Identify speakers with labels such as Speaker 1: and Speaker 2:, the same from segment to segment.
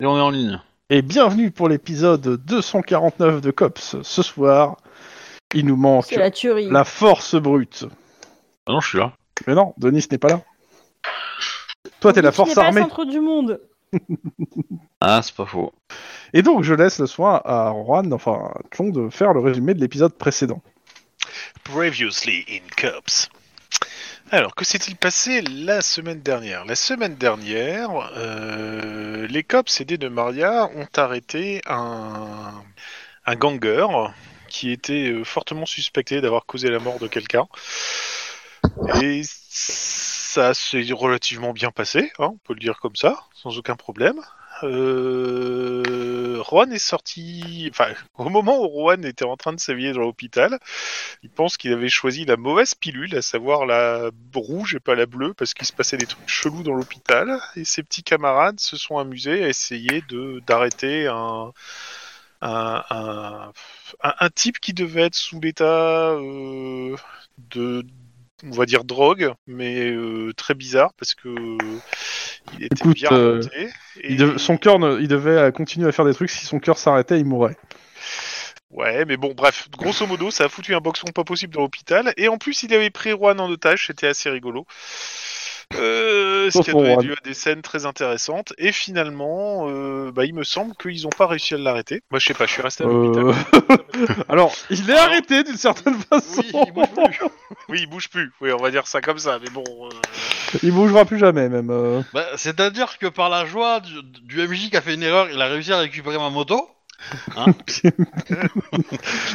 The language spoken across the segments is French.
Speaker 1: on est en ligne.
Speaker 2: Et bienvenue pour l'épisode 249 de Cops. Ce soir, il nous manque
Speaker 3: C'est la tuerie.
Speaker 2: la force brute.
Speaker 1: Ah non, je suis là.
Speaker 2: Mais non, Denis n'est pas là. Toi, t'es la force
Speaker 3: Qui n'est pas
Speaker 2: armée.
Speaker 3: le centre du monde.
Speaker 1: Ah, c'est pas faux.
Speaker 2: Et donc, je laisse le soin à Juan, enfin, à Tlon, de faire le résumé de l'épisode précédent.
Speaker 4: Previously in Cops. Alors, que s'est-il passé la semaine dernière La semaine dernière, euh, les cops aidés de Maria ont arrêté un, un ganger qui était euh, fortement suspecté d'avoir causé la mort de quelqu'un. Et ça s'est relativement bien passé, hein, on peut le dire comme ça, sans aucun problème. Euh, Juan est sorti, enfin, au moment où Juan était en train de s'éveiller dans l'hôpital, il pense qu'il avait choisi la mauvaise pilule, à savoir la rouge et pas la bleue, parce qu'il se passait des trucs chelous dans l'hôpital. Et ses petits camarades se sont amusés à essayer de d'arrêter un, un, un, un- un type qui devait être sous l'état euh, de, on va dire drogue, mais euh, très bizarre parce que il était
Speaker 2: Écoute,
Speaker 4: bien
Speaker 2: euh,
Speaker 4: monté.
Speaker 2: Il dev- Son cœur, ne- il devait euh, continuer à faire des trucs. Si son cœur s'arrêtait, il mourrait.
Speaker 4: Ouais, mais bon, bref, grosso modo, ça a foutu un boxon pas possible dans l'hôpital. Et en plus, il avait pris Juan en otage, c'était assez rigolo. Euh, ce
Speaker 2: Sauf
Speaker 4: qui a
Speaker 2: pour
Speaker 4: donné
Speaker 2: Juan.
Speaker 4: lieu à des scènes très intéressantes. Et finalement, euh, bah, il me semble qu'ils n'ont pas réussi à l'arrêter. Moi, je sais pas, je suis resté à l'hôpital.
Speaker 2: Euh, Alors, il est arrêté d'une certaine façon.
Speaker 4: Oui, il bouge plus. Oui, il bouge plus. Oui, on va dire ça comme ça. Mais bon, euh,
Speaker 2: Il bougera plus jamais, même. euh.
Speaker 5: Bah, C'est-à-dire que par la joie du, du MJ qui a fait une erreur, il a réussi à récupérer ma moto. Hein
Speaker 2: Ah.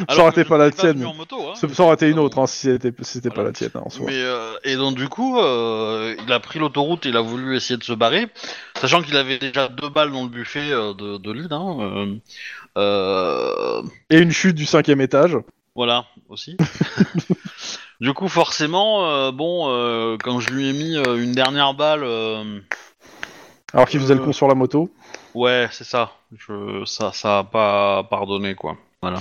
Speaker 2: Ça
Speaker 5: que
Speaker 2: aurait été
Speaker 5: je
Speaker 2: pas la
Speaker 5: n'étais
Speaker 2: tienne.
Speaker 5: venu en moto, hein.
Speaker 2: Ça ça aurait été une autre hein, si c'était si c'était pas
Speaker 5: Voilà.
Speaker 2: la tienne hein, en soi.
Speaker 5: Mais, euh, et donc du coup, euh, il a pris l'autoroute, il a voulu essayer de se barrer, sachant qu'il avait déjà deux balles dans le buffet euh, de, de Lille. hein, euh, euh,
Speaker 2: Et une chute du cinquième étage.
Speaker 5: Voilà, aussi. du coup, forcément, euh, bon, euh, quand je lui ai mis euh, une dernière balle, euh,
Speaker 2: Alors qu'il faisait le
Speaker 5: Euh.
Speaker 2: con sur la moto.
Speaker 5: ouais, c'est ça. Je, ça, ça a pas pardonné, quoi. Voilà.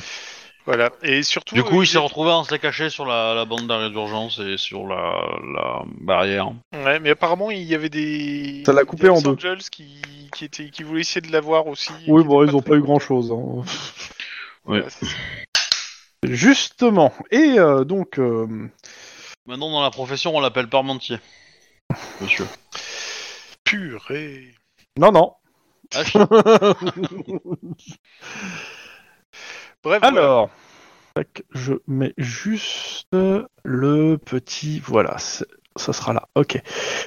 Speaker 4: voilà. Et surtout,
Speaker 5: Du coup,
Speaker 4: euh,
Speaker 5: il s'est retrouvé en se caché sur la, la bande d'arrêt d'urgence et sur la, la barrière.
Speaker 4: Ouais, mais apparemment, il y avait des.
Speaker 2: Ça l'a coupé
Speaker 4: des
Speaker 2: en
Speaker 4: Los
Speaker 2: deux.
Speaker 4: Angeles qui, qui, étaient- qui voulaient essayer de l'avoir aussi. et
Speaker 2: Oui,
Speaker 4: qui
Speaker 2: bon,
Speaker 4: étaient
Speaker 2: ils ont
Speaker 4: très-
Speaker 2: pas eu hein. grand chose.
Speaker 4: Voilà,
Speaker 5: Ouais.
Speaker 4: c'est ça.
Speaker 2: Justement. Et euh, donc, euh,
Speaker 5: Maintenant, dans la profession, on l'appelle parmentier. Monsieur.
Speaker 4: Purée.
Speaker 2: non, non.
Speaker 5: Ah, je-
Speaker 4: Bref, voilà.
Speaker 2: Alors, tac, je mets juste le petit. Voilà, c'est- ça sera là. Ok.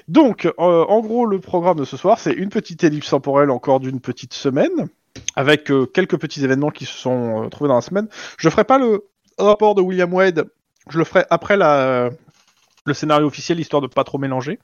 Speaker 2: Donc, euh, en gros, le programme de ce soir, c'est une petite ellipse temporelle encore d'une petite semaine, avec euh, quelques petits événements qui se sont euh, trouvés dans la semaine. Je ferai pas le rapport de William Wade. Je le ferai après la. Le scénario officiel, histoire de pas trop mélanger.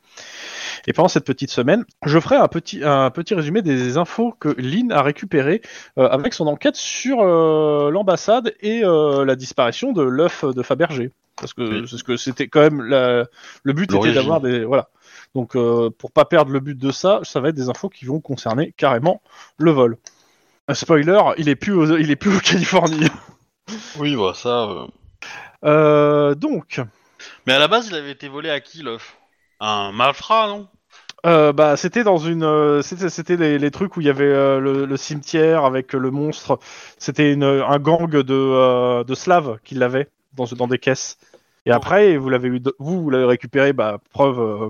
Speaker 2: Et pendant cette petite semaine, je ferai un petit, un petit résumé des infos que Lynn a récupérées euh, avec son enquête sur euh, l'ambassade et euh, la disparition de l'œuf de Fabergé. Parce que
Speaker 5: Oui.
Speaker 2: c'est ce que c'était quand même la- le but était
Speaker 5: L'origine.
Speaker 2: d'avoir des voilà. Donc euh, pour pas perdre le but de ça, ça va être des infos qui vont concerner carrément le vol. Un spoiler, il est plus aux, il est plus aux Californie.
Speaker 5: Oui, bah ça. euh.
Speaker 2: Euh, donc
Speaker 5: Mais à la base, il avait été volé à qui l'œuf Un malfrat, non
Speaker 2: euh, bah c'était dans une euh, c'était c'était les, les trucs où il y avait euh, le, le cimetière avec euh, le monstre. C'était une- un gang de euh, de slaves qui l'avait dans dans des caisses. Et
Speaker 5: Ah.
Speaker 2: après vous l'avez eu de- vous vous l'avez récupéré bah preuve euh,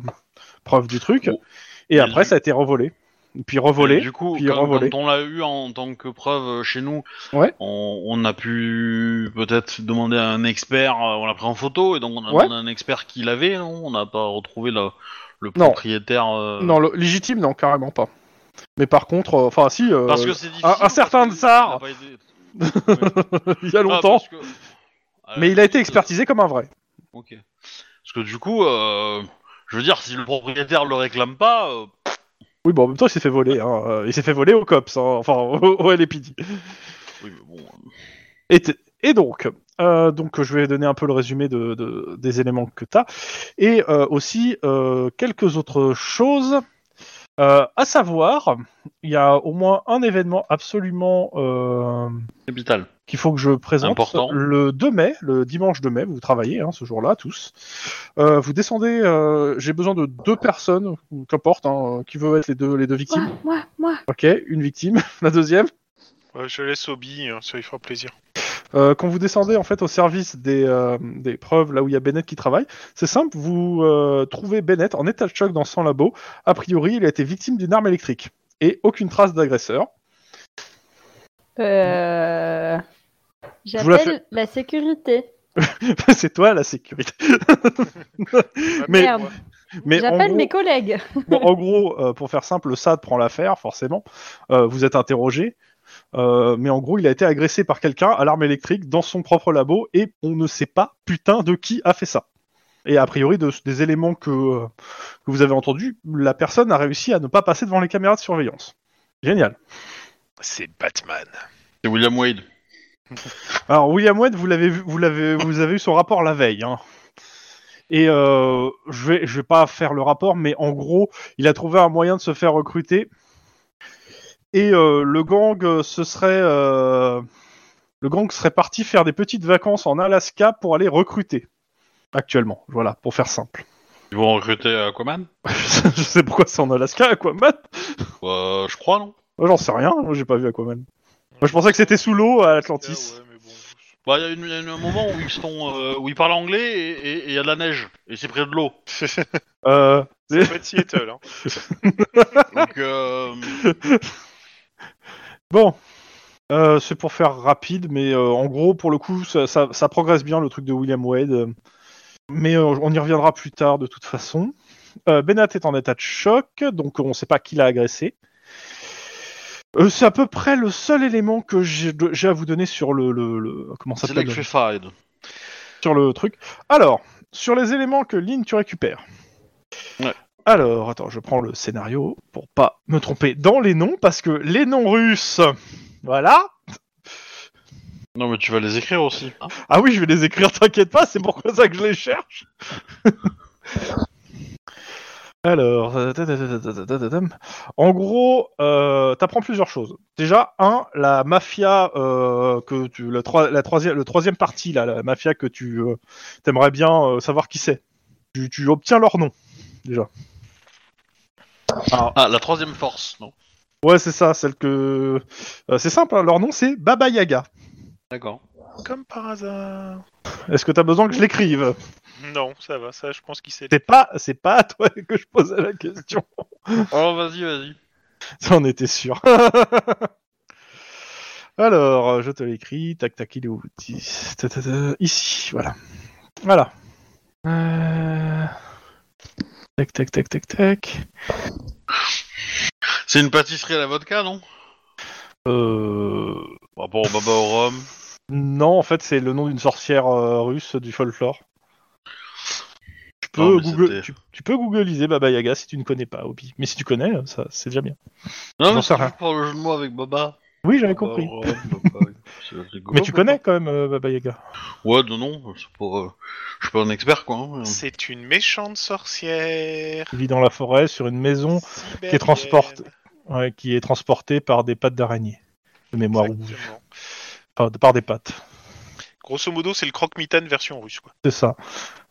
Speaker 2: preuve du truc.
Speaker 5: Oh.
Speaker 2: Et
Speaker 5: Et
Speaker 2: après
Speaker 5: du-
Speaker 2: ça a été revolé. Puis revolé.
Speaker 5: Et Du coup,
Speaker 2: puis
Speaker 5: quand,
Speaker 2: revolé.
Speaker 5: quand on l'a eu en tant que preuve euh, chez nous,
Speaker 2: Ouais.
Speaker 5: on, on a pu peut-être demander à un expert, euh, on l'a pris en photo, et donc on a
Speaker 2: Ouais.
Speaker 5: demandé à un expert qui l'avait, non On n'a pas retrouvé le, le
Speaker 2: Non.
Speaker 5: propriétaire. euh,
Speaker 2: Non, le- légitime, non, carrément pas. Mais par contre, euh, enfin, si, euh,
Speaker 5: Parce que c'est difficile.
Speaker 2: un
Speaker 5: parce
Speaker 2: certain
Speaker 5: que
Speaker 2: tsar.
Speaker 5: il a pas été-
Speaker 2: il y a
Speaker 5: Ah,
Speaker 2: longtemps.
Speaker 5: parce que-
Speaker 2: mais il a été
Speaker 5: Euh,
Speaker 2: expertisé comme un vrai.
Speaker 5: Ok. Parce que du coup, euh, je veux dire, si le propriétaire le réclame pas, euh,
Speaker 2: Oui, bon, en même temps, il s'est fait voler. hein, euh, Il s'est fait voler au COPS, hein, enfin, au, au LAPD.
Speaker 5: oui, mais bon. euh,
Speaker 2: Et, t- et donc, euh, donc, je vais donner un peu le résumé de, de- des éléments que tu as. Et euh, aussi, euh, quelques autres choses. Euh, à savoir, il y a au moins un événement absolument euh,
Speaker 5: Capital.
Speaker 2: qu'il faut que je présente.
Speaker 5: Important.
Speaker 2: Le 2 mai, le dimanche 2 mai, vous travaillez hein, ce jour-là tous. Euh, vous descendez, euh, j'ai besoin de deux personnes, ou qu'importe, hein, euh, qui veut être les deux, les deux victimes.
Speaker 3: Moi, moi, moi.
Speaker 2: Ok, une victime, la deuxième.
Speaker 4: Ouais, je laisse Obi, hein, ça lui fera plaisir.
Speaker 2: Euh, quand vous descendez en fait au service des, euh, des preuves, là où il y a Bennett qui travaille, c'est simple, vous euh, trouvez Bennett en état de choc dans son labo. A priori, il a été victime d'une arme électrique et aucune trace d'agresseur.
Speaker 3: Euh...
Speaker 2: vous la
Speaker 3: J'appelle la sécurité.
Speaker 2: c'est toi la sécurité. Mais-
Speaker 3: Merde.
Speaker 2: Mais en
Speaker 3: J'appelle
Speaker 2: gros-
Speaker 3: mes collègues.
Speaker 2: Bon, en gros, euh, pour faire simple, le SAD prend l'affaire, forcément. Euh, vous êtes interrogé. Euh, mais en gros, il a été agressé par quelqu'un à l'arme électrique dans son propre labo et on ne sait pas putain de qui a fait ça. Et a priori, de- des éléments que, euh, que vous avez entendus, la personne a réussi à ne pas passer devant les caméras de surveillance. Génial.
Speaker 4: C'est Batman.
Speaker 5: C'est William Wade.
Speaker 2: Alors, William Wade, vous l'avez vu, vous l'avez, vous avez eu son rapport la veille. hein. Et euh, je vais, je vais pas faire le rapport, mais en gros, il a trouvé un moyen de se faire recruter. Et euh, le gang, euh, ce serait, euh, le gang serait parti faire des petites vacances en Alaska pour aller recruter. Actuellement, voilà, pour faire simple.
Speaker 5: Ils vont recruter Aquaman
Speaker 2: je sais pourquoi c'est en Alaska, Aquaman.
Speaker 5: euh, Je crois, non
Speaker 2: Moi, J'en sais rien, moi, j'ai pas vu Aquaman. Moi, je pensais que c'était sous l'eau à Atlantis.
Speaker 4: Ah ouais, mais bon.
Speaker 5: Bah, il y a une- il y a une- un moment où ils sont, euh, où ils parlent anglais et- et il y a de la neige et c'est près de l'eau.
Speaker 2: Euh,
Speaker 4: C'est pas de Seattle, hein.
Speaker 5: Donc, euh,
Speaker 2: Bon, Euh, c'est pour faire rapide, mais euh, en gros, pour le coup, ça, ça- ça progresse bien le truc de William Wade. euh. Mais euh, on y reviendra plus tard de toute façon. Euh, Bennett est en état de choc, donc on ne sait pas qui l'a agressé. Euh, c'est à peu près le seul élément que j'ai j'ai à vous donner sur le, le- le- comment
Speaker 5: c'est
Speaker 2: ça s'appelle
Speaker 5: Electrified.
Speaker 2: sur le truc. Alors, sur les éléments que Lynn tu récupères.
Speaker 5: Ouais.
Speaker 2: Alors, attends, je prends le scénario pour pas me tromper dans les noms parce que les noms russes, voilà.
Speaker 5: Non, mais tu vas les écrire aussi.
Speaker 2: Ah oui, je vais les écrire, t'inquiète pas, c'est pourquoi ça que je les cherche. Alors, euh, tadadadadadadadam. en gros, euh, t'apprends plusieurs choses. Déjà, un, la mafia euh, que tu, la, troi- la troisième, le troisième parti là, la mafia que tu euh, t'aimerais bien euh, savoir qui c'est. Tu, tu obtiens leur nom déjà.
Speaker 5: Ah, la troisième force, non
Speaker 2: Ouais, c'est ça, celle que euh, c'est simple. hein, leur nom c'est Baba Yaga.
Speaker 5: D'accord.
Speaker 4: Comme par hasard.
Speaker 2: Est-ce que t'as besoin que je l'écrive
Speaker 4: Non, ça va, ça, je pense qu'il sait.
Speaker 2: C'est pas, c'est pas à toi que je posais la question.
Speaker 5: Oh, vas-y, vas-y.
Speaker 2: Ça, on était sûr. Alors, euh, je te l'écris. Tac, tac, il est où Ti- ta, ta, ta, Ici, voilà. Voilà. Euh, Tac, tac, tac, tac, tac.
Speaker 5: C'est une pâtisserie à la vodka, non
Speaker 2: Euh,
Speaker 5: Par rapport au baba au rhum.
Speaker 2: Non, en fait, c'est le nom d'une sorcière euh, russe du folklore. Tu peux,
Speaker 5: Non, mais
Speaker 2: Google...
Speaker 5: c'était-
Speaker 2: tu, tu peux googliser Baba Yaga si tu ne connais pas, Obi. Mais si tu connais, ça, c'est déjà bien.
Speaker 5: Non,
Speaker 2: J'en
Speaker 5: mais
Speaker 2: sais
Speaker 5: c'est
Speaker 2: rien.
Speaker 5: juste pour le jeu de mots avec baba.
Speaker 2: Oui, j'avais
Speaker 5: Baba
Speaker 2: compris.
Speaker 5: au rhum, baba, c'est rigolo.
Speaker 2: Mais tu connais quand même euh, Baba Yaga.
Speaker 5: Ouais, non, non, c'est pour. euh, Je suis pas un expert, quoi. hein.
Speaker 4: C'est une méchante sorcière.
Speaker 2: Il vit dans la forêt, sur une maison.
Speaker 4: Qui
Speaker 2: transporte. Ouais, qui est transporté par des pattes d'araignée. De mémoire, ou par, par des pattes.
Speaker 4: Grosso modo, c'est le croque-mitaine version russe, quoi.
Speaker 2: C'est ça.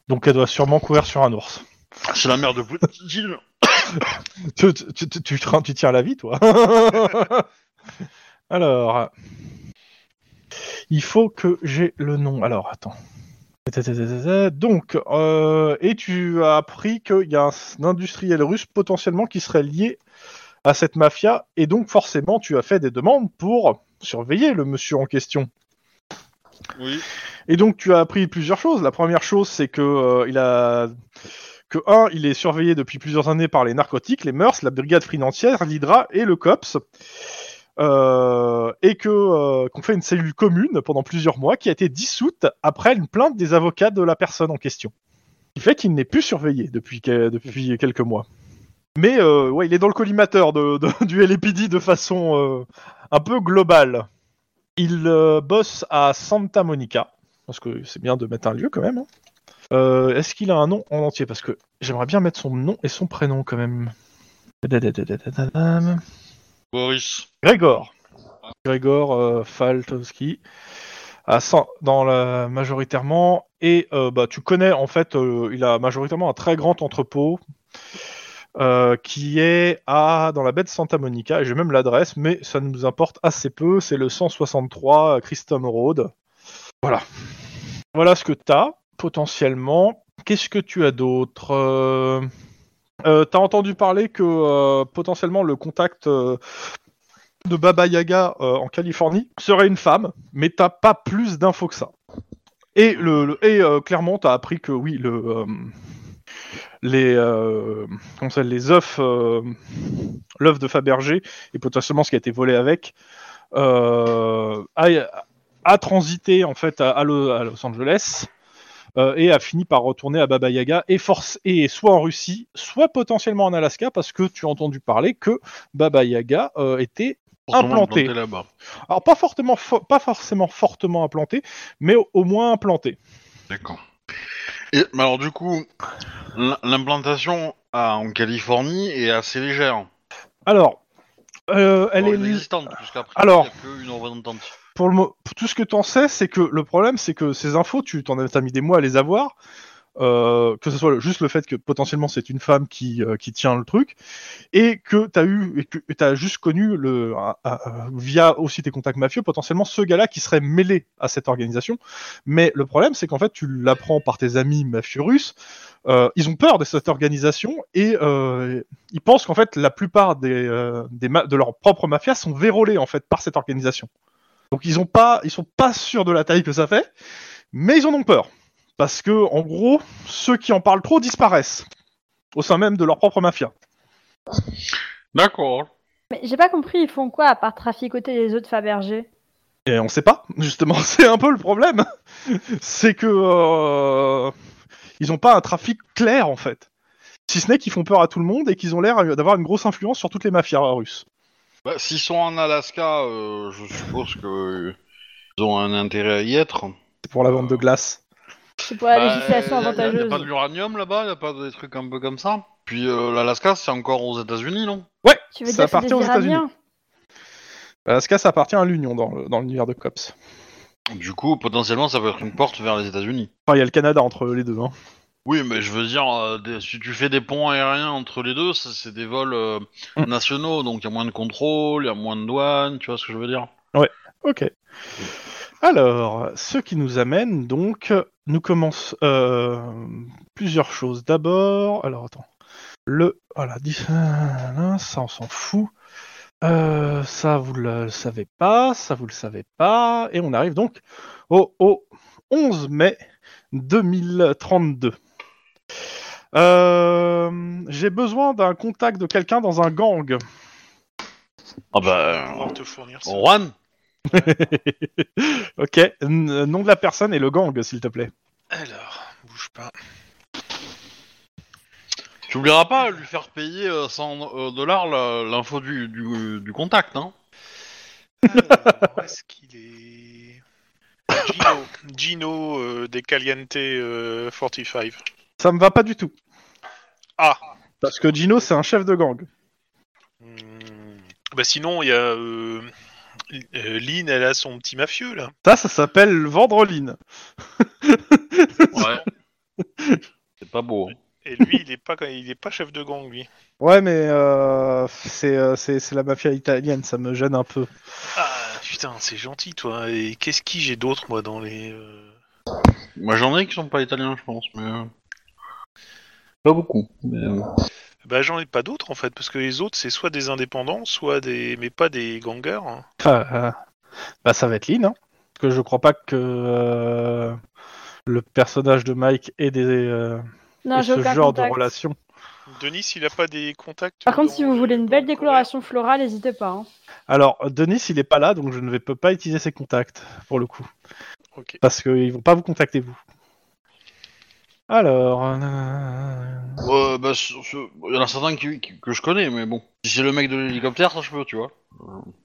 Speaker 2: Donc elle doit sûrement courir sur un ours.
Speaker 5: C'est la mère de Poutine.
Speaker 2: Tu, tu, tu, tu- tu te- tu tiens la vie, toi Alors. Il faut que j'ai le nom. Alors, attends. Donc, euh, et tu as appris qu'il y a un industriel russe potentiellement qui serait lié à cette mafia, et donc forcément, tu as fait des demandes pour surveiller le monsieur en question.
Speaker 5: Oui.
Speaker 2: Et donc tu as appris plusieurs choses. La première chose, c'est que euh, il a que un, il est surveillé depuis plusieurs années par les narcotiques, les mœurs, la brigade financière, l'Hydra et le COPS, Euh, et que euh, qu'on fait une cellule commune pendant plusieurs mois qui a été dissoute après une plainte des avocats de la personne en question, Ce qui fait qu'il n'est plus surveillé depuis que- depuis quelques mois. Mais euh, ouais, il est dans le collimateur de- de- du LAPD de façon euh, un peu globale. Il euh, bosse à Santa Monica parce que c'est bien de mettre un lieu quand même. hein. Euh, Est-ce qu'il a un nom en entier Parce que j'aimerais bien mettre son nom et son prénom quand même. Dadadadadadadam.
Speaker 5: Boris.
Speaker 2: Grégor. Grégor euh, Faltowski. À 100 dans la majoritairement et euh, bah, tu connais en fait euh, il a majoritairement un très grand entrepôt euh, qui est à dans la baie de Santa Monica et j'ai même l'adresse mais ça nous importe assez peu c'est le 163 Criston Road voilà voilà ce que t'as potentiellement qu'est-ce que tu as d'autre Euh, euh, t'as entendu parler que euh, potentiellement le contact euh, de Baba Yaga euh, en Californie serait une femme, mais t'as pas plus d'infos que ça. Et, le, le- et euh, clairement, t'as appris que oui, le, euh, les, euh, comment ça s'appelle, les œufs, euh, l'œuf de Fabergé et potentiellement ce qui a été volé avec, euh, a, a transité en fait à, à Lo- à Los Angeles. euh, et a fini par retourner à Baba Yaga et force et soit en Russie, soit potentiellement en Alaska parce que tu as entendu parler que Baba Yaga euh, était
Speaker 5: fortement
Speaker 2: Implanté.
Speaker 5: là-bas.
Speaker 2: alors pas fortement, fo- pas forcément fortement implanté, mais au, au moins implanté.
Speaker 5: D'accord. Et mais alors du coup, l'im- l'implantation à- en Californie est assez légère.
Speaker 2: Alors, euh, elle
Speaker 5: Bon,
Speaker 2: est
Speaker 5: inexistante puisqu'après
Speaker 2: Alors.
Speaker 5: il n'y a qu'une représentante.
Speaker 2: pour le mo- pour tout ce que t'en sais, c'est que le problème, c'est que ces infos, tu t'en as t'as mis des mois à les avoir. euh, que ce soit le- juste le fait que potentiellement c'est une femme qui, euh, qui tient le truc et que t'as eu et que et t'as juste connu le un- un- un- via aussi tes contacts mafieux potentiellement ce gars-là qui serait mêlé à cette organisation mais le problème c'est qu'en fait tu l'apprends par tes amis mafieux russes euh, ils ont peur de cette organisation et euh, ils pensent qu'en fait la plupart des, euh, des ma- de leurs propres mafias sont vérolés en fait par cette organisation donc ils ont pas, ils sont pas sûrs de la taille que ça fait, mais ils en ont peur parce que en gros, ceux qui en parlent trop disparaissent au sein même de leur propre mafia.
Speaker 5: D'accord.
Speaker 3: Mais j'ai pas compris, ils font quoi à part traficoter les œufs de Fabergé
Speaker 2: Et on sait pas, justement, c'est un peu le problème, c'est que euh, ils ont pas un trafic clair en fait. Si ce n'est qu'ils font peur à tout le monde et qu'ils ont l'air d'avoir une grosse influence sur toutes les mafias russes.
Speaker 5: Bah, S'ils sont en Alaska, euh, je suppose que euh, ils ont un intérêt à y être.
Speaker 2: C'est pour la vente de glace.
Speaker 3: C'est pour la
Speaker 5: Bah,
Speaker 3: législation
Speaker 5: y a- y a- Y a pas de
Speaker 3: avantageuse.
Speaker 5: l'uranium là-bas, il a pas des trucs un peu comme ça. Puis euh, l'Alaska, c'est encore aux États-Unis, non
Speaker 3: Tu veux
Speaker 2: Ça
Speaker 3: dire que c'est
Speaker 2: appartient aux
Speaker 3: des Iraniens
Speaker 2: Parce que ça appartient à l'Union dans le- dans l'univers de Cops.
Speaker 5: Du coup, potentiellement, ça peut être une porte vers les États-Unis.
Speaker 2: Enfin, il y a le Canada entre les deux. Hein.
Speaker 5: Oui, mais je veux dire, euh, des- si tu fais des ponts aériens entre les deux, ça, c'est des vols euh,
Speaker 2: Mm.
Speaker 5: nationaux, donc il y a moins de contrôle, il y a moins de douane, tu vois ce que je veux dire
Speaker 2: Ok. Alors, ce qui nous amène donc, nous commence euh, plusieurs choses. D'abord, alors attends, le oh voilà, dix- ah, ça on s'en fout. Euh, ça vous le savez pas, ça vous le savez pas, et on arrive donc au, au 11 mai 2032. Euh, J'ai besoin d'un contact de quelqu'un dans un gang.
Speaker 5: Ah
Speaker 2: euh,
Speaker 5: bah...
Speaker 4: On va te fournir ça.
Speaker 5: Juan
Speaker 2: ok, n- nom de la personne et le gang, s'il te plaît.
Speaker 4: Alors, bouge pas.
Speaker 5: Tu oublieras pas à lui faire payer euh, 100 euh, dollars la- l'info du, du, du contact, hein
Speaker 4: Alors, où est-ce qu'il est Gino, Gino euh, des Caliente euh, 45.
Speaker 2: Ça me va pas du tout.
Speaker 4: Ah
Speaker 2: Parce que Gino, c'est un chef de gang.
Speaker 4: Hmm. Bah sinon, il y a... Euh... euh, Lynn, elle a son petit mafieux, là.
Speaker 2: Ça, ça s'appelle Vendreline.
Speaker 5: Ouais. c'est pas beau. hein.
Speaker 4: Et lui, il est pas, il est pas chef de gang, lui.
Speaker 2: Ouais, mais euh, c'est euh, c'est- c'est la mafia italienne, ça me gêne un peu.
Speaker 4: Ah, putain, c'est gentil, toi. Et qu'est-ce qui j'ai d'autre, moi, dans les... euh,
Speaker 5: Moi j'en ai qui sont pas italiens, je pense, mais... euh, Pas beaucoup. mais, euh,
Speaker 4: Bah, j'en ai pas d'autres, en fait, parce que les autres, c'est soit des indépendants, soit des... mais pas des gangers. hein.
Speaker 2: Enfin, euh, bah, ça va être Lynn, hein. Parce que je crois pas que euh, le personnage de Mike ait des, euh,
Speaker 3: Non,
Speaker 2: ait
Speaker 3: j'ai
Speaker 2: ce
Speaker 3: aucun
Speaker 2: genre
Speaker 3: contact.
Speaker 2: de relation.
Speaker 4: Denis, il a pas des contacts
Speaker 3: Par contre, si
Speaker 4: dans-
Speaker 3: vous voulez une belle
Speaker 4: dans le
Speaker 3: décoloration florale, n'hésitez pas. hein.
Speaker 2: Alors, Denis, il est pas là, donc je ne vais, peux pas utiliser ses contacts, pour le coup.
Speaker 4: Coréen. Ok.
Speaker 2: Parce qu'ils vont pas vous contacter, vous. Alors... euh,
Speaker 5: Ouais, bah, ce- ce- il y en a certains qui, qui- que je connais, mais bon. Si c'est le mec de l'hélicoptère, ça je peux, tu vois.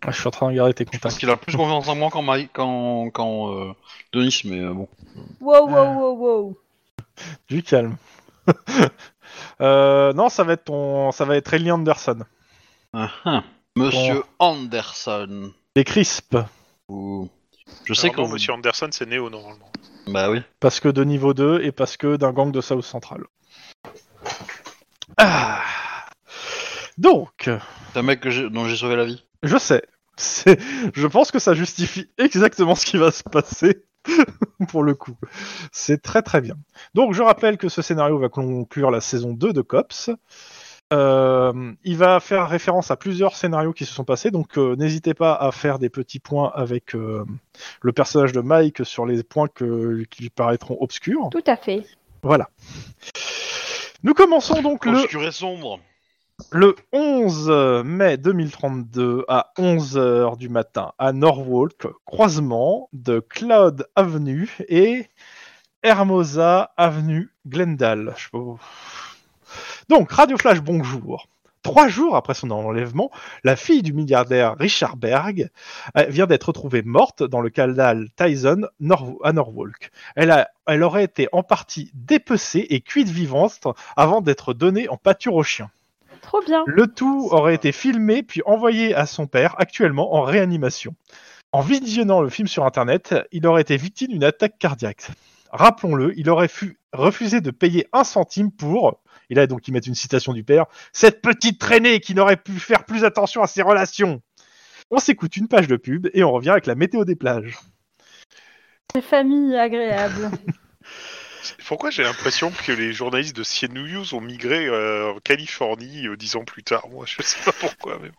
Speaker 2: Je suis en train de regarder tes
Speaker 5: Parce
Speaker 2: contacts.
Speaker 5: qu'il a plus confiance en moi qu'en Mike, qu'en, qu'en, euh, Denis, mais euh, bon.
Speaker 3: Wow,
Speaker 2: Euh.
Speaker 3: wow, wow, wow.
Speaker 2: Du calme. Euh, non, ça va être ton, ça va être Ellie Anderson.
Speaker 5: Ah, ah. Monsieur Anderson.
Speaker 2: Des crisps,
Speaker 5: Ou- Je sais
Speaker 4: Alors
Speaker 5: que
Speaker 4: non,
Speaker 5: vous-
Speaker 4: Monsieur Anderson, c'est Néo normalement.
Speaker 5: Bah oui.
Speaker 2: parce que de niveau 2 et parce que d'un gang de South Central. Ah. Donc,
Speaker 5: C'est un mec que j'ai- dont j'ai sauvé la vie.
Speaker 2: je sais. C'est- Je pense que ça justifie exactement ce qui va se passer pour le coup. C'est très très bien. Donc je rappelle que ce scénario va conclure la saison 2 de Cops. Euh, il va faire référence à plusieurs scénarios qui se sont passés, donc euh, n'hésitez pas à faire des petits points avec euh, le personnage de Mike sur les points que- qui lui paraîtront obscurs.
Speaker 3: Tout à fait.
Speaker 2: Voilà. Nous commençons donc le
Speaker 5: Obscur et sombre.
Speaker 2: le 11 mai 2032 à 11h du matin à Norwalk, croisement de Cloud Avenue et Hermosa Avenue Glendale. Je sais pas où. Donc, Radio Flash, bonjour. Trois jours après son enlèvement, la fille du milliardaire Richard Berg euh, vient d'être retrouvée morte dans le canal Tyson Nor- à Norwalk. Elle, a- elle aurait été en partie dépecée et cuite vivante avant d'être donnée en pâture aux chiens.
Speaker 3: Trop bien.
Speaker 2: Le tout aurait été filmé puis envoyé à son père, actuellement en réanimation. En visionnant le film sur Internet, il aurait été victime d'une attaque cardiaque. Rappelons-le, il aurait fu- refusé de payer un centime pour, et là donc ils mettent une citation du père, cette petite traînée qui n'aurait pu faire plus attention à ses relations. On s'écoute une page de pub et on revient avec la météo des plages.
Speaker 3: C'est famille agréable.
Speaker 4: Pourquoi j'ai l'impression que les journalistes de CNU News ont migré euh, en Californie euh, dix ans plus tard Moi, je sais pas pourquoi. Mais... bon.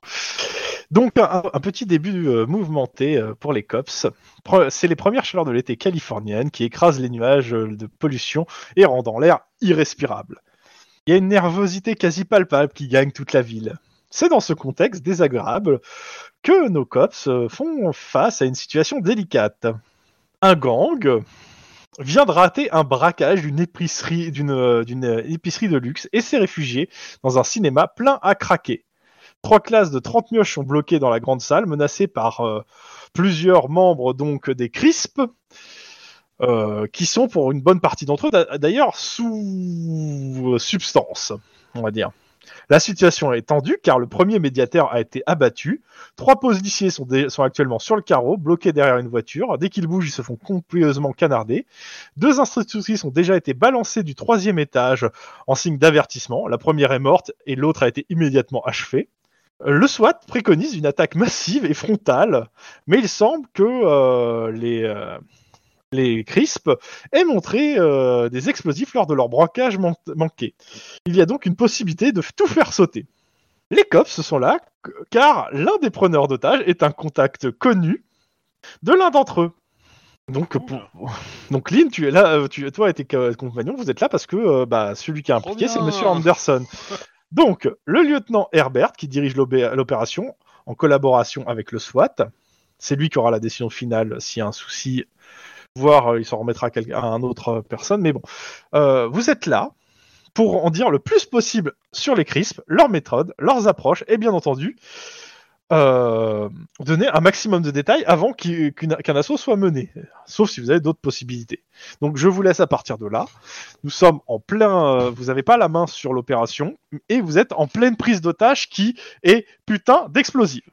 Speaker 2: Donc un, un petit début euh, mouvementé euh, pour les cops. Pre- C'est les premières chaleurs de l'été californienne qui écrasent les nuages euh, de pollution et rendant l'air irrespirable. Il y a une nervosité quasi palpable qui gagne toute la ville. C'est dans ce contexte désagréable que nos cops euh, font face à une situation délicate. Un gang vient de rater un braquage d'une épicerie, d'une, euh, d'une, euh, épicerie de luxe et s'est réfugié dans un cinéma plein à craquer. Trois classes de 30 mioches sont bloquées dans la grande salle, menacées par euh, plusieurs membres donc des CRISP, euh, qui sont pour une bonne partie d'entre eux d'a- d'ailleurs sous euh, substance, on va dire. La situation est tendue car le premier médiateur a été abattu. Trois policiers sont, dé- sont actuellement sur le carreau, bloqués derrière une voiture. Dès qu'ils bougent, ils se font complètement canarder. Deux institutrices ont déjà été balancées du troisième étage en signe d'avertissement. La première est morte et l'autre a été immédiatement achevée. Le SWAT préconise une attaque massive et frontale, mais il semble que euh, les, euh, les CRISP aient montré euh, des explosifs lors de leur braquage man- manqué. Il y a donc une possibilité de f- tout faire sauter. Les cops sont là c- car l'un des preneurs d'otages est un contact connu de l'un d'entre eux. Donc,
Speaker 5: Ah.
Speaker 2: pour- donc Lynn, tu es là, euh, tu, toi et tes co- compagnons, vous êtes là parce que euh, bah, celui qui a
Speaker 5: Trop
Speaker 2: impliqué, c'est
Speaker 5: bien.
Speaker 2: Monsieur Anderson. Donc, le lieutenant Herbert, qui dirige l'obé- l'opération en collaboration avec le SWAT, c'est lui qui aura la décision finale s'il y a un souci, voire euh, il s'en remettra à, quelqu'un- à un autre euh, personne. Mais bon, Euh, vous êtes là pour en dire le plus possible sur les CRISP, leurs méthodes, leurs approches, et bien entendu, euh, donner un maximum de détails avant qu'il- qu'une- qu'un assaut soit mené, sauf si vous avez d'autres possibilités. Donc je vous laisse à partir de là. Nous sommes en plein... euh, vous n'avez pas la main sur l'opération, et vous êtes en pleine prise d'otage qui est putain d'explosive.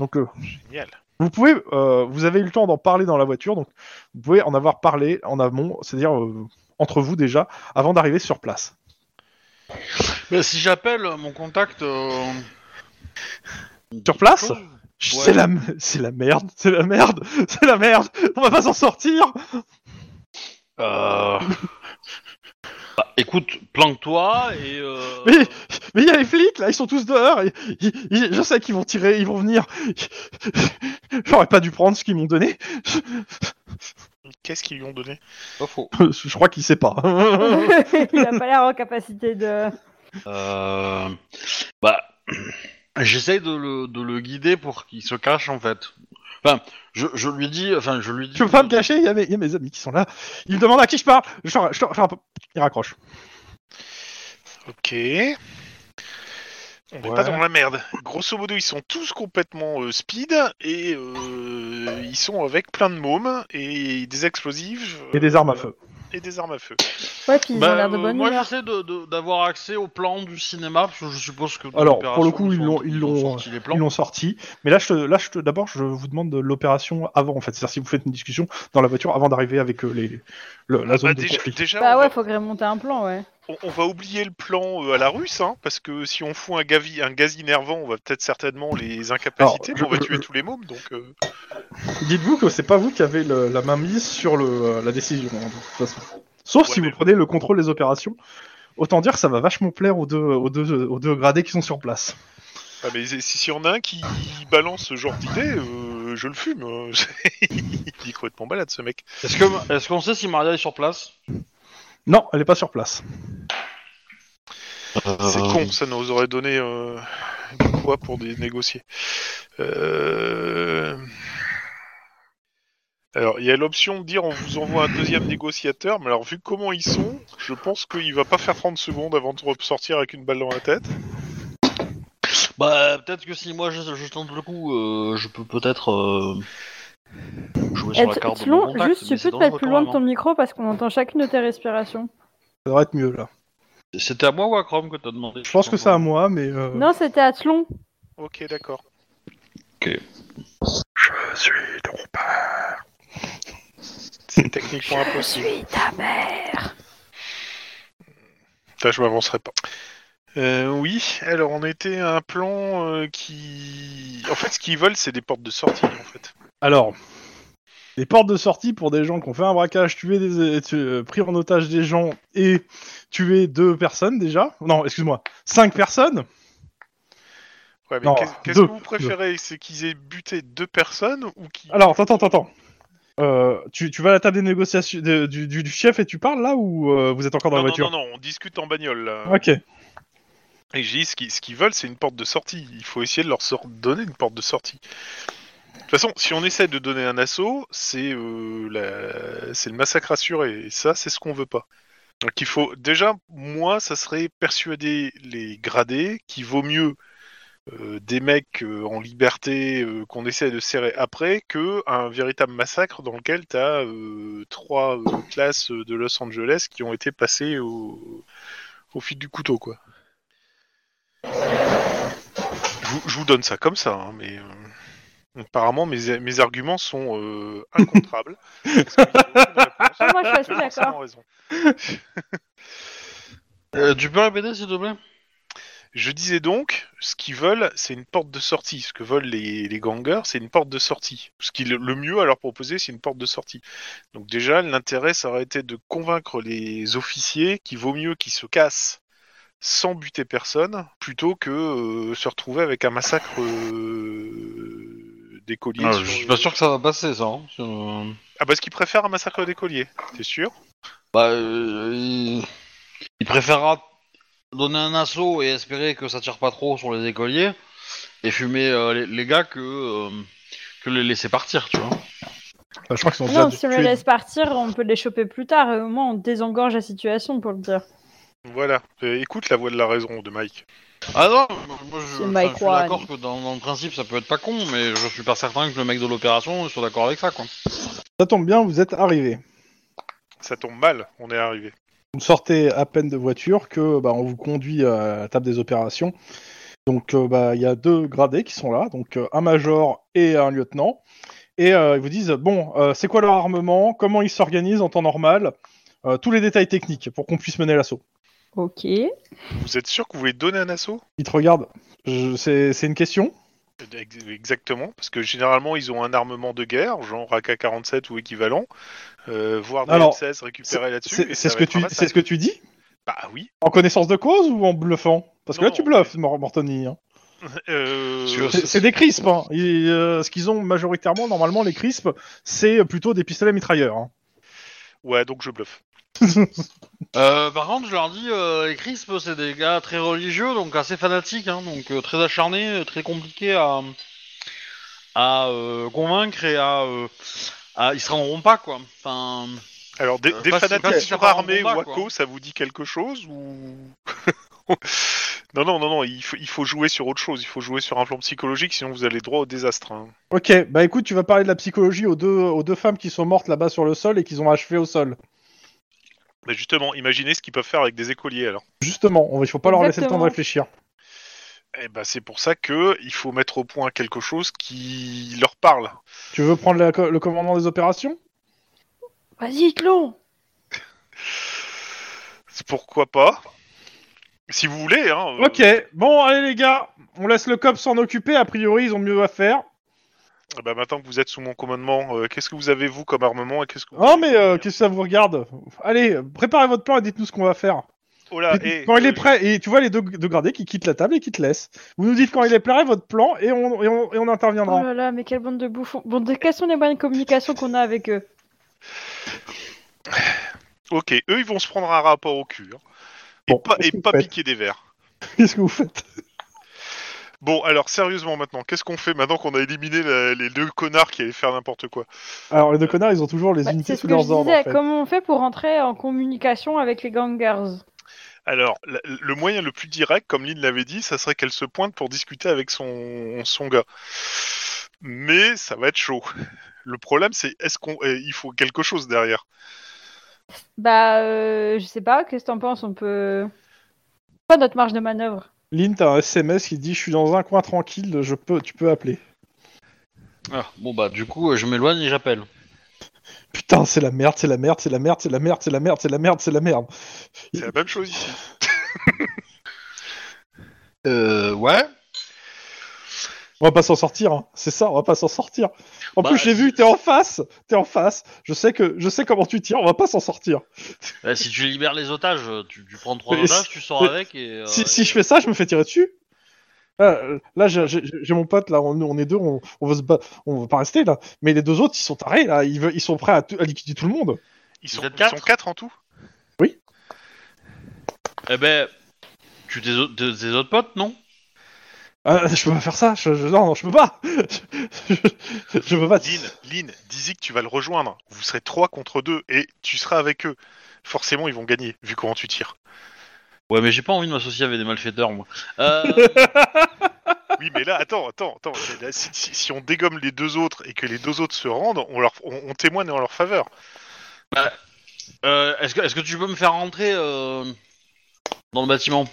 Speaker 2: Donc euh,
Speaker 4: Génial.
Speaker 2: vous pouvez, euh, vous avez eu le temps d'en parler dans la voiture, donc vous pouvez en avoir parlé en amont, c'est-à-dire euh, entre vous déjà, avant d'arriver sur place.
Speaker 5: Mais si j'appelle euh, mon contact. euh,
Speaker 2: Sur place
Speaker 5: Ouais.
Speaker 2: C'est la, m- c'est la merde, c'est la merde, c'est la merde. On va pas s'en sortir.
Speaker 5: Euh, bah, écoute, planque-toi et. euh,
Speaker 2: Mais- Mais il y a les flics là, ils sont tous dehors. et- ils- ils- je sais qu'ils vont tirer, ils vont venir. J'aurais pas dû prendre ce qu'ils m'ont donné.
Speaker 4: Qu'est-ce qu'ils lui ont donné
Speaker 5: Pas faux.
Speaker 2: Je crois qu'ils savent pas.
Speaker 3: Il a pas l'air en capacité de.
Speaker 5: Euh, Bah, j'essaie de le, de le guider pour qu'il se cache en fait. Enfin, je, je lui dis, enfin, je lui dis.
Speaker 2: Je peux pas me cacher. Il y, a mes- il y a mes amis qui sont là. Ils me demandent à qui je parle. Je, leur- je, leur- je, leur- ils raccrochent.
Speaker 4: Ok. On n'est pas dans la merde. Grosso modo, ils sont tous complètement euh, speed et euh, ils sont avec plein de mômes et des explosifs.
Speaker 2: Et des armes à feu.
Speaker 4: et des armes à feu.
Speaker 3: Ouais, puis ils
Speaker 5: Bah,
Speaker 3: ont l'air de
Speaker 5: euh,
Speaker 3: bonne
Speaker 5: moi,
Speaker 3: humeur.
Speaker 5: j'essaie de- de- d'avoir accès au plan du cinéma, parce que je suppose que. dans
Speaker 2: Alors, pour le
Speaker 5: l'opération,
Speaker 2: coup, ils
Speaker 5: ont-
Speaker 2: l'ont- ils l'ont-
Speaker 5: sorti les plans.
Speaker 2: Ils l'ont sorti. Mais là, je, te- là je, te- d'abord, je vous demande de l'opération avant, en fait. C'est-à-dire si vous faites une discussion dans la voiture avant d'arriver avec euh, les, le- la zone
Speaker 4: Bah,
Speaker 2: de
Speaker 4: déjà,
Speaker 2: conflit.
Speaker 4: déjà,
Speaker 3: Bah
Speaker 4: on,
Speaker 3: ouais,
Speaker 4: va,
Speaker 3: faut remonter un plan, ouais.
Speaker 4: on- on va oublier le plan euh, à la russe, hein, parce que si on fout un, gavi, un gaz innervant, on va peut-être certainement les incapaciter,
Speaker 2: Alors,
Speaker 4: mais on va
Speaker 2: je-
Speaker 4: tuer
Speaker 2: je-
Speaker 4: tous les mômes. Donc, euh,
Speaker 2: Dites-vous que c'est pas vous qui avez le- la main mise sur le, euh, la décision, hein, de toute façon. Sauf
Speaker 4: Ouais,
Speaker 2: si
Speaker 4: mais-
Speaker 2: vous prenez le contrôle des opérations. Autant dire que ça va vachement plaire aux deux, aux deux, aux deux gradés qui sont sur place.
Speaker 4: ah, mais si, si y en a un qui balance ce genre d'idée, euh, je le fume. hein. Il est complètement balade ce mec.
Speaker 5: Est-ce que- est-ce qu'on sait si Maria est sur place
Speaker 2: Non, elle est pas sur place.
Speaker 4: C'est
Speaker 2: Euh,
Speaker 5: Ah
Speaker 4: con, ça nous aurait donné euh, du poids pour des négocier. Euh, Alors, il y a l'option de dire on vous envoie un deuxième négociateur, mais alors vu comment ils sont, je pense qu'il va pas faire 30 secondes avant de ressortir avec une balle dans la tête.
Speaker 5: Bah, peut-être que si moi je, je tente le coup, euh, je peux peut-être euh, jouer
Speaker 3: Et
Speaker 5: sur la carte de mon
Speaker 3: Tlon,
Speaker 5: contact,
Speaker 3: juste,
Speaker 5: mais
Speaker 3: tu
Speaker 5: c'est
Speaker 3: peux te
Speaker 5: dangereux
Speaker 3: mettre plus
Speaker 5: quand
Speaker 3: loin de
Speaker 5: même, hein.
Speaker 3: ton micro parce qu'on entend chacune de tes respirations.
Speaker 2: Ça devrait être mieux là.
Speaker 5: hein. C'était à moi ou à Chrome que t'as demandé
Speaker 2: Je pense que c'est à moi, mais. euh,
Speaker 3: Non, c'était à Tlon.
Speaker 4: Ok, d'accord.
Speaker 2: Je suis ton père.
Speaker 4: C'est techniquement impossible.
Speaker 3: ta mère.
Speaker 4: Là, je m'avancerai pas. Euh, oui, alors on était à un plan euh, qui... En fait, ce qu'ils veulent, c'est des portes de sortie, en fait.
Speaker 2: Alors, des portes de sortie pour des gens qui ont fait un braquage, tué des, euh, tu- euh, pris en otage des gens et tué deux personnes déjà. Non, excuse-moi, cinq personnes.
Speaker 4: Ouais, mais
Speaker 2: Non,
Speaker 4: qu'est- qu'est-ce
Speaker 2: deux.
Speaker 4: que vous préférez C'est qu'ils aient buté deux personnes ou qu'ils.
Speaker 2: Alors, attends, attends, attends. Euh, tu, tu vas à la table des négociations de- du, du- du chef et tu parles là ou euh, vous êtes encore dans
Speaker 4: non,
Speaker 2: la
Speaker 4: non,
Speaker 2: voiture
Speaker 4: non, non, on discute en bagnole là.
Speaker 2: Ok.
Speaker 4: Et j'ai dit, ce qu'ils ce qu'ils veulent, c'est une porte de sortie. Il faut essayer de leur sor- donner une porte de sortie. De toute façon, si on essaie de donner un assaut, c'est euh, la... c'est le massacre assuré. Et ça, c'est ce qu'on veut pas. Donc il faut. Déjà, moi, ça serait persuader les gradés qu'il vaut mieux euh, des mecs euh, en liberté euh, qu'on essaie de serrer après que un véritable massacre dans lequel tu as trois euh, classes de Los Angeles qui ont été passées au, au fil du couteau, quoi. Je vous, je vous donne ça comme ça, hein, mais euh, apparemment mes, mes arguments sont euh, incontrables. parce qu'il y a aucune réponse.
Speaker 3: Ah, moi, je suis assez
Speaker 4: J'ai forcément
Speaker 3: d'accord.
Speaker 4: raison.
Speaker 5: Euh, tu peux répéter s'il te plaît
Speaker 4: Je disais donc, ce qu'ils veulent, c'est une porte de sortie. Ce que veulent les, les gangers, c'est une porte de sortie. Ce qui est le- le mieux à leur proposer, c'est une porte de sortie. Donc déjà, l'intérêt, ça aurait été de convaincre les officiers qu'il vaut mieux qu'ils se cassent sans buter personne, plutôt que euh, se retrouver avec un massacre euh, d'écoliers.
Speaker 5: Ah,
Speaker 4: sur-
Speaker 5: Je suis pas sûr que ça va passer ça. hein, sur-
Speaker 4: Ah, parce qu'ils préfèrent un massacre d'écoliers, t'es sûr
Speaker 5: Bah, euh, il... il préférera donner un assaut et espérer que ça tire pas trop sur les écoliers et fumer euh, les, les gars que, euh, que les laisser partir, tu vois.
Speaker 2: Bah, je crois qu'ils sont déjà
Speaker 3: Non, si on les
Speaker 2: tués.
Speaker 3: laisse partir, on peut les choper plus tard et au moins on désengorge la situation pour le dire.
Speaker 4: Voilà. Euh, écoute la voix de la raison de Mike.
Speaker 5: Ah non, moi je,
Speaker 3: C'est
Speaker 5: enfin,
Speaker 3: Mike
Speaker 5: je suis
Speaker 3: Wan.
Speaker 5: d'accord que dans, dans le principe ça peut être pas con, mais je suis pas certain que le mec de l'opération soit d'accord avec ça quoi.
Speaker 2: Ça tombe bien, vous êtes arrivés.
Speaker 4: Ça tombe mal, on est arrivé.
Speaker 2: Vous sortez à peine de voiture que bah, on vous conduit à la table des opérations. Donc euh, bah, il y a deux gradés qui sont là, donc euh, un major et un lieutenant. Et euh, ils vous disent bon, euh, c'est quoi leur armement, comment ils s'organisent en temps normal, euh, tous les détails techniques pour qu'on puisse mener l'assaut.
Speaker 3: Ok.
Speaker 4: Vous êtes sûr que vous voulez donner un assaut
Speaker 2: Ils te regardent. Je- C'est c'est une question.
Speaker 4: Ex- Exactement, parce que généralement ils ont un armement de guerre, genre AK-47 ou équivalent, euh, voire des
Speaker 2: Alors,
Speaker 4: M16 récupérés là-dessus.
Speaker 2: C'est
Speaker 4: et
Speaker 2: c'est
Speaker 4: ça
Speaker 2: ce
Speaker 4: va
Speaker 2: que
Speaker 4: être un
Speaker 2: tu c'est
Speaker 4: massacre.
Speaker 2: ce que tu dis
Speaker 4: Bah oui.
Speaker 2: en connaissance de cause ou en bluffant Parce que là
Speaker 4: Non,
Speaker 2: tu bluffes, Mor- Mortoni. hein.
Speaker 4: Euh,
Speaker 5: Sur-
Speaker 2: C'est c'est des crispes. hein. Ils, euh, ce qu'ils ont majoritairement, normalement, les crispes, c'est plutôt des pistolets mitrailleurs. hein.
Speaker 4: Ouais, donc je bluffe.
Speaker 5: Euh, par contre, je leur dis, euh, les Crisp c'est des gars très religieux, donc assez fanatiques, hein, donc euh, très acharnés, euh, très compliqués à, à euh, convaincre et à, euh, à- Ils se rendront pas quoi. Enfin,
Speaker 4: Alors, des,
Speaker 5: Euh,
Speaker 4: des
Speaker 5: pas si- pas
Speaker 4: fanatiques
Speaker 5: si ça part en
Speaker 4: surarmés
Speaker 5: combat,
Speaker 4: ou
Speaker 5: quoi.
Speaker 4: ACO, ça vous dit quelque chose ou... Non, non, non, non, il faut, il faut jouer sur autre chose, il faut jouer sur un plan psychologique, sinon vous allez droit au désastre. hein.
Speaker 2: Ok, bah écoute, tu vas parler de la psychologie aux deux, aux deux femmes qui sont mortes là-bas sur le sol et qu'ils ont achevé au sol.
Speaker 4: Mais justement, imaginez ce qu'ils peuvent faire avec des écoliers alors.
Speaker 2: Justement, on- il faut pas leur laisser le temps de
Speaker 3: Exactement.
Speaker 2: réfléchir.
Speaker 4: Eh ben, c'est pour ça que il faut mettre au point quelque chose qui leur parle.
Speaker 2: Tu veux prendre la co- le commandant des opérations
Speaker 3: Vas-y, Clon
Speaker 4: C'est Pourquoi pas Si vous voulez, hein. euh,
Speaker 2: Ok, bon, allez les gars, on laisse le COP s'en occuper, a priori ils ont mieux à faire.
Speaker 4: eh ben, maintenant que vous êtes sous mon commandement, euh, qu'est-ce que vous avez vous comme armement et qu'est-ce que vous-
Speaker 2: Non mais euh, qu'est-ce que ça vous regarde Allez, préparez votre plan et dites-nous ce qu'on va faire.
Speaker 4: Oh là,
Speaker 2: Dites-
Speaker 4: eh,
Speaker 2: quand il
Speaker 4: euh,
Speaker 2: est prêt, et tu vois les deux, deux gradés qui quittent la table et qui te laissent. Vous nous dites quand il est prêt votre plan et on, et on, et on
Speaker 3: Oh
Speaker 2: interviendra.
Speaker 3: là là, mais quelle bande de bouffons Bon, de- quels sont les moyens de communication qu'on a avec eux
Speaker 4: Ok, eux ils vont se prendre un rapport au cul. hein. Et
Speaker 2: Bon,
Speaker 4: pas,
Speaker 2: qu'est-ce
Speaker 4: et
Speaker 2: que vous
Speaker 4: pas
Speaker 2: faites
Speaker 4: piquer des verres.
Speaker 2: Qu'est-ce que vous faites
Speaker 4: Bon, alors sérieusement maintenant, qu'est-ce qu'on fait maintenant qu'on a éliminé la- les deux connards qui allaient faire n'importe quoi
Speaker 2: Alors les deux connards, ils ont toujours les
Speaker 3: Bah,
Speaker 2: unités
Speaker 3: C'est ce
Speaker 2: sous
Speaker 3: que je
Speaker 2: leurs
Speaker 3: disais,
Speaker 2: ordres. en fait.
Speaker 3: comment on fait pour rentrer en communication avec les gangers
Speaker 4: Alors, la- le moyen le plus direct, comme Lynn l'avait dit, ça serait qu'elle se pointe pour discuter avec son, son gars. Mais ça va être chaud. Le problème, c'est est-ce qu'on, eh, il faut quelque chose derrière.
Speaker 3: Bah, euh, je sais pas, qu'est-ce que t'en penses On peut... Pas notre marge de manœuvre.
Speaker 2: Lynn, t'as un SMS qui dit je suis dans un coin tranquille, je peux, tu peux appeler.
Speaker 5: Ah, bon bah du coup euh, je m'éloigne et j'appelle.
Speaker 2: Putain, c'est la merde, c'est la merde, c'est la merde, c'est la merde, c'est la merde, c'est la merde, c'est la merde.
Speaker 4: C'est la même chose ici.
Speaker 5: Euh ouais.
Speaker 2: On va pas s'en sortir, hein. c'est ça, on va pas s'en sortir. En
Speaker 5: Bah,
Speaker 2: plus, j'ai vu, t'es en face, t'es en face. Je sais que, je sais comment tu tires, on va pas s'en sortir.
Speaker 5: Bah, si tu libères les otages, euh, tu, tu prends trois
Speaker 2: Mais
Speaker 5: otages,
Speaker 2: si-
Speaker 5: tu sors
Speaker 2: mais
Speaker 5: avec et. euh,
Speaker 2: si
Speaker 5: et-
Speaker 2: si je fais ça, je me fais tirer dessus. Là, euh, là, j'ai- j'ai j'ai mon pote là, on, on est deux, on, on veut se ba- on veut pas rester là. Mais les deux autres, ils sont tarés là, ils, veulent- ils sont prêts à, tout- à liquider tout le monde.
Speaker 4: Ils
Speaker 5: Vous
Speaker 4: sont,
Speaker 5: êtes
Speaker 4: ils
Speaker 5: quatre
Speaker 4: sont quatre en tout
Speaker 5: Eh ben, tu tes, au- tes- tes autres potes, non
Speaker 2: Ah, je peux pas faire ça, je, je- non, non, je peux pas. Je, je- je peux pas.
Speaker 4: Lynn, Lynn, dis-y que tu vas le rejoindre. Vous serez trois contre deux et tu seras avec eux. Forcément, ils vont gagner, vu comment tu tires.
Speaker 5: Ouais, mais j'ai pas envie de m'associer avec des malfaiteurs, moi. Euh,
Speaker 4: Oui, mais là, attends, attends, attends. C'est là, si, si- si on dégomme les deux autres et que les deux autres se rendent, on, leur, on, on témoigne en leur faveur.
Speaker 5: euh, Est-ce que, est que tu peux me faire rentrer euh, dans le bâtiment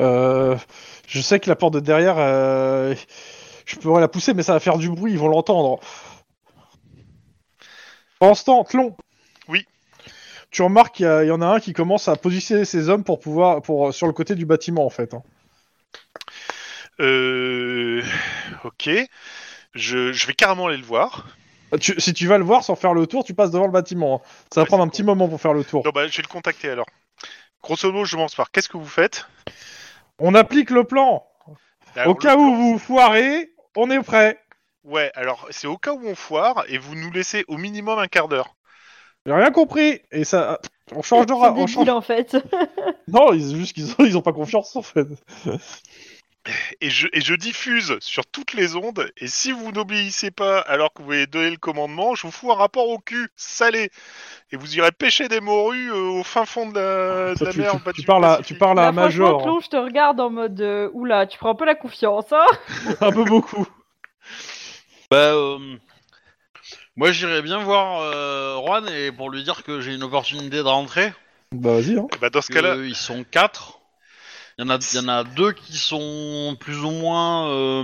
Speaker 2: Euh, je sais que la porte de derrière, euh, je pourrais la pousser, mais ça va faire du bruit, ils vont l'entendre. En ce temps, Tlon.
Speaker 4: Oui.
Speaker 2: Tu remarques qu'il y, a- il y en a un qui commence à positionner ses hommes pour pouvoir, pour sur le côté du bâtiment en fait. hein.
Speaker 4: Euh. Ok. Je, je vais carrément aller le voir.
Speaker 2: Ah, Tu- si tu vas le voir sans faire le tour, tu passes devant le bâtiment. hein. Ça va
Speaker 4: Ouais,
Speaker 2: prendre un
Speaker 4: c'est
Speaker 2: petit
Speaker 4: con.
Speaker 2: moment pour faire le tour.
Speaker 4: Non, bah, je vais le contacter alors. Grosso modo, je commence par qu'est-ce que vous faites
Speaker 2: On applique le plan.
Speaker 4: Alors,
Speaker 2: Au cas
Speaker 4: Ah, le
Speaker 2: où
Speaker 4: plan-
Speaker 2: vous vous foirez, on est prêt.
Speaker 4: Ouais, alors c'est au cas où on foire et vous nous laissez au minimum un quart d'heure.
Speaker 2: J'ai rien compris. Et ça, on change de ra-
Speaker 3: C'est
Speaker 2: on change-
Speaker 3: débile, en fait.
Speaker 2: Non, ils, juste qu'ils ont, ils ont pas confiance en fait.
Speaker 4: Et je, et je diffuse sur toutes les ondes. Et si vous n'obéissez pas alors que vous avez donné le commandement, je vous fous un rapport au cul, salé. Et vous irez pêcher des morues euh, au fin fond de la, de
Speaker 2: Ah, Ça,
Speaker 4: la
Speaker 2: tu,
Speaker 4: mer. bah,
Speaker 2: tu-
Speaker 4: battu
Speaker 2: tu
Speaker 4: du
Speaker 2: parles à, tu
Speaker 4: Pacifique.
Speaker 2: parles à un
Speaker 3: Là, Bah, franchement,
Speaker 2: Oh major,
Speaker 3: Clon, je te regarde en mode euh, Oula, tu prends pas la confiance, hein
Speaker 2: un peu beaucoup.
Speaker 5: Bah, euh, moi j'irais bien voir euh, Juan et pour lui dire que j'ai une opportunité de rentrer.
Speaker 2: Bah vas-y. Hein.
Speaker 4: Eh ben, dans ce
Speaker 5: que
Speaker 4: cas-là,
Speaker 5: ils sont quatre. Il y, en a, il y en a deux qui sont plus ou moins. euh,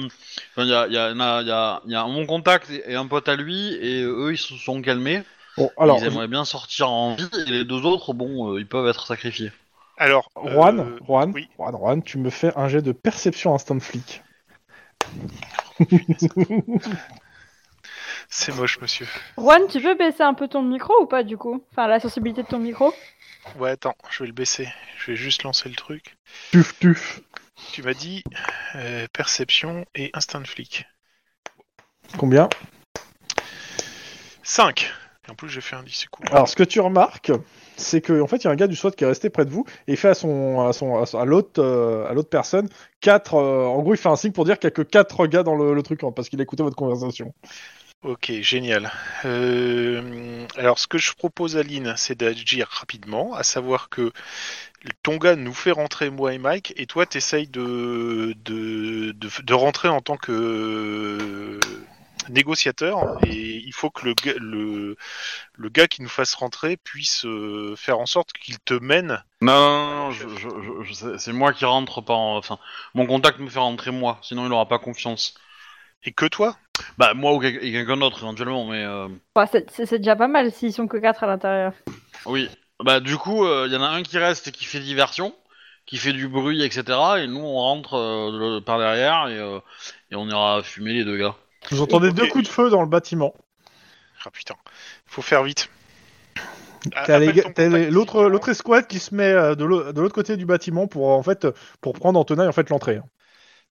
Speaker 5: enfin, il y, a, il y, en a, il y, a, il y a mon contact et et un pote à lui, et eux ils se sont calmés.
Speaker 2: Bon, alors,
Speaker 5: ils aimeraient bien sortir en vie, et les deux autres, bon, euh, ils peuvent être sacrifiés.
Speaker 4: alors. euh,
Speaker 2: Juan, Juan,
Speaker 4: oui.
Speaker 2: Juan, Juan, tu me fais un jet de perception instant flic.
Speaker 4: C'est moche, monsieur.
Speaker 3: Juan, tu peux baisser un peu ton micro ou pas, du coup Enfin, la sensibilité de ton micro
Speaker 4: Ouais, attends, je vais le baisser. Je vais juste lancer le truc.
Speaker 2: Tuf tuf.
Speaker 4: Tu m'as dit euh, perception et instinct de flic.
Speaker 2: Combien
Speaker 4: 5 En plus, j'ai fait un 10, c'est cool.
Speaker 2: Alors, ce que tu remarques, c'est que en fait, il y a un gars du SWAT qui est resté près de vous et il fait à son à son à, son- à l'autre euh, à l'autre personne quatre. euh, en gros, il fait un signe pour dire qu'il n'y a que quatre gars dans le, le truc hein, parce qu'il écoutait votre conversation.
Speaker 4: Ok, génial. Euh, alors, ce que je propose à Lynn, c'est d'agir rapidement, à savoir que ton gars nous fait rentrer moi et Mike, et toi, t'essayes de, de, de, de rentrer en tant que négociateur et il faut que le, ga- le, le gars qui nous fasse rentrer puisse euh, faire en sorte qu'il te mène.
Speaker 5: Non, non, non, je- je- je- je- c'est- c'est moi qui rentre par. Enfin, mon contact me fait rentrer moi, sinon il aura pas confiance.
Speaker 4: Et que toi
Speaker 5: Bah, moi ou quel- et quelqu'un d'autre éventuellement, mais. euh,
Speaker 3: Enfin, c'est- c'est c'est déjà pas mal s'ils sont que 4 à l'intérieur.
Speaker 5: Oui. Bah, du coup, il y en a un qui reste et qui fait diversion, qui fait du bruit, etc. Et nous, on rentre euh, de l'autre- par derrière et, euh, et on ira fumer les deux gars.
Speaker 2: Vous entendez
Speaker 4: Ok.
Speaker 2: deux coups de feu dans le bâtiment.
Speaker 4: Ah putain, faut faire vite. Ah,
Speaker 2: T'as les
Speaker 4: appelle
Speaker 2: gars-
Speaker 4: ton
Speaker 2: t'as les-
Speaker 4: contact
Speaker 2: l'autre
Speaker 4: immédiatement.
Speaker 2: l'autre escouade qui se met euh, de l'au- de l'autre côté du bâtiment pour en fait pour prendre en tenaille en fait l'entrée.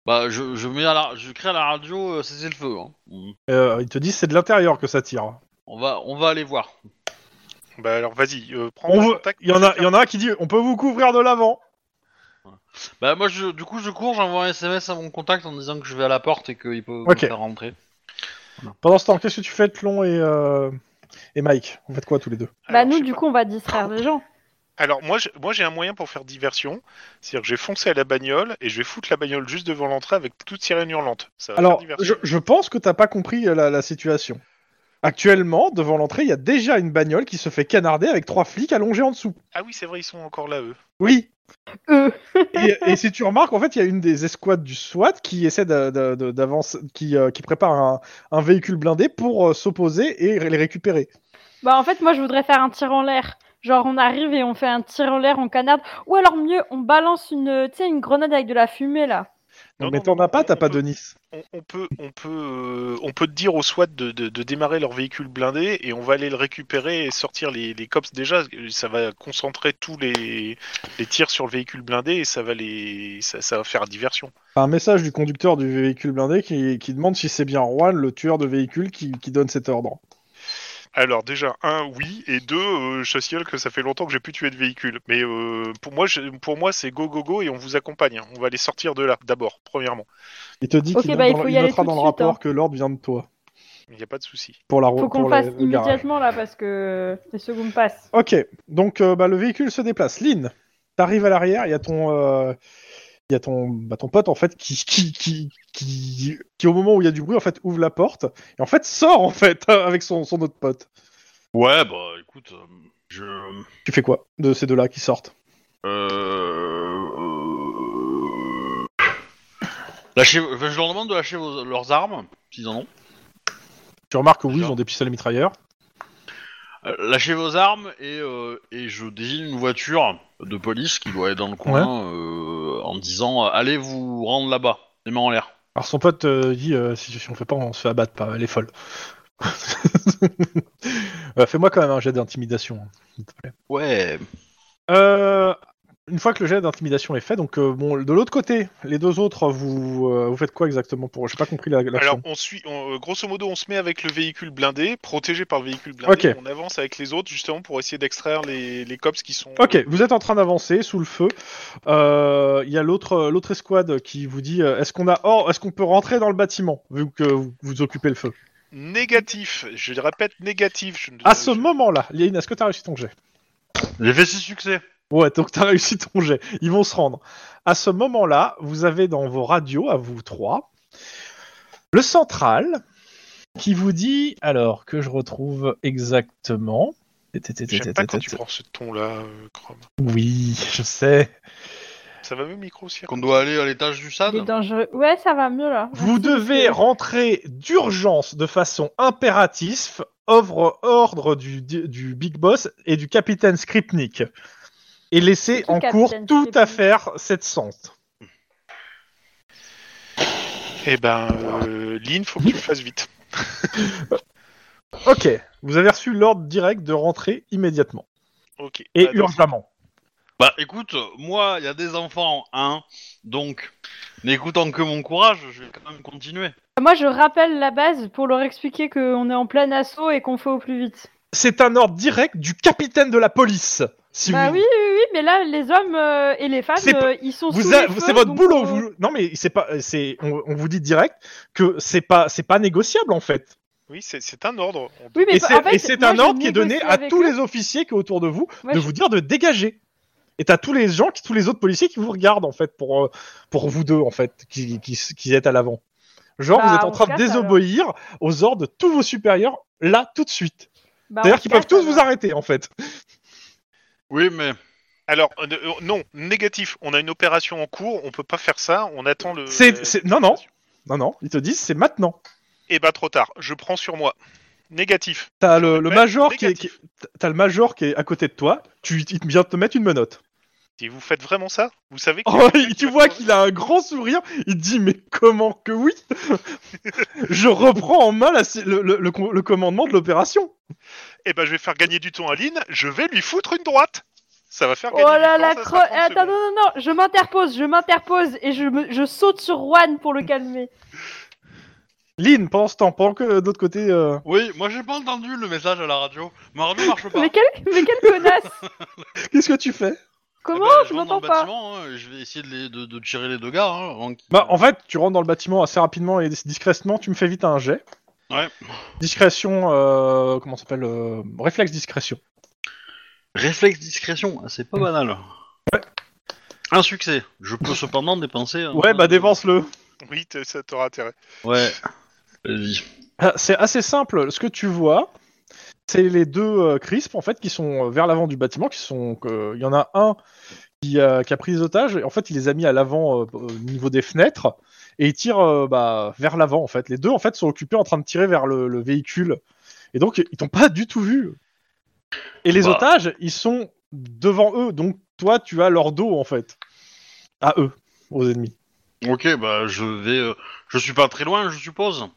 Speaker 5: Bah, je, je mets à la, je crie à la radio, euh, cessez le feu. hein. Mm.
Speaker 2: Euh, ils te disent c'est de l'intérieur que ça tire.
Speaker 5: On va, on va aller voir.
Speaker 4: Bah alors vas-y, euh, prends
Speaker 2: On
Speaker 4: le
Speaker 2: veut-
Speaker 4: contact.
Speaker 2: Il y en a il y en a un qui dit on peut vous couvrir de l'avant.
Speaker 5: Bah, moi, je, du coup, je cours, j'envoie un SMS à mon contact en disant que je vais à la porte et qu'il peut
Speaker 2: Ok.
Speaker 5: me faire rentrer.
Speaker 2: Pendant ce temps qu'est-ce que tu fais Tlon et euh, et Mike Vous faites quoi tous les deux
Speaker 3: bah
Speaker 4: Alors, Euh, je
Speaker 3: nous,
Speaker 4: sais
Speaker 3: du
Speaker 4: pas.
Speaker 3: coup, on va distraire les gens.
Speaker 4: Alors moi, je- moi j'ai un moyen pour faire diversion, c'est-à-dire que j'ai foncé à la bagnole et je vais foutre la bagnole juste devant l'entrée avec toute sirène hurlante. Ça va faire
Speaker 2: Alors
Speaker 4: diversion.
Speaker 2: je, je pense que t'as pas compris euh, la, la situation. Actuellement devant l'entrée il y a déjà une bagnole qui se fait canarder avec trois flics allongés en dessous.
Speaker 4: Ah oui, c'est vrai, ils sont encore là eux.
Speaker 2: Oui.
Speaker 3: Eux.
Speaker 2: et, et si tu remarques, en fait, il y a une des escouades du SWAT qui essaie d'a- d'a- d'a- d'avancer, qui, euh, qui prépare un, un véhicule blindé pour euh, s'opposer et les récupérer.
Speaker 3: Bah en fait, moi, je voudrais faire un tir en l'air. Genre, on arrive et on fait un tir en l'air, on canarde. Ou alors mieux, on balance une, euh, tu sais, une grenade avec de la fumée, là.
Speaker 4: Non,
Speaker 2: Non, mais
Speaker 4: non,
Speaker 2: t'en
Speaker 4: non,
Speaker 2: as pas,
Speaker 4: on-
Speaker 2: t'as
Speaker 4: on
Speaker 2: pas
Speaker 4: peut-
Speaker 2: de Nice.
Speaker 4: On, on peut, on peut, euh, on peut te dire aux SWAT de, de- de démarrer leur véhicule blindé et on va aller le récupérer et sortir les, les cops déjà. Ça va concentrer tous les, les tirs sur le véhicule blindé et ça va les, ça, ça va faire diversion.
Speaker 2: T'as Un message du conducteur du véhicule blindé qui, qui demande si c'est bien Juan, le tueur de véhicule, qui, qui donne cet ordre.
Speaker 4: Alors déjà un oui et deux, euh, je signale que ça fait longtemps que j'ai pu tuer de véhicule. Mais euh, pour moi, je- pour moi c'est go go go et on vous accompagne. hein. On va les sortir de là d'abord, premièrement.
Speaker 2: Il te dit
Speaker 3: Ok,
Speaker 2: qu'il
Speaker 3: bah,
Speaker 2: note
Speaker 3: il
Speaker 2: dans-
Speaker 3: faut y
Speaker 2: il
Speaker 3: aller
Speaker 2: notera
Speaker 3: tout
Speaker 2: dans
Speaker 3: de
Speaker 2: le
Speaker 3: suite,
Speaker 2: rapport
Speaker 3: hein.
Speaker 2: que l'ordre vient de toi
Speaker 4: Il n'y a pas de souci.
Speaker 2: pour la route.
Speaker 3: Faut qu'on
Speaker 2: Oh, pour
Speaker 3: passe
Speaker 2: le- le garage.
Speaker 3: immédiatement, là, parce que les secondes passent.
Speaker 2: Ok, donc euh, bah, le véhicule se déplace. Lynn, t'arrives à l'arrière, il y a ton, euh, il y a ton, bah, ton pote en fait qui, qui, qui, qui, qui, au moment où il y a du bruit en fait ouvre la porte et en fait sort en fait avec son, son autre pote.
Speaker 5: Ouais, bah, écoute, euh, je.
Speaker 2: Tu fais quoi de ces deux-là qui sortent
Speaker 5: Euh... Lâchez... enfin, je leur demande de lâcher vos- leurs armes, s'ils en ont.
Speaker 2: Tu remarques que oui, ils
Speaker 5: Genre.
Speaker 2: ont des pistolets mitrailleurs.
Speaker 5: Euh, lâchez vos armes et, euh, et je désigne une voiture de police qui doit être dans le coin euh, en disant euh, allez vous rendre là-bas, les mains en l'air.
Speaker 2: Alors son pote euh, dit euh, si, si on fait pas, on se fait abattre pas, elle est folle. Euh, Fais-moi quand même un jet d'intimidation.
Speaker 5: Ouais.
Speaker 2: Euh, une fois que le jet d'intimidation est fait, donc euh, bon, de l'autre côté, les deux autres, vous, euh, vous faites quoi exactement pour J'ai pas compris la. l'action.
Speaker 4: Alors on suit, on- euh, grosso modo, on se met avec le véhicule blindé, protégé par le véhicule blindé.
Speaker 2: Ok.
Speaker 4: On avance avec les autres justement pour essayer d'extraire les, les cops qui sont. euh,
Speaker 2: Ok, vous êtes en train d'avancer sous le feu. Euh, Il y a l'autre l'autre escouade qui vous dit euh, est-ce qu'on a or est-ce qu'on peut rentrer dans le bâtiment vu que vous, vous occupez le feu.
Speaker 4: Négatif. Je le répète, négatif. Je ne-
Speaker 2: À ce
Speaker 4: je-
Speaker 2: moment-là, Léine, est-ce que t'as réussi ton jet
Speaker 5: J'ai fait six succès.
Speaker 2: Ouais, donc t'as réussi ton jet. Ils vont se rendre. À ce moment-là, vous avez dans vos radios, à vous trois, le central qui vous dit, alors que je retrouve exactement.
Speaker 4: J'aime pas quand tu prends ce ton-là, euh, Chrome.
Speaker 2: Oui, je sais.
Speaker 4: Ça va mieux, micro aussi
Speaker 5: Qu'on doit aller à l'étage du
Speaker 3: Il est
Speaker 5: SAD.
Speaker 3: dangereux. Ouais, ça va mieux, là.
Speaker 2: Vous
Speaker 3: Merci,
Speaker 2: devez
Speaker 3: monsieur.
Speaker 2: rentrer d'urgence, de façon impérative, œuvre ordre du, du Big Boss et du Capitaine Skripnik. Et laisser
Speaker 3: Surtout
Speaker 2: en cours
Speaker 3: Capitaine
Speaker 2: toute
Speaker 3: Skripnik.
Speaker 2: affaire 700.
Speaker 4: Eh ben, euh, Lynn, faut que tu le fasses vite.
Speaker 2: Ok, vous avez reçu l'ordre direct de rentrer immédiatement.
Speaker 4: Ok.
Speaker 2: Et
Speaker 4: Ah, donc,
Speaker 2: urgemment.
Speaker 5: Bah écoute, moi il y a des enfants, hein, donc n'écoutant que mon courage, je vais quand même continuer.
Speaker 3: Moi, je rappelle la base pour leur expliquer qu'on est en plein assaut et qu'on fait au plus vite.
Speaker 2: C'est un ordre direct du capitaine de la police. Si
Speaker 3: bah
Speaker 2: vous...
Speaker 3: oui, oui, oui, mais là, les hommes euh, et les femmes,
Speaker 2: C'est pas-
Speaker 3: euh, ils sont
Speaker 2: Vous
Speaker 3: sous
Speaker 2: a-
Speaker 3: les
Speaker 2: vous-
Speaker 3: feux,
Speaker 2: c'est votre
Speaker 3: donc,
Speaker 2: boulot.
Speaker 3: euh,
Speaker 2: vous- Non mais c'est pas, c'est, on, on vous dit direct que c'est pas, c'est pas négociable en fait.
Speaker 4: Oui, c'est- c'est un ordre. On-
Speaker 3: Oui, mais
Speaker 2: et
Speaker 3: pa-
Speaker 2: c'est,
Speaker 3: en fait,
Speaker 2: et c'est
Speaker 3: moi,
Speaker 2: un
Speaker 3: je
Speaker 2: ordre qui est
Speaker 3: négocie
Speaker 2: donné à
Speaker 3: avec
Speaker 2: tous
Speaker 3: eux.
Speaker 2: les officiers qui est autour de vous
Speaker 3: Moi,
Speaker 2: de
Speaker 3: je-
Speaker 2: vous dire de dégager. Et t'as tous les gens, qui- tous les autres policiers qui vous regardent en fait pour euh, pour vous deux en fait, qui qui, qui êtes à l'avant. Genre, vous
Speaker 3: Bah,
Speaker 2: êtes en
Speaker 3: on
Speaker 2: train
Speaker 3: se
Speaker 2: de
Speaker 3: casse,
Speaker 2: désobéir aux ordres de tous vos supérieurs, là, tout de suite.
Speaker 3: Bah, on
Speaker 2: C'est-à-dire
Speaker 3: se
Speaker 2: qu'ils peuvent
Speaker 3: casse,
Speaker 2: tous vous
Speaker 3: alors.
Speaker 2: arrêter, en fait.
Speaker 5: Oui, mais
Speaker 4: Alors, euh, euh, non, négatif. On a une opération en cours, on peut pas faire ça, on attend le. euh,
Speaker 2: C'est, c'est- Non, non. Non, non, ils te disent, c'est maintenant.
Speaker 4: Eh ben, trop tard, je prends sur moi. Négatif.
Speaker 2: T'as le, le
Speaker 4: Ouais,
Speaker 2: major qui est,
Speaker 4: négatif.
Speaker 2: qui est- t'as le major qui est à côté de toi, tu, il vient de te mettre une menotte.
Speaker 4: Et vous faites vraiment ça Vous savez que.
Speaker 2: Oh, et tu vois qu'il a un grand sourire, il te dit mais comment que oui Je reprends en main la- le, le- le com- le commandement de l'opération.
Speaker 4: Eh ben, je vais faire gagner du temps à Lynn, je vais lui foutre une droite Ça va faire
Speaker 3: Oh
Speaker 4: gagner du
Speaker 3: là
Speaker 4: temps,
Speaker 3: la
Speaker 4: ça
Speaker 3: cro...
Speaker 4: sera
Speaker 2: eh,
Speaker 4: 30
Speaker 3: Attends,
Speaker 4: secondes.
Speaker 3: non, non, non, je m'interpose, je m'interpose et je, me... je saute sur Juan pour le calmer.
Speaker 2: Lynn, pendant ce temps, pendant que euh, de l'autre côté... euh,
Speaker 5: oui, moi j'ai pas entendu le message à la radio. Ma radio marche pas.
Speaker 3: Mais quelle, mais quelle connasse
Speaker 2: Eh Qu'est-ce que tu fais
Speaker 3: Comment
Speaker 5: Eh ben,
Speaker 3: Je
Speaker 5: rentre dans
Speaker 3: m'entends
Speaker 5: le
Speaker 3: pas.
Speaker 5: bâtiment, hein, je vais essayer de, les- de- de tirer les deux gars. hein, avant qu'ils-
Speaker 2: Bah en fait, tu rentres dans le bâtiment assez rapidement et discrètement, tu me fais vite un jet.
Speaker 5: Ouais.
Speaker 2: Discrétion, euh, comment ça s'appelle euh, Réflexe discrétion.
Speaker 5: Réflexe discrétion, hein, c'est pas banal. Un succès. Je peux cependant dépenser. un-
Speaker 2: Ouais, bah dévance-le.
Speaker 4: Oui, t- ça t'aura intérêt.
Speaker 5: Ouais. Vas-y.
Speaker 2: Ah, C'est assez simple. Ce que tu vois, c'est les deux euh, crisps en fait qui sont euh, vers l'avant du bâtiment. Qui sont, que- il y en a un qui, a- qui a pris les otages. Et en fait, il les a mis à l'avant euh, au niveau des fenêtres et il tire euh, bah, vers l'avant en fait. Les deux en fait sont occupés en train de tirer vers le, le véhicule et donc ils t'ont pas du tout vu. Et les
Speaker 5: Bah.
Speaker 2: otages, ils sont devant eux. Donc toi, tu as leur dos en fait à eux, aux ennemis.
Speaker 5: Ok, bah je vais. euh, Je suis pas très loin, je suppose.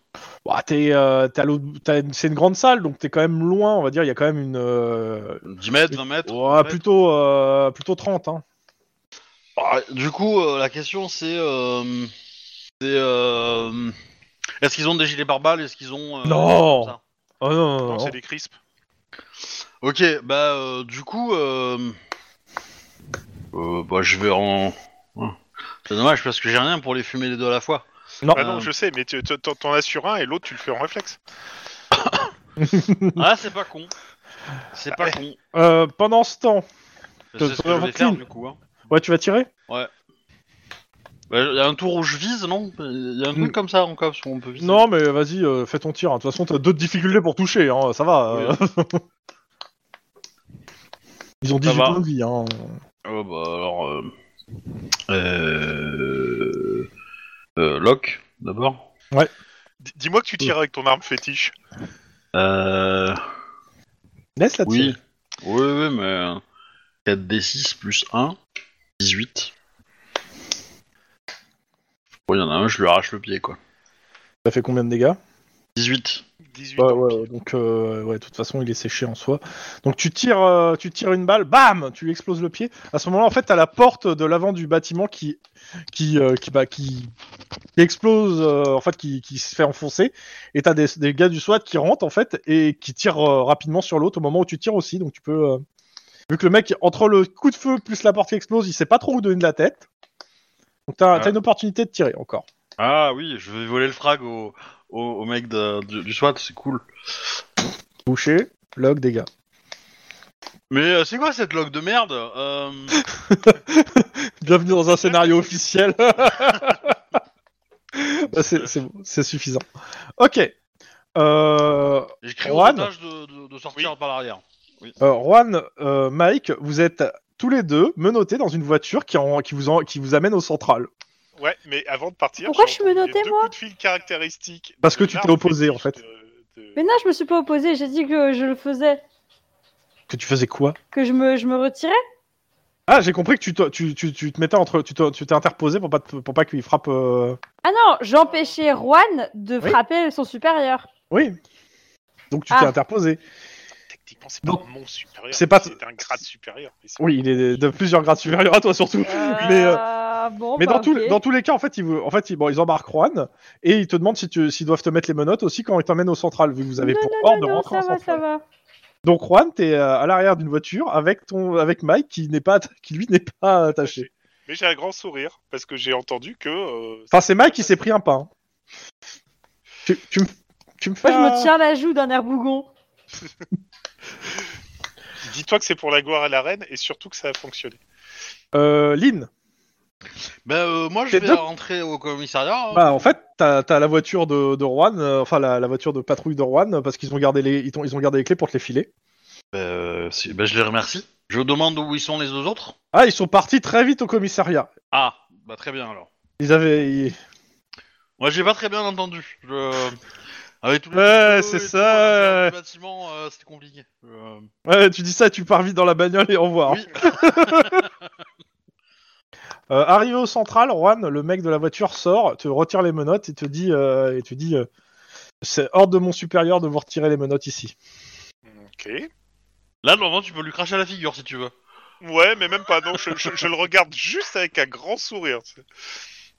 Speaker 2: Bah, t'es, euh, t'es à l'autre- t'as une- c'est une grande salle, donc t'es quand même loin, on va dire. Il y a quand même une. euh,
Speaker 5: 10 mètres, 20 mètres.
Speaker 2: ouais,
Speaker 5: en fait.
Speaker 2: plutôt, euh, plutôt 30. Hein.
Speaker 5: Ah, Du coup, euh, la question c'est. euh, c'est, euh, Est-ce qu'ils ont des gilets pare-balles Est-ce qu'ils ont. euh,
Speaker 2: Non.
Speaker 5: comme ça
Speaker 2: Oh non, non,
Speaker 4: Non,
Speaker 2: non.
Speaker 4: c'est des crisps.
Speaker 5: Ok, bah euh, du coup, euh... euh, bah, je vais en. hein. C'est dommage parce que j'ai rien pour les fumer les deux à la fois.
Speaker 2: Non.
Speaker 4: Ah non, je sais, mais tu- t- t'en t'en as sur un et l'autre, tu le fais en réflexe.
Speaker 5: Ah, c'est pas con. C'est pas con.
Speaker 2: Euh, pendant ce temps,
Speaker 5: C'est ce que je vais faire du coup. Hein.
Speaker 2: ouais, tu vas tirer
Speaker 5: Bah, y a un tour où je vise, non Y a un
Speaker 2: Mm.
Speaker 5: truc comme ça en cops où on peut viser
Speaker 2: Non, mais vas-y, euh, fais ton tir. hein. De toute façon, t'as d'autres difficultés pour toucher, hein, ça va. euh. Ils ont 18
Speaker 5: va.
Speaker 2: points de vie. Hein.
Speaker 5: Euh, bah alors. Euh... Euh... euh, lock, d'abord.
Speaker 4: D- Dis-moi que tu tires avec ton arme fétiche.
Speaker 5: Euh...
Speaker 2: Laisse la
Speaker 5: Oui.
Speaker 2: tirer.
Speaker 5: Oui, oui, mais. euh, 4d6 plus 1, 18. Bon, il y en a un, je lui arrache le pied, quoi.
Speaker 2: Ça fait combien de dégâts
Speaker 5: 18.
Speaker 4: 18
Speaker 2: Ouais,
Speaker 4: dans le
Speaker 2: Bah, ouais,
Speaker 4: pied.
Speaker 2: ouais, donc, euh, ouais, de toute façon, il est séché en soi. Donc, tu tires, euh, tu tires une balle, bam, tu lui exploses le pied. À ce moment-là, en fait, t'as la porte de l'avant du bâtiment qui, qui, euh, qui, bah, qui, qui explose, euh, en fait, qui, qui se fait enfoncer. Et t'as des, des gars du SWAT qui rentrent, en fait, et qui tirent euh, rapidement sur l'autre au moment où tu tires aussi. Donc, tu peux, euh, vu que le mec, entre le coup de feu plus la porte qui explose, il sait pas trop où donner de la tête. Donc, t'as
Speaker 5: Ah.
Speaker 2: t'as une opportunité de tirer encore.
Speaker 5: Ah oui, je vais voler le frag au, au, au mec de- du, du SWAT, c'est cool.
Speaker 2: Boucher, log, dégâts.
Speaker 5: Mais euh, c'est quoi cette log de merde Euh,
Speaker 2: Bienvenue dans un scénario officiel. Bah, c'est- c'est bon, c'est suffisant. Ok. Euh,
Speaker 5: J'ai crié au
Speaker 2: Juan
Speaker 5: otage de, de- de sortir par l'arrière.
Speaker 2: euh, Juan, euh, Mike, vous êtes tous les deux menottés dans une voiture qui, en- qui, vous, en- qui vous amène au central.
Speaker 4: Ouais, mais avant de partir.
Speaker 3: Pourquoi
Speaker 4: j'ai
Speaker 3: je me
Speaker 4: entendu
Speaker 3: notais,
Speaker 4: les deux
Speaker 3: moi
Speaker 4: coups de fil caractéristiques.
Speaker 2: Parce que
Speaker 4: de
Speaker 2: tu t'es
Speaker 4: l'arme
Speaker 2: opposé, en
Speaker 4: fétiche
Speaker 2: fait.
Speaker 4: de- de-
Speaker 3: Mais non, je me suis pas opposée, j'ai dit que je le faisais,
Speaker 2: Que tu faisais quoi
Speaker 3: que je me, je me retirais.
Speaker 2: Ah, j'ai compris que tu, te- tu, tu, tu te mettais entre. Tu te- tu t'es interposé pour pas, te- pour pas qu'il frappe. euh,
Speaker 3: Ah non, j'empêchais Juan de
Speaker 2: Oui.
Speaker 3: frapper son supérieur.
Speaker 2: Oui. Donc tu t'es
Speaker 3: Ah.
Speaker 2: interposé.
Speaker 4: Techniquement, c'est pas
Speaker 2: Donc,
Speaker 4: mon supérieur.
Speaker 2: c'est pas-
Speaker 4: C'est un grade supérieur. mais c'est-
Speaker 2: Oui, il est de plusieurs grades supérieurs à toi, surtout. Mais. euh,
Speaker 3: Euh, bon,
Speaker 2: Mais
Speaker 3: bah,
Speaker 2: dans, tous
Speaker 3: ok.
Speaker 2: les- dans tous les cas, en fait, ils, vous- en fait ils, bon, ils embarquent Juan et ils te demandent si tu- s'ils doivent te mettre les menottes aussi quand ils t'emmènent au central, vu que vous avez
Speaker 3: Non,
Speaker 2: pour
Speaker 3: non,
Speaker 2: ordre de
Speaker 3: non,
Speaker 2: rentrer
Speaker 3: ça
Speaker 2: en
Speaker 3: va, ça
Speaker 2: centrale.
Speaker 3: va.
Speaker 2: Donc Juan, t'es euh, à l'arrière d'une voiture avec ton avec Mike qui n'est pas atta- qui lui n'est pas attaché.
Speaker 4: Mais j'ai un grand sourire parce que j'ai entendu que. euh,
Speaker 2: Enfin, c'est Mike qui s'est pris un pas. hein. Tu, tu me tu me fais.
Speaker 3: Moi, je me
Speaker 2: un-
Speaker 3: tiens la joue d'un air bougon.
Speaker 4: Dis-toi que c'est pour la gloire à la reine et surtout que ça a fonctionné.
Speaker 2: Euh, Lynn,
Speaker 5: Ben, euh, moi, je
Speaker 2: Les
Speaker 5: vais
Speaker 2: deux-
Speaker 5: rentrer au commissariat. hein.
Speaker 2: Bah, en fait, t'as as la voiture de, de Rouen, euh, enfin la, la voiture de patrouille de Rouen, parce qu'ils ont gardé les ils ont, ils ont gardé les clés pour te les filer.
Speaker 5: Ben, euh, si- ben, je les remercie. Je demande où ils sont les deux autres.
Speaker 2: Ah, ils sont partis très vite au commissariat.
Speaker 5: Ah, bah très bien alors.
Speaker 2: Ils avaient. ils-
Speaker 5: Moi, j'ai pas très bien entendu. Je- euh, Avec tout le
Speaker 2: Ouais,
Speaker 5: feu
Speaker 2: c'est
Speaker 5: et tout,
Speaker 2: ça.
Speaker 5: euh, le bâtiment, euh, c'était compliqué. Euh,
Speaker 2: Ouais, tu dis ça, tu pars vite dans la bagnole et au revoir.
Speaker 5: Oui.
Speaker 2: Euh, arrivé au central, Juan, le mec de la voiture sort, te retire les menottes et te dit, euh, et te dit, euh, c'est hors de mon supérieur de vous retirer les menottes ici.
Speaker 4: Ok.
Speaker 5: Là, normalement, tu peux lui cracher à la figure si tu veux.
Speaker 4: Ouais, mais même pas. Non, je, je- je le regarde juste avec un grand sourire.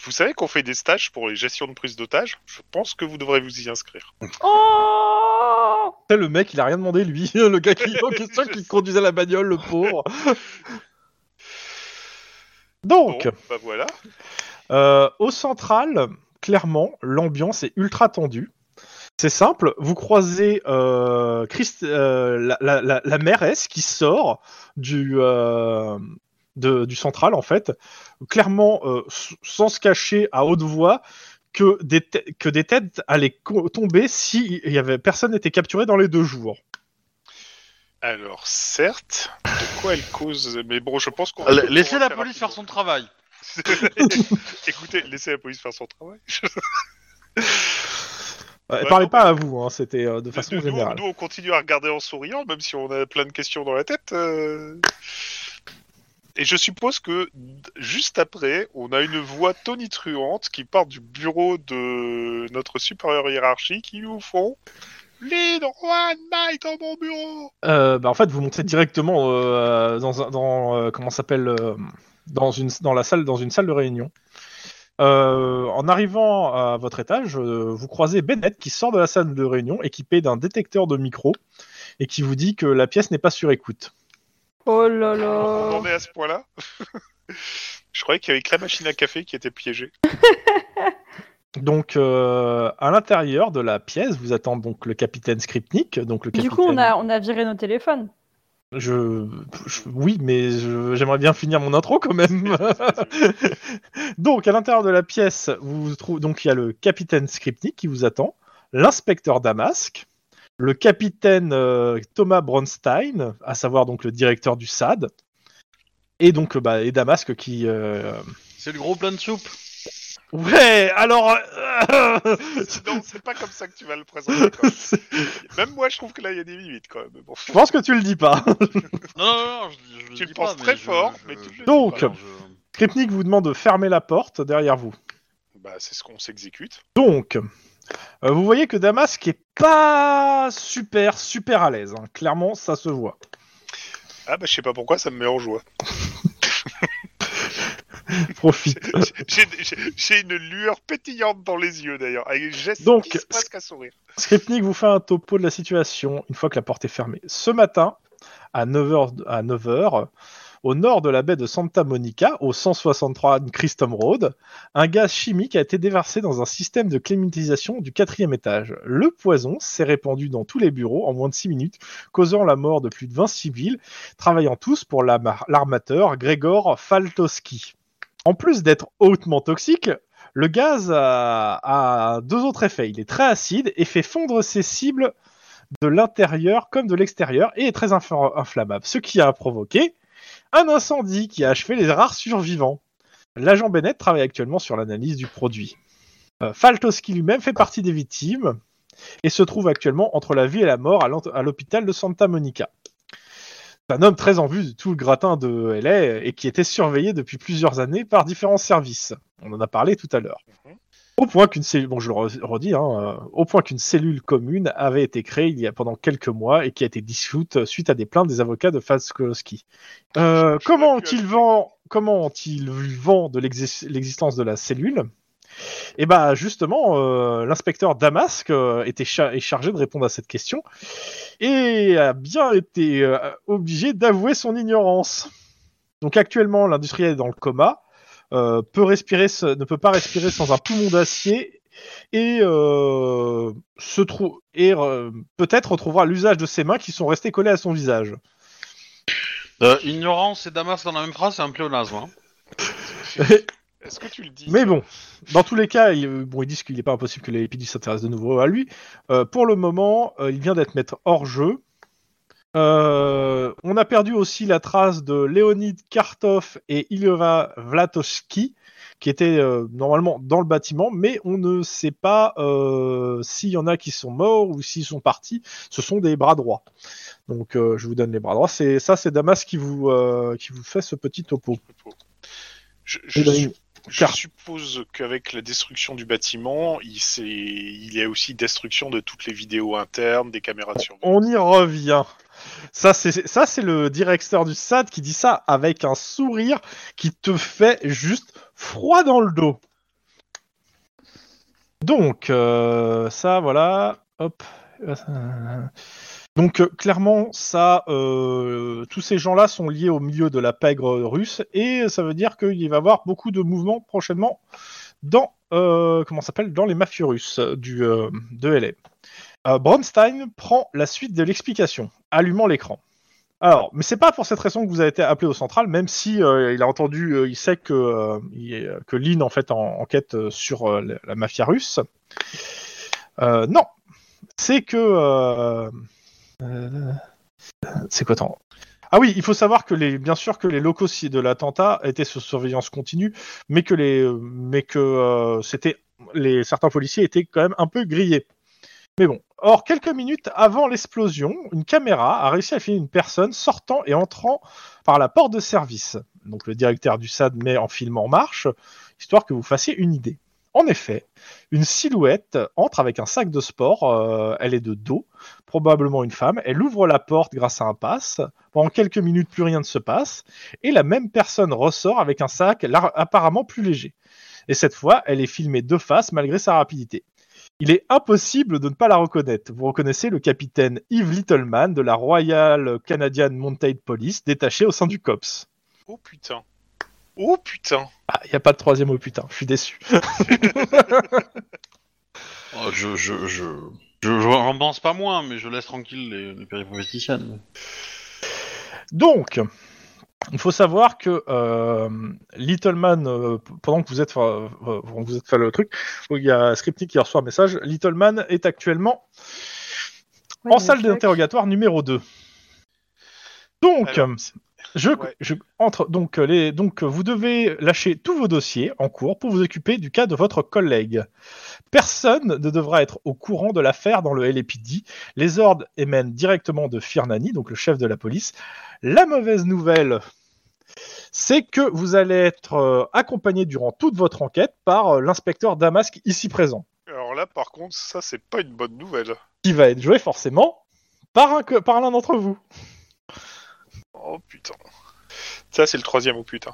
Speaker 4: Vous savez qu'on fait des stages pour les gestions de prise d'otages Je pense que vous devrez vous y inscrire.
Speaker 3: Oh
Speaker 2: Putain, le mec, il a rien demandé lui, le gars qui en question qui conduisait la bagnole, le pauvre.
Speaker 4: Bon,
Speaker 2: Donc,
Speaker 4: bah voilà.
Speaker 2: Euh, au central, clairement, l'ambiance est ultra tendue. C'est simple, vous croisez euh, Christ- euh, la, la- la- la mairesse qui sort du, euh, de- du central, en fait, clairement, euh, s- sans se cacher à haute voix, que des, tê- que des têtes allaient co- tomber si il y avait, personne n'était capturé dans les deux jours.
Speaker 4: Alors, certes, de quoi elle cause Mais bon, je pense qu'on.
Speaker 5: La- Euh, Laissez
Speaker 4: on
Speaker 5: la
Speaker 4: va
Speaker 5: police Ah, faire son travail.
Speaker 4: rapidement. Écoutez, laissez la police faire son travail.
Speaker 2: Euh,
Speaker 4: Ouais,
Speaker 2: parlez
Speaker 4: non,
Speaker 2: pas à vous, hein, c'était euh, de façon
Speaker 4: Nous- nous,
Speaker 2: générale.
Speaker 4: nous, on continue à regarder en souriant, même si on a plein de questions dans la tête. euh. Et je suppose que d- juste après, on a une voix tonitruante qui part du bureau de notre supérieur hiérarchique qui nous font Lynn, Juan, Mike dans mon bureau
Speaker 2: Euh, bah, en fait, vous montez directement euh, dans, un- dans euh, comment ça s'appelle euh, dans une dans la salle dans une salle de réunion. Euh, en arrivant à votre étage, euh, vous croisez Bennett qui sort de la salle de réunion équipé d'un détecteur de micro et qui vous dit que la pièce n'est pas sur écoute.
Speaker 3: Oh là
Speaker 4: On
Speaker 3: là
Speaker 4: en est à ce point-là Je croyais qu'il y avait que la machine à café qui était piégée.
Speaker 2: Donc, euh, à l'intérieur de la pièce, vous attend donc le capitaine Skripnik. Donc le
Speaker 3: Du
Speaker 2: capitaine...
Speaker 3: coup, on a, on a viré nos téléphones.
Speaker 2: Je, je- oui, mais je- j'aimerais bien finir mon intro quand même. donc, à l'intérieur de la pièce, vous vous trouvez donc il y a le capitaine Skripnik qui vous attend, l'inspecteur Damask, le capitaine euh, Thomas Bronstein, à savoir donc le directeur du SAD, et donc euh, bah, et Damask qui. euh,
Speaker 5: C'est le gros plan de soupe.
Speaker 2: Ouais, alors. euh,
Speaker 4: non, c'est pas comme ça que tu vas le présenter. quand même. Même moi, je trouve que là, il y a des limites quand même. Bon.
Speaker 2: Je pense que tu le dis pas.
Speaker 5: Non, non, non, je, je le
Speaker 4: Tu
Speaker 5: dis
Speaker 4: le penses
Speaker 5: pas, mais
Speaker 4: très
Speaker 5: je-
Speaker 4: fort,
Speaker 5: je-
Speaker 4: mais tu le dis
Speaker 2: Donc.
Speaker 5: pas, je-
Speaker 2: Skripnik vous demande de fermer la porte derrière vous.
Speaker 4: Bah, c'est ce qu'on s'exécute.
Speaker 2: Donc, euh, vous voyez que Damask est pas super, super à l'aise. hein. Clairement, ça se voit.
Speaker 4: Ah bah, je sais pas pourquoi, ça me met en joie.
Speaker 2: Profite.
Speaker 4: J'ai- j'ai- J'ai une lueur pétillante dans les yeux d'ailleurs, avec un geste
Speaker 2: Donc,
Speaker 4: qui se presque à sourire.
Speaker 2: Skripnik vous fait un topo de la situation une fois que la porte est fermée. Ce matin, à 9h, à 9h au nord de la baie de Santa Monica, au 163 Christom Road, un gaz chimique a été déversé dans un système de climatisation du quatrième étage. Le poison s'est répandu dans tous les bureaux en moins de 6 minutes, causant la mort de plus de 20 civils, travaillant tous pour la mar- l'armateur Gregor Faltoski. En plus d'être hautement toxique, le gaz a, a deux autres effets. Il est très acide et fait fondre ses cibles de l'intérieur comme de l'extérieur et est très inf- inflammable, ce qui a provoqué un incendie qui a achevé les rares survivants. L'agent Bennett travaille actuellement sur l'analyse du produit. Euh, Faltoski lui-même fait partie des victimes et se trouve actuellement entre la vie et la mort à l'ent- à l'hôpital de Santa Monica. C'est un homme très en vue de tout le gratin de LA et qui était surveillé depuis plusieurs années par différents services. On en a parlé tout à l'heure.
Speaker 4: Mhm.
Speaker 2: Au point qu'une cellule, bon, je le re- redis, hein, euh, au point qu'une cellule commune avait été créée il y a pendant quelques mois et qui a été dissoute suite à des plaintes des avocats de Falskowski. Euh,
Speaker 4: Je- je
Speaker 2: comment
Speaker 4: l'ai vu
Speaker 2: ont-ils
Speaker 4: avec-
Speaker 2: vend, comment ont-ils vent de l'exis- l'existence de la cellule Eh ben, justement, euh, l'inspecteur Damask euh, était cha- est chargé de répondre à cette question et a bien été euh, obligé d'avouer son ignorance. Donc actuellement, l'industriel est dans le coma, euh, peut respirer, ce- ne peut pas respirer sans un poumon d'acier et euh, se trou- et euh, peut-être retrouvera l'usage de ses mains qui sont restées collées à son visage.
Speaker 5: Euh, ignorance et Damas dans la même phrase, c'est un pléonasme. hein.
Speaker 4: Est-ce que tu le dis
Speaker 2: Mais bon, dans tous les cas, il- bon, ils disent qu'il n'est pas impossible que les Lépidus s'intéressent de nouveau à lui. Euh, pour le moment, euh, il vient d'être maître hors jeu. Euh, on a perdu aussi la trace de Léonid Kartov et Ileva Vlatosky, qui étaient euh, normalement dans le bâtiment, mais on ne sait pas euh, s'il y en a qui sont morts ou s'ils sont partis. Ce sont des bras droits. Donc, euh, je vous donne les bras droits. C'est ça, c'est Damas qui vous euh, qui vous fait ce petit topo.
Speaker 4: Je, je
Speaker 2: Eh ben,
Speaker 4: su- je
Speaker 2: car-
Speaker 4: suppose qu'avec la destruction du bâtiment, il, s'est- il y a aussi destruction de toutes les vidéos internes, des caméras de
Speaker 2: On
Speaker 4: surveillance.
Speaker 2: y revient. Ça, c'est ça, c'est le directeur du SAD qui dit ça avec un sourire qui te fait juste froid dans le dos. Donc, euh, ça, voilà. Hop. Donc, euh, clairement, ça, euh, tous ces gens-là sont liés au milieu de la pègre russe et ça veut dire qu'il va y avoir beaucoup de mouvements prochainement dans, euh, comment ça s'appelle, dans les mafieux russes du, euh, de LA. Euh, Bronstein prend la suite de l'explication, allumant l'écran. Alors, mais c'est pas pour cette raison que vous avez été appelé au central, même si euh, il a entendu, euh, il sait que, euh, il est- que Lynn en fait en- enquête euh, sur euh, la, la mafia russe. Euh, non, c'est que. euh, euh, c'est quoi tant Ah oui, il faut savoir que les, bien sûr que les locaux si- de l'attentat étaient sous surveillance continue, mais que les, mais que euh, c'était les certains policiers étaient quand même un peu grillés. Mais bon. Or, quelques minutes avant l'explosion, une caméra a réussi à filmer une personne sortant et entrant par la porte de service. Donc le directeur du SAD met en film en marche, histoire que vous fassiez une idée. En effet, une silhouette entre avec un sac de sport, euh, elle est de dos, probablement une femme, elle ouvre la porte grâce à un passe, pendant quelques minutes plus rien ne se passe, et la même personne ressort avec un sac lar- apparemment plus léger. Et cette fois, elle est filmée de face malgré sa rapidité. Il est impossible de ne pas la reconnaître. Vous reconnaissez le capitaine Yves Littleman de la Royal Canadian Mounted Police, détaché au sein du COPS.
Speaker 4: Oh putain. Oh putain.
Speaker 2: Ah, il n'y a pas de troisième au putain, je suis déçu.
Speaker 5: Oh, je, je, je, je, je n'en pense pas moins, mais je laisse tranquille les, les périphéristiennes.
Speaker 2: Donc, il faut savoir que euh, Littleman, euh, p- pendant que vous êtes, enfin, euh, pendant que vous êtes fait le truc, où il y a Skripnik qui reçoit un message, Littleman est actuellement en salle d'interrogatoire numéro 2. Donc,
Speaker 4: Alors,
Speaker 2: euh, je,
Speaker 4: ouais.
Speaker 2: je- entre donc euh, les donc euh, vous devez lâcher tous vos dossiers en cours pour vous occuper du cas de votre collègue. Personne ne devra être au courant de l'affaire dans le LAPD. Les ordres émanent directement de Firnani, donc le chef de la police. La mauvaise nouvelle, c'est que vous allez être euh, accompagné durant toute votre enquête par euh, l'inspecteur Damask ici présent
Speaker 4: Alors là, par contre, ça, c'est pas une bonne nouvelle.
Speaker 2: qui va être joué forcément par un que- par l'un d'entre vous.
Speaker 4: Oh putain. Ça, c'est le troisième au putain.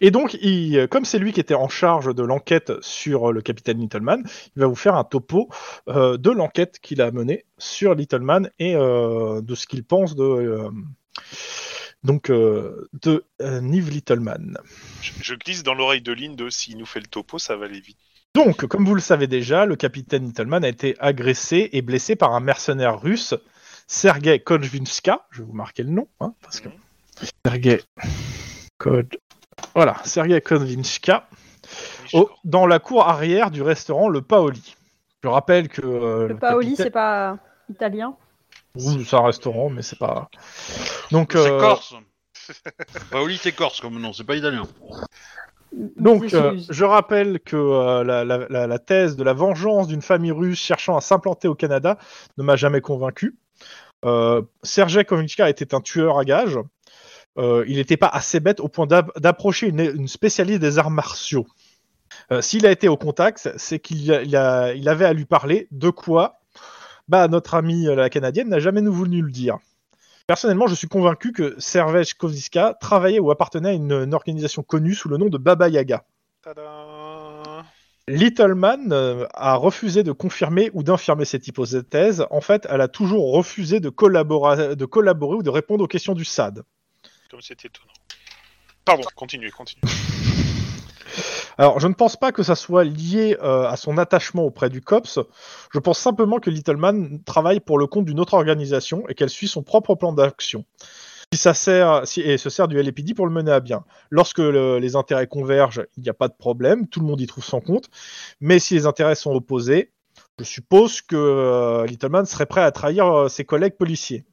Speaker 2: Et donc, il, euh, comme c'est lui qui était en charge de l'enquête sur euh, le capitaine Littleman, il va vous faire un topo euh, de l'enquête qu'il a menée sur Littleman et euh, de ce qu'il pense de euh, donc euh, de euh, Nive Littleman.
Speaker 4: Je, je glisse dans l'oreille de Lynn de s'il nous fait le topo, ça va aller vite.
Speaker 2: Donc, comme vous le savez déjà, le capitaine Littleman a été agressé et blessé par un mercenaire russe, Sergei Konjvinska. Je vais vous marquer le nom, hein, parce que. Sergei. Code. Voilà, Sergei Konjvinska. au- dans la cour arrière du restaurant Le Paoli. Je rappelle que. euh,
Speaker 3: Le Paoli,
Speaker 2: capitaine-
Speaker 3: c'est pas euh, italien.
Speaker 2: Oui, c'est un restaurant, mais c'est pas. Donc,
Speaker 5: C'est
Speaker 2: euh,
Speaker 5: corse. Paoli, c'est corse comme nom, c'est pas italien.
Speaker 2: Donc,
Speaker 3: C'est-
Speaker 2: euh,
Speaker 3: c'est-
Speaker 2: je rappelle que euh, la, la- la- la thèse de la vengeance d'une famille russe cherchant à s'implanter au Canada ne m'a jamais convaincu. Euh, Sergei Kovinchka était un tueur à gages. Euh, il n'était pas assez bête au point d'ab- d'approcher une, une spécialiste des arts martiaux. Euh, S'il a été au contact, c'est qu'il y a- il a- il avait à lui parler de quoi bah, notre amie euh, la Canadienne n'a jamais nous voulu le dire. Personnellement, je suis convaincu que Sergei Kovinchka travaillait ou appartenait à une- une organisation connue sous le nom de Baba Yaga.
Speaker 4: Tadam.
Speaker 2: Littleman euh, a refusé de confirmer ou d'infirmer cette hypothèse. En fait, elle a toujours refusé de, collabora- de collaborer ou de répondre aux questions du SAD.
Speaker 4: Comme c'est étonnant. Pardon, continuez, continuez.
Speaker 2: Alors, je ne pense pas que ça soit lié euh, à son attachement auprès du COPS. Je pense simplement que Littleman travaille pour le compte d'une autre organisation et qu'elle suit son propre plan d'action. Si ça sert, si, et se sert du LPD pour le mener à bien. Lorsque le- les intérêts convergent, il n'y a pas de problème, tout le monde y trouve son compte. Mais si les intérêts sont opposés, je suppose que euh, Littleman serait prêt à trahir euh, ses collègues policiers.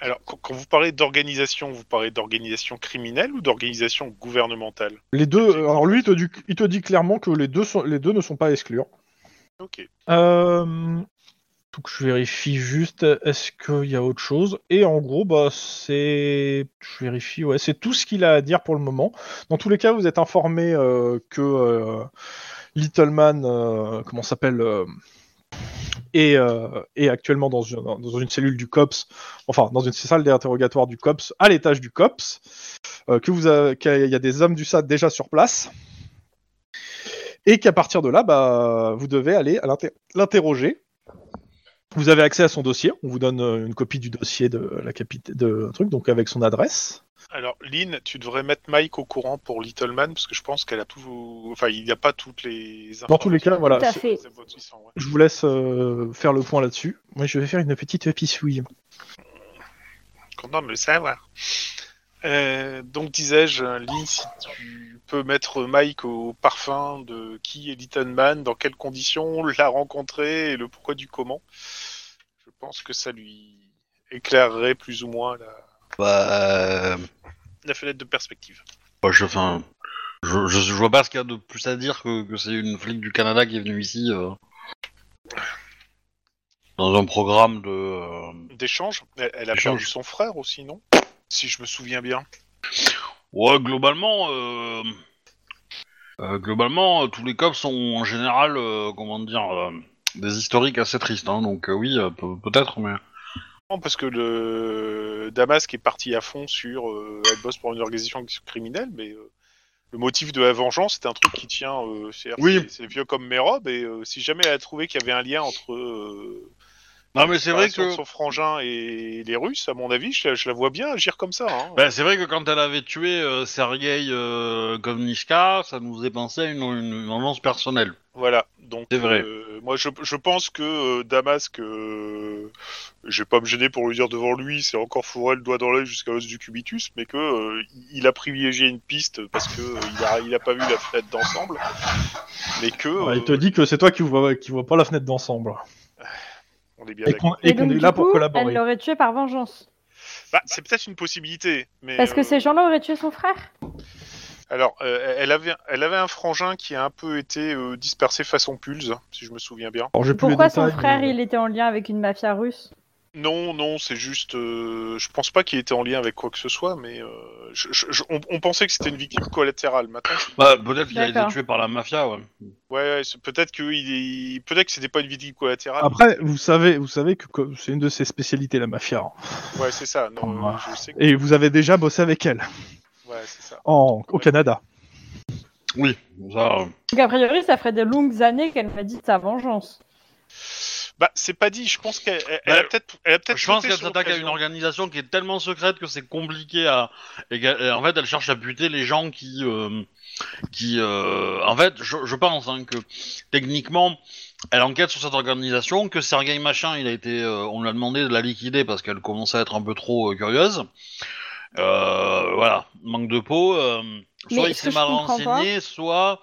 Speaker 4: Alors, quand, quand vous parlez d'organisation, vous parlez d'organisation criminelle ou d'organisation gouvernementale
Speaker 2: Les deux, euh, alors lui, il te dit, il te dit clairement que les deux, sont- les deux ne sont pas hein. à exclure.
Speaker 4: Ok.
Speaker 2: Euh... Faut que je vérifie juste, est-ce qu'il y a autre chose Et en gros, bah, c'est. Je vérifie, ouais, c'est tout ce qu'il a à dire pour le moment. Dans tous les cas, vous êtes informé euh, que euh, Littleman, euh, comment ça s'appelle, euh, est, euh, est actuellement dans une, dans une cellule du COPS, enfin, dans une salle d'interrogatoire du COPS, à l'étage du COPS, euh, que vous avez- qu'il y a des hommes du SAD déjà sur place. Et qu'à partir de là, bah, vous devez aller à l'inter- l'interroger. Vous avez accès à son dossier. On vous donne euh, une copie du dossier de la capitaine de truc, donc avec son adresse.
Speaker 4: Alors, Lynn, tu devrais mettre Mike au courant pour Little Man, parce que je pense qu'elle a tout. Enfin, il n'y a pas toutes les.
Speaker 2: Dans tous les cas, voilà.
Speaker 3: Tout à
Speaker 2: c'est-
Speaker 3: fait.
Speaker 4: Aboutissants, ouais.
Speaker 2: Je vous laisse euh, faire le point là-dessus. Moi, je vais faire une petite pissouille.
Speaker 4: Content de le savoir. Euh, donc disais-je, Lynn, si tu peux mettre Mike au parfum de qui est Little Man, dans quelles conditions l'a rencontré et le pourquoi du comment, je pense que ça lui éclairerait plus ou moins la,
Speaker 5: Bah, euh,
Speaker 4: la fenêtre de perspective.
Speaker 5: bah, je, enfin, je, je, je vois pas ce qu'il y a de plus à dire que, que c'est une flic du Canada qui est venue ici euh, dans un programme de. euh,
Speaker 4: D'échange, elle, elle a
Speaker 5: D'échange.
Speaker 4: perdu son frère aussi, non Si je me souviens bien.
Speaker 5: Ouais, globalement, euh, euh, globalement, euh, tous les cops sont en général, euh, comment dire, euh, des historiques assez tristes. hein, donc euh, oui, euh, pe- peut-être, mais
Speaker 4: Non, parce que le Damasque est parti à fond sur euh, elle bosse pour une organisation criminelle, mais euh, le motif de la vengeance, c'est un truc qui tient. euh, c'est-
Speaker 5: Oui.
Speaker 4: C'est vieux comme mes robes, et euh, si jamais elle a trouvé qu'il y avait un lien entre. euh,
Speaker 5: non, mais c'est
Speaker 4: la
Speaker 5: vrai
Speaker 4: relation de
Speaker 5: que
Speaker 4: Son frangin et les Russes, à mon avis, je, je la vois bien agir comme ça. hein.
Speaker 5: Bah, c'est vrai que quand elle avait tué euh, Sergei euh, Kovnishka, ça nous faisait penser à une, une, une vengeance personnelle.
Speaker 4: Voilà. Donc,
Speaker 5: C'est vrai.
Speaker 4: euh, moi, je, je pense que euh, Damasque, euh, je vais pas me gêner pour le dire devant lui, c'est encore fourré le doigt dans l'œil jusqu'à l'os du cubitus, mais que euh, il a privilégié une piste parce que euh, il, a, il a pas vu la fenêtre d'ensemble, mais que
Speaker 2: Ouais, il te
Speaker 4: euh,
Speaker 2: dit que c'est toi qui vois, qui vois pas la fenêtre d'ensemble.
Speaker 4: on est bien
Speaker 2: Et
Speaker 4: d'accord.
Speaker 2: qu'on et
Speaker 3: Et donc,
Speaker 2: qu'on est
Speaker 3: du
Speaker 2: là pour
Speaker 3: coup,
Speaker 2: collaborer.
Speaker 3: Elle l'aurait tué par vengeance.
Speaker 4: Bah, c'est peut-être une possibilité, mais
Speaker 3: Parce que
Speaker 4: euh,
Speaker 3: ces gens-là auraient tué son frère.
Speaker 4: Alors, euh, elle avait, elle avait un frangin qui a un peu été euh, dispersé façon pulse, si je me souviens bien.
Speaker 2: Alors, j'ai plus les
Speaker 3: Pourquoi son
Speaker 2: détails,
Speaker 3: frère,
Speaker 2: mais-
Speaker 3: il était en lien avec une mafia russe
Speaker 4: Non, non, c'est juste. euh, je pense pas qu'il était en lien avec quoi que ce soit, mais euh, je- je- je- on, on pensait que c'était une victime collatérale. Maintenant, je-
Speaker 5: Bah, peut-être qu'il a été
Speaker 3: D'accord.
Speaker 5: tué par la mafia, ouais.
Speaker 4: ouais, ouais, c'est- peut-être que il est- peut-être que c'était pas une victime collatérale.
Speaker 2: Après, vous savez, vous savez que que c'est une de ses spécialités, la mafia. hein.
Speaker 4: Ouais, c'est ça. Non, euh,
Speaker 2: Ah.
Speaker 4: je sais. que-
Speaker 2: Et vous avez déjà bossé avec elle
Speaker 4: Ouais, c'est ça.
Speaker 2: en- au Canada.
Speaker 5: Oui, ça. euh,
Speaker 3: Donc, a priori, ça ferait de longues années qu'elle m'a dit de sa vengeance.
Speaker 4: Bah, c'est pas dit. Je pense qu'elle elle- elle a
Speaker 5: Bah,
Speaker 4: peut-être, elle a peut-être.
Speaker 5: Je pense
Speaker 4: sauté
Speaker 5: qu'elle
Speaker 4: sur
Speaker 5: s'attaque à une
Speaker 4: l'occasion.
Speaker 5: organisation qui est tellement secrète que c'est compliqué à. Et qu'elle- et en fait, elle cherche à buter les gens qui. euh, qui euh, En fait, je, je pense hein, que techniquement, elle enquête sur cette organisation, que Sergei Machin, il a été, euh, on lui a demandé de la liquider parce qu'elle commençait à être un peu trop euh, curieuse. Euh, voilà, manque de peau. euh, soit
Speaker 3: Mais
Speaker 5: il
Speaker 3: ce
Speaker 5: s'est
Speaker 3: que je
Speaker 5: mal
Speaker 3: comprends
Speaker 5: renseigné, soit.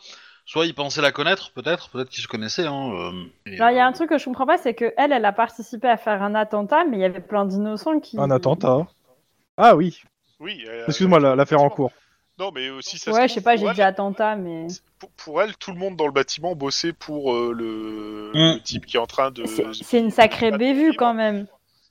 Speaker 5: Soit il pensait la connaître, peut-être, peut-être qu'ils se connaissaient. Hein, euh, et,
Speaker 3: Alors, il y a
Speaker 5: euh,
Speaker 3: un truc que je comprends pas, c'est que elle, elle a participé à faire un attentat, mais il y avait plein d'innocents qui.
Speaker 2: Un attentat. Ah oui,
Speaker 4: Oui. elle a-
Speaker 2: excuse-moi, la- l'affaire en cours.
Speaker 4: Non, mais aussi ça. se
Speaker 3: Ouais,
Speaker 4: trouve,
Speaker 3: je sais pas,
Speaker 4: pour
Speaker 3: j'ai
Speaker 4: elle,
Speaker 3: dit attentat, mais.
Speaker 4: Pour, pour elle, tout le monde dans le bâtiment bossait pour euh, le...
Speaker 5: Mm.
Speaker 4: le type qui est en train de.
Speaker 3: C'est c'est une sacrée
Speaker 4: Pas de
Speaker 3: bévue
Speaker 4: vivre.
Speaker 3: quand même.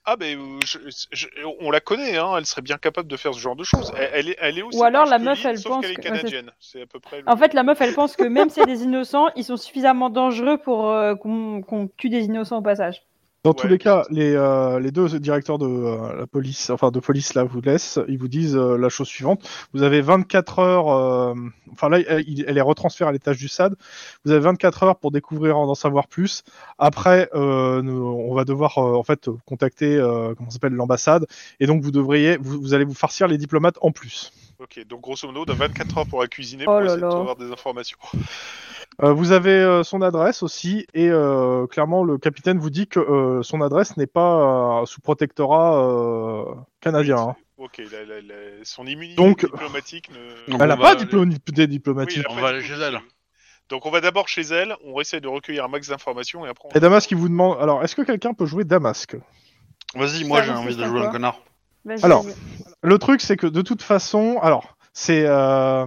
Speaker 4: Ah ben, euh, je- je- on la connaît, hein, elle serait bien capable de faire ce genre de choses. Elle, elle est, elle est aussi
Speaker 3: Ou alors,
Speaker 4: large
Speaker 3: la
Speaker 4: que
Speaker 3: meuf,
Speaker 4: Lynn,
Speaker 3: elle
Speaker 4: sauf
Speaker 3: pense
Speaker 4: qu'elle est
Speaker 3: que- ouais, c'est-
Speaker 4: canadienne. C'est à peu près. le-
Speaker 3: En fait, la meuf, elle pense que même s'il y a des innocents, ils sont suffisamment dangereux pour euh, qu'on qu'on tue des innocents au passage.
Speaker 2: Dans
Speaker 4: Ouais.
Speaker 2: tous les cas, les, euh, les deux directeurs de euh, la police, enfin de police là, vous laissent, ils vous disent euh, la chose suivante. Vous avez 24 heures, euh, enfin là, elle, il- elle est retransférée à l'étage du SAD. Vous avez 24 heures pour découvrir, en en savoir plus. Après, euh, nous- on va devoir euh, en fait contacter, euh, comment ça s'appelle, l'ambassade. Et donc vous devriez, vous, vous allez vous farcir les diplomates en plus.
Speaker 4: Ok, donc grosso modo, on a 24 heures pour la cuisiner
Speaker 3: Oh
Speaker 4: pour
Speaker 3: là
Speaker 4: essayer de
Speaker 3: là.
Speaker 4: avoir des informations.
Speaker 2: Euh, vous avez euh, son adresse aussi, et euh, clairement, le capitaine vous dit que euh, son adresse n'est pas euh, sous protectorat euh, canadien. hein.
Speaker 4: Ok, la- la- la- son immunité
Speaker 2: Donc-
Speaker 4: diplomatique ne...
Speaker 5: Donc,
Speaker 2: Elle
Speaker 5: on
Speaker 2: n'a
Speaker 5: va
Speaker 2: pas
Speaker 5: aller-
Speaker 2: des
Speaker 4: bah, Oui,
Speaker 2: diplomatiques.
Speaker 4: elle
Speaker 5: On
Speaker 4: a pas
Speaker 5: va
Speaker 4: de
Speaker 5: aller chez
Speaker 4: diplôme.
Speaker 5: elle.
Speaker 4: Donc on va d'abord chez elle, on essaie de recueillir un max d'informations et après... on-
Speaker 2: Et Damas qui vous demande alors, est-ce que quelqu'un peut jouer Damasque
Speaker 5: Vas-y, moi
Speaker 3: Ça
Speaker 5: j'ai
Speaker 3: consiste
Speaker 5: envie de
Speaker 3: en
Speaker 5: jouer
Speaker 3: quoi
Speaker 5: un connard.
Speaker 3: Vas-y,
Speaker 2: Alors.
Speaker 3: vas-y.
Speaker 2: Le truc, c'est que de toute façon, alors, c'est. euh,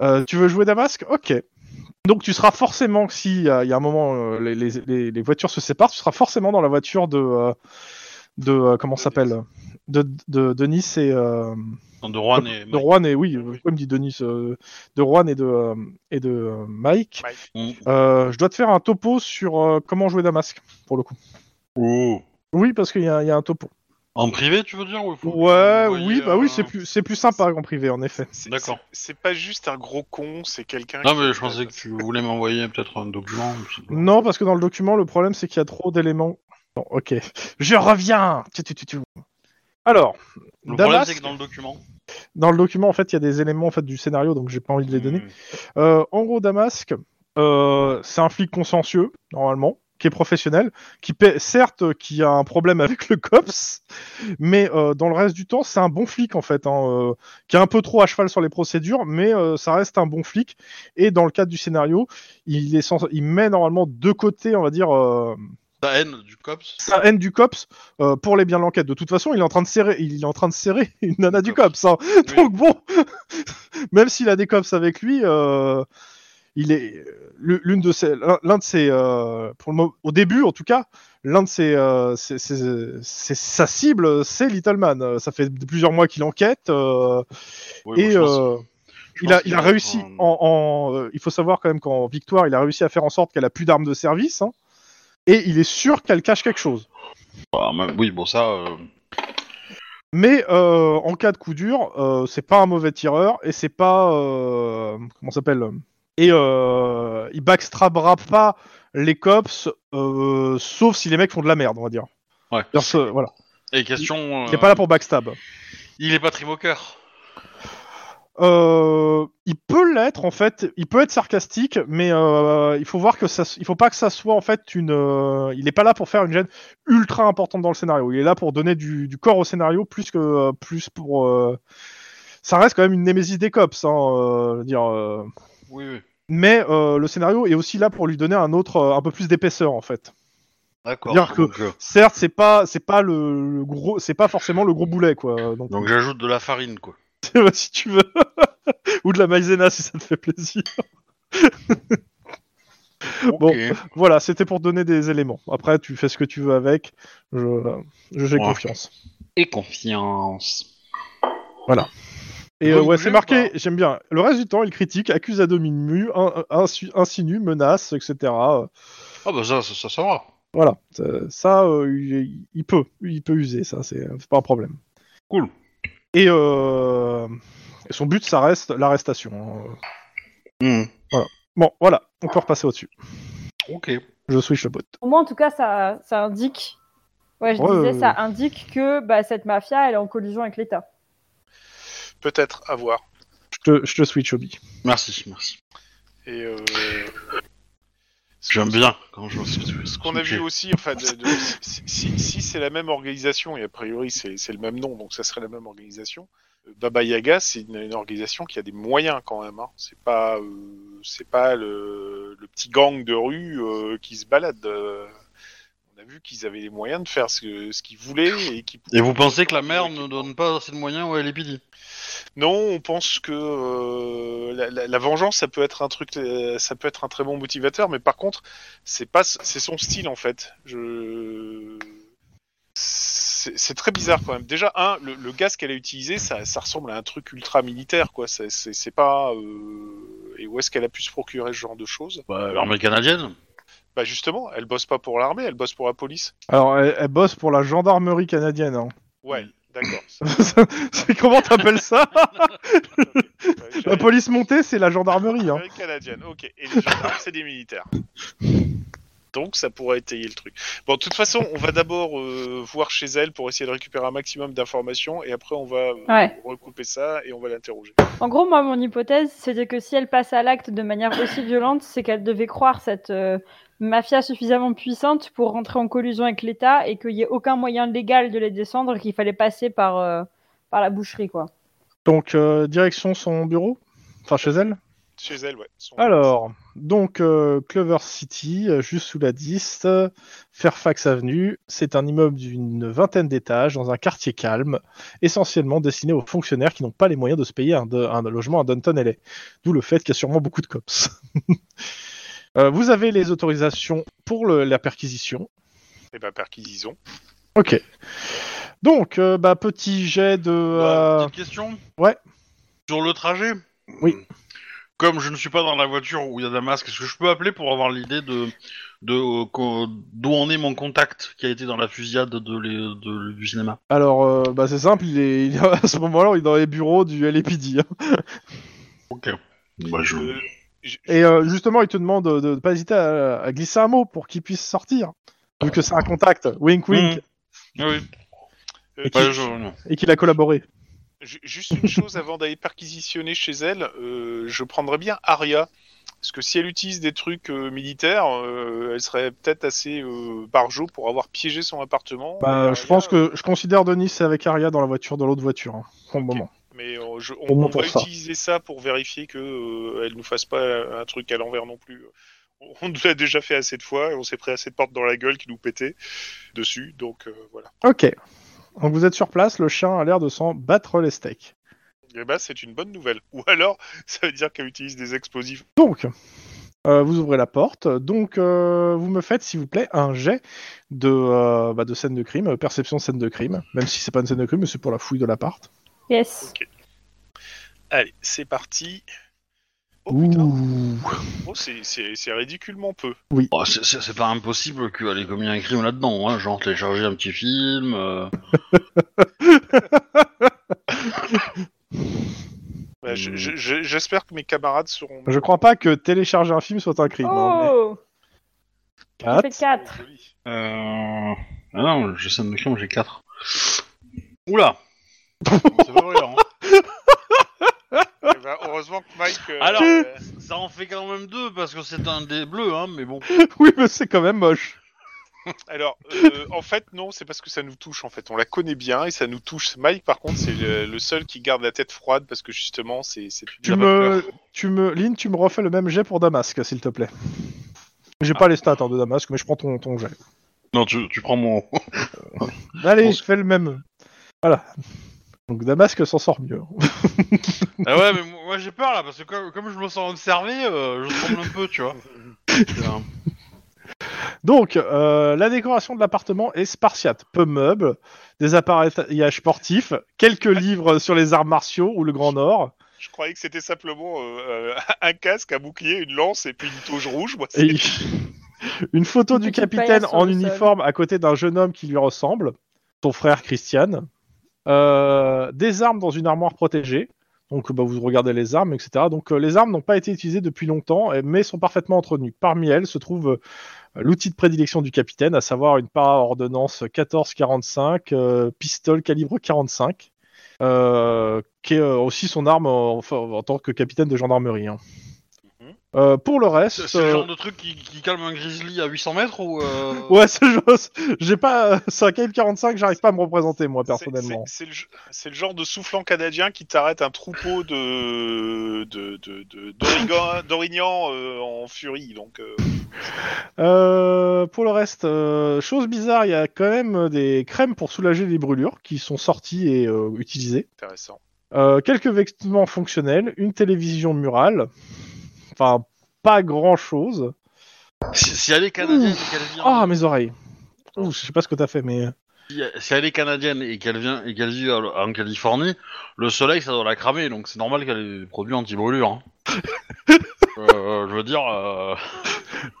Speaker 2: euh, tu veux jouer Damasque Ok. Donc tu seras forcément, si il y, a il y a un moment, euh, les, les- les- les voitures se séparent, tu seras forcément dans la voiture de. euh, de euh, comment
Speaker 4: De
Speaker 2: ça s'appelle de, de, de Nice et. euh,
Speaker 5: Non, De Rouen et.
Speaker 2: de Rouen et oui,
Speaker 4: Oui.
Speaker 2: pourquoi il me dit Denis euh, de Rouen et de euh, et de euh, Mike.
Speaker 4: Mike.
Speaker 2: Euh, je dois te faire un topo sur euh, comment jouer Damasque pour le coup.
Speaker 5: Oh.
Speaker 2: Oui, parce qu'il y, a il y a un topo.
Speaker 5: En privé, tu veux dire ou faut-
Speaker 2: Ouais,
Speaker 5: faut envoyer,
Speaker 2: oui, bah
Speaker 5: euh,
Speaker 2: oui, c'est plus c'est plus sympa qu'en privé en effet.
Speaker 4: C'est-
Speaker 5: D'accord.
Speaker 4: C'est c'est pas juste un gros con, c'est quelqu'un...
Speaker 5: Non,
Speaker 4: qui-
Speaker 5: mais je pensais que tu voulais m'envoyer peut-être un document. je sais pas.
Speaker 2: Non, parce que dans le document, le problème c'est qu'il y a trop d'éléments. Bon, ok, je reviens. Tu, tu, tu, tu. Alors,
Speaker 5: Le problème, c'est
Speaker 2: Damasque,
Speaker 5: que dans le document.
Speaker 2: dans le document, en fait, il y a des éléments en fait du scénario, donc j'ai pas envie de les donner.
Speaker 5: hmm,
Speaker 2: Euh, en gros, Damasque, euh, c'est un flic consciencieux, normalement, qui est professionnel, qui paie, certes, euh, qui a un problème avec le COPS, mais euh, dans le reste du temps, c'est un bon flic, en fait, hein, euh, qui est un peu trop à cheval sur les procédures, mais euh, ça reste un bon flic. Et dans le cadre du scénario, il, est cens- il met normalement de côté, on va dire, euh,
Speaker 5: Ta haine du COPS.
Speaker 2: sa haine du COPS euh, pour les biens de l'enquête. De toute façon, il est en train de serrer, il est en train de serrer une nana du COPS. hein.
Speaker 5: Oui.
Speaker 2: Donc bon, même s'il a des cops avec lui, euh, il est l'une de ses, l'un l'un de ses, euh, pour le mo- au début en tout cas, l'un de ses, euh, ses- ses- ses- sa cible, c'est Little Man. Euh, Ça fait plusieurs mois qu'il enquête euh,
Speaker 5: Oui, moi,
Speaker 2: et
Speaker 5: je pense-
Speaker 2: euh,
Speaker 5: je
Speaker 2: il
Speaker 5: pense
Speaker 2: a,
Speaker 5: qu'il
Speaker 2: il a réussi.
Speaker 5: un-
Speaker 2: En, en, euh, il faut savoir quand même qu'en victoire, il a réussi à faire en sorte qu'elle a plus d'armes de service. hein, et il est sûr qu'elle cache quelque chose.
Speaker 5: Bah, ma- oui, bon, ça. euh,
Speaker 2: Mais euh, en cas de coup dur, euh, c'est pas un mauvais tireur et c'est pas euh, comment ça s'appelle et euh, il backstrabera pas les cops euh, sauf si les mecs font de la merde, on va dire.
Speaker 5: Ouais.
Speaker 2: Parce que, voilà,
Speaker 5: Et question.
Speaker 2: il
Speaker 5: euh,
Speaker 2: est pas là pour backstab.
Speaker 5: Il est pas trimoqueur.
Speaker 2: Euh, il peut l'être en fait, il peut être sarcastique, mais euh, il faut voir que ça, s- il faut pas que ça soit en fait une, euh, il est pas là pour faire une gêne ultra importante dans le scénario. Il est là pour donner du, du corps au scénario plus que euh, plus pour. euh, ça reste quand même une némésis des cops, hein, euh, je veux dire. euh.
Speaker 5: Oui, oui.
Speaker 2: Mais euh, le scénario est aussi là pour lui donner un autre, euh, un peu plus d'épaisseur en fait.
Speaker 5: D'accord.
Speaker 2: Dire que-
Speaker 5: Donc, euh,
Speaker 2: Certes, c'est pas, c'est pas le, le gros, c'est pas forcément le gros boulet quoi. Donc,
Speaker 5: donc j'ajoute de la farine, quoi.
Speaker 2: si tu veux, ou de la maïzena si ça te fait plaisir. Bon.
Speaker 5: Ok.
Speaker 2: Voilà, c'était pour donner des éléments. Après, tu fais ce que tu veux avec. Je, je j'ai
Speaker 5: Ouais.
Speaker 2: confiance.
Speaker 5: Et confiance.
Speaker 2: Et
Speaker 5: Vous
Speaker 2: euh,
Speaker 5: voulez
Speaker 2: ouais,
Speaker 5: bouger
Speaker 2: c'est
Speaker 5: ou
Speaker 2: marqué. J'aime bien. Le reste du temps, il critique, accuse à demi-mu, insinue, menace, etc. Euh,
Speaker 5: Ah, bah, ça, ça, ça, ça va.
Speaker 2: Voilà, Euh, ça, euh, il, il peut, il peut user. Ça, c'est c'est pas un problème.
Speaker 5: Cool.
Speaker 2: Et euh, son but, ça reste l'arrestation. hein.
Speaker 5: Hmm.
Speaker 2: Bon, voilà, on peut repasser au-dessus.
Speaker 5: Ok.
Speaker 2: Je switch le bot.
Speaker 3: Au moins, en tout cas, ça, ça indique. Ouais, je
Speaker 2: Ouais,
Speaker 3: disais,
Speaker 2: ouais,
Speaker 3: ça indique que bah, cette mafia, elle est en collusion avec l'État.
Speaker 4: Peut-être, à voir.
Speaker 2: Je te, je te switch Obi.
Speaker 5: Merci, merci.
Speaker 4: Et euh,
Speaker 5: J'aime bien quand je
Speaker 4: ce qu'on a vu aussi, enfin, de- de- si, si- si c'est la même organisation, et a priori c'est c'est le même nom, donc ça serait la même organisation, euh, Baba Yaga, c'est une, une organisation qui a des moyens quand même. Hein. C'est pas, euh, c'est pas le, le petit gang de rue euh, qui se balade. euh. on a vu qu'ils avaient les moyens de faire ce, que- ce qu'ils voulaient. Et, qu'ils
Speaker 5: Et vous pensez que la mère
Speaker 4: pouvaient-
Speaker 5: ne donne pas assez de moyens au LPD
Speaker 4: Non, on pense que euh, la, la- la vengeance, ça peut être un truc, euh, ça peut être un très bon motivateur, mais par contre, c'est pas, c'est son style en fait. Je, c'est c'est très bizarre quand même. Déjà, un, le, le gaz qu'elle a utilisé, ça, ça ressemble à un truc ultra militaire, quoi. C'est- C'est c'est pas. euh, Et où est-ce qu'elle a pu se procurer ce genre de choses
Speaker 5: bah, L'armée canadienne
Speaker 4: Bah justement, elle bosse pas pour l'armée, elle bosse pour la police.
Speaker 2: Alors, elle, elle bosse pour la gendarmerie canadienne. hein.
Speaker 4: Ouais, d'accord. Ça-
Speaker 2: C'est- Comment t'appelles ça
Speaker 4: ouais,
Speaker 2: La police montée, c'est la gendarmerie. Hein.
Speaker 4: Amérique canadienne, ok. Et les gendarmes, c'est des militaires. Donc ça pourrait étayer le truc. Bon, de toute façon, on va d'abord euh, voir chez elle pour essayer de récupérer un maximum d'informations et après on va euh,
Speaker 3: Ouais.
Speaker 4: recouper ça et on va l'interroger.
Speaker 3: En gros, moi, mon hypothèse, c'était que si elle passe à l'acte de manière aussi violente, c'est qu'elle devait croire cette euh, mafia suffisamment puissante pour rentrer en collusion avec l'État et qu'il n'y ait aucun moyen légal de les descendre, qu'il fallait passer par, euh, par la boucherie, quoi.
Speaker 2: Donc, euh, direction son bureau Enfin, chez elle
Speaker 4: Chez elle, ouais. Son-
Speaker 2: Alors, donc, euh, Clover City, euh, juste sous la 10, euh, Fairfax Avenue, c'est un immeuble d'une vingtaine d'étages dans un quartier calme, essentiellement destiné aux fonctionnaires qui n'ont pas les moyens de se payer un, de- un logement à Downton Alley. D'où le fait qu'il y a sûrement beaucoup de cops. Euh, vous avez les autorisations pour le- la perquisition.
Speaker 4: Eh ben, perquisition.
Speaker 2: Ok. Donc, euh, bah, petit jet de... euh,
Speaker 5: Bah, Petite question
Speaker 2: ouais.
Speaker 5: Sur le trajet
Speaker 2: Oui.
Speaker 5: Comme je ne suis pas dans la voiture où il y a Damasque, est-ce que je peux appeler pour avoir l'idée de de, euh, co- d'où en est mon contact qui a été dans la fusillade de, les- de- du cinéma
Speaker 2: Alors, euh, bah, c'est simple, il est, il est- à ce moment-là, il est dans les bureaux du LAPD. hein.
Speaker 5: Ok. Bah, je...
Speaker 4: Euh, je-
Speaker 2: Et euh, justement, il te demande de ne pas hésiter à, à glisser un mot pour qu'il puisse sortir. Vu que c'est un contact, wink wink,
Speaker 5: Ah Oui.
Speaker 4: euh,
Speaker 5: Bah, je- non.
Speaker 2: et qu'il a collaboré.
Speaker 4: Ju- Juste une chose avant d'aller perquisitionner chez elle, euh, je prendrais bien Aria. Parce que si elle utilise des trucs euh, militaires, euh, elle serait peut-être assez euh, barjo pour avoir piégé son appartement.
Speaker 2: Bah,
Speaker 4: Et
Speaker 2: je
Speaker 4: Aria,
Speaker 2: pense que je considère Denis avec Aria dans la voiture de l'autre voiture hein, pour le moment.
Speaker 4: Mais euh, je- on,
Speaker 2: Au moins
Speaker 4: on va
Speaker 2: pour ça.
Speaker 4: utiliser ça pour vérifier que euh, elle nous fasse pas un truc à l'envers non plus. On on nous l'a déjà fait assez de fois et on s'est pris assez de portes dans la gueule qui nous pétaient dessus, donc euh, voilà.
Speaker 2: Ok. Donc vous êtes sur place, le chien a l'air de s'en battre les steaks.
Speaker 4: Et bah c'est une bonne nouvelle. Ou alors ça veut dire qu'elle utilise des explosifs.
Speaker 2: Donc, euh, vous ouvrez la porte. Donc, euh, vous me faites, s'il vous plaît, un jet de, euh, bah, de scène de crime, euh, perception de scène de crime. Même si c'est pas une scène de crime, mais c'est pour la fouille de l'appart.
Speaker 3: Yes.
Speaker 4: Allez, c'est parti. Oh putain,
Speaker 2: Ouh.
Speaker 4: oh, c'est- c'est c'est ridiculement peu.
Speaker 5: Oh, c'est- c'est c'est pas impossible qu'elle ait commis un crime là-dedans, hein, genre télécharger un petit film. euh,
Speaker 4: Bah, je-
Speaker 5: Hmm.
Speaker 4: je- je- J'espère que mes camarades seront.
Speaker 2: Je crois pas que télécharger un film soit un crime. hein,
Speaker 3: Oh
Speaker 2: mais-
Speaker 3: On fait
Speaker 2: Quatre.
Speaker 3: 4.
Speaker 4: Joli.
Speaker 5: Euh... Ah non, j'ai 5 de crime, j'ai 4. Oula C'est pas vrai, hein.
Speaker 4: Eh ben, heureusement que Mike. euh,
Speaker 5: Alors-
Speaker 4: euh,
Speaker 5: Ça en fait quand même deux parce que c'est un des bleus, hein, mais bon.
Speaker 2: oui, mais c'est quand même moche.
Speaker 4: Alors, euh, en fait, non, c'est parce que ça nous touche, en fait. On la connaît bien et ça nous touche. Mike, par contre, c'est le, le seul qui garde la tête froide parce que justement, c'est. c'est une-
Speaker 2: Tu me, tu me, Lynn, tu me refais le même jet pour Damasque, s'il te plaît. J'ai pas les stats hein, de Damasque, mais je prends ton, ton jet.
Speaker 5: Non, tu, tu prends mon.
Speaker 2: Allez,
Speaker 5: On
Speaker 2: je fais le même. Voilà. Donc Damasque s'en sort mieux.
Speaker 5: ah ouais, mais moi j'ai peur là parce que comme, comme je me sens observé, euh, je tremble un peu, tu vois. Putain.
Speaker 2: Donc, euh, la décoration de l'appartement est spartiate. Peu meubles, des appareillages sportifs, quelques livres sur les arts martiaux ou le Grand Nord,
Speaker 4: Je croyais que c'était simplement euh, euh, un casque, un bouclier, une lance et puis une touche rouge. Moi,
Speaker 2: et
Speaker 4: c'est-
Speaker 2: une photo du
Speaker 3: Petite
Speaker 2: capitaine
Speaker 3: paillasse sur
Speaker 2: en
Speaker 3: le sol.
Speaker 2: uniforme à côté d'un jeune homme qui lui ressemble, son frère Christian, Euh, des armes dans une armoire protégée. Donc, bah, vous regardez les armes, etc. Donc, euh, les armes n'ont pas été utilisées depuis longtemps, et- mais sont parfaitement entretenues. Parmi elles se trouve euh, l'outil de prédilection du capitaine, à savoir une para ordonnance 1445, euh, pistole calibre 45, euh, qui est euh, aussi son arme en, enfin, en tant que capitaine de gendarmerie. hein.
Speaker 4: Mhm.
Speaker 2: Euh, pour le reste,
Speaker 5: C'est c'est le
Speaker 2: euh,
Speaker 5: genre de truc qui, qui calme un grizzly à 800 mètres ou. Euh...
Speaker 2: Ouais, c'est chose. J'ai pas. euh, C'est un calibre 45, j'arrive pas à me représenter, moi, personnellement.
Speaker 4: C'est c'est- c'est le, ge- c'est le genre de soufflant canadien qui t'arrête un troupeau de de- de- de- d'origan- d'orignans euh, en furie. Donc, euh,
Speaker 2: Euh, pour le reste, euh, chose bizarre, il y a quand même euh, des crèmes pour soulager les brûlures qui sont sorties et euh, utilisées.
Speaker 4: intéressant.
Speaker 2: Euh, quelques vêtements fonctionnels, une télévision murale. Enfin, pas grand chose.
Speaker 5: Si, si elle est canadienne et qu'elle vient.
Speaker 2: Ah, mes oreilles. Ouh, je sais pas ce que t'as fait, mais. euh,
Speaker 5: Si, si elle est canadienne et qu'elle vient et qu'elle vit en en Californie, le soleil ça doit la cramer, donc c'est normal qu'elle ait des produits anti-brûlure. hein. Euh, je veux dire. euh,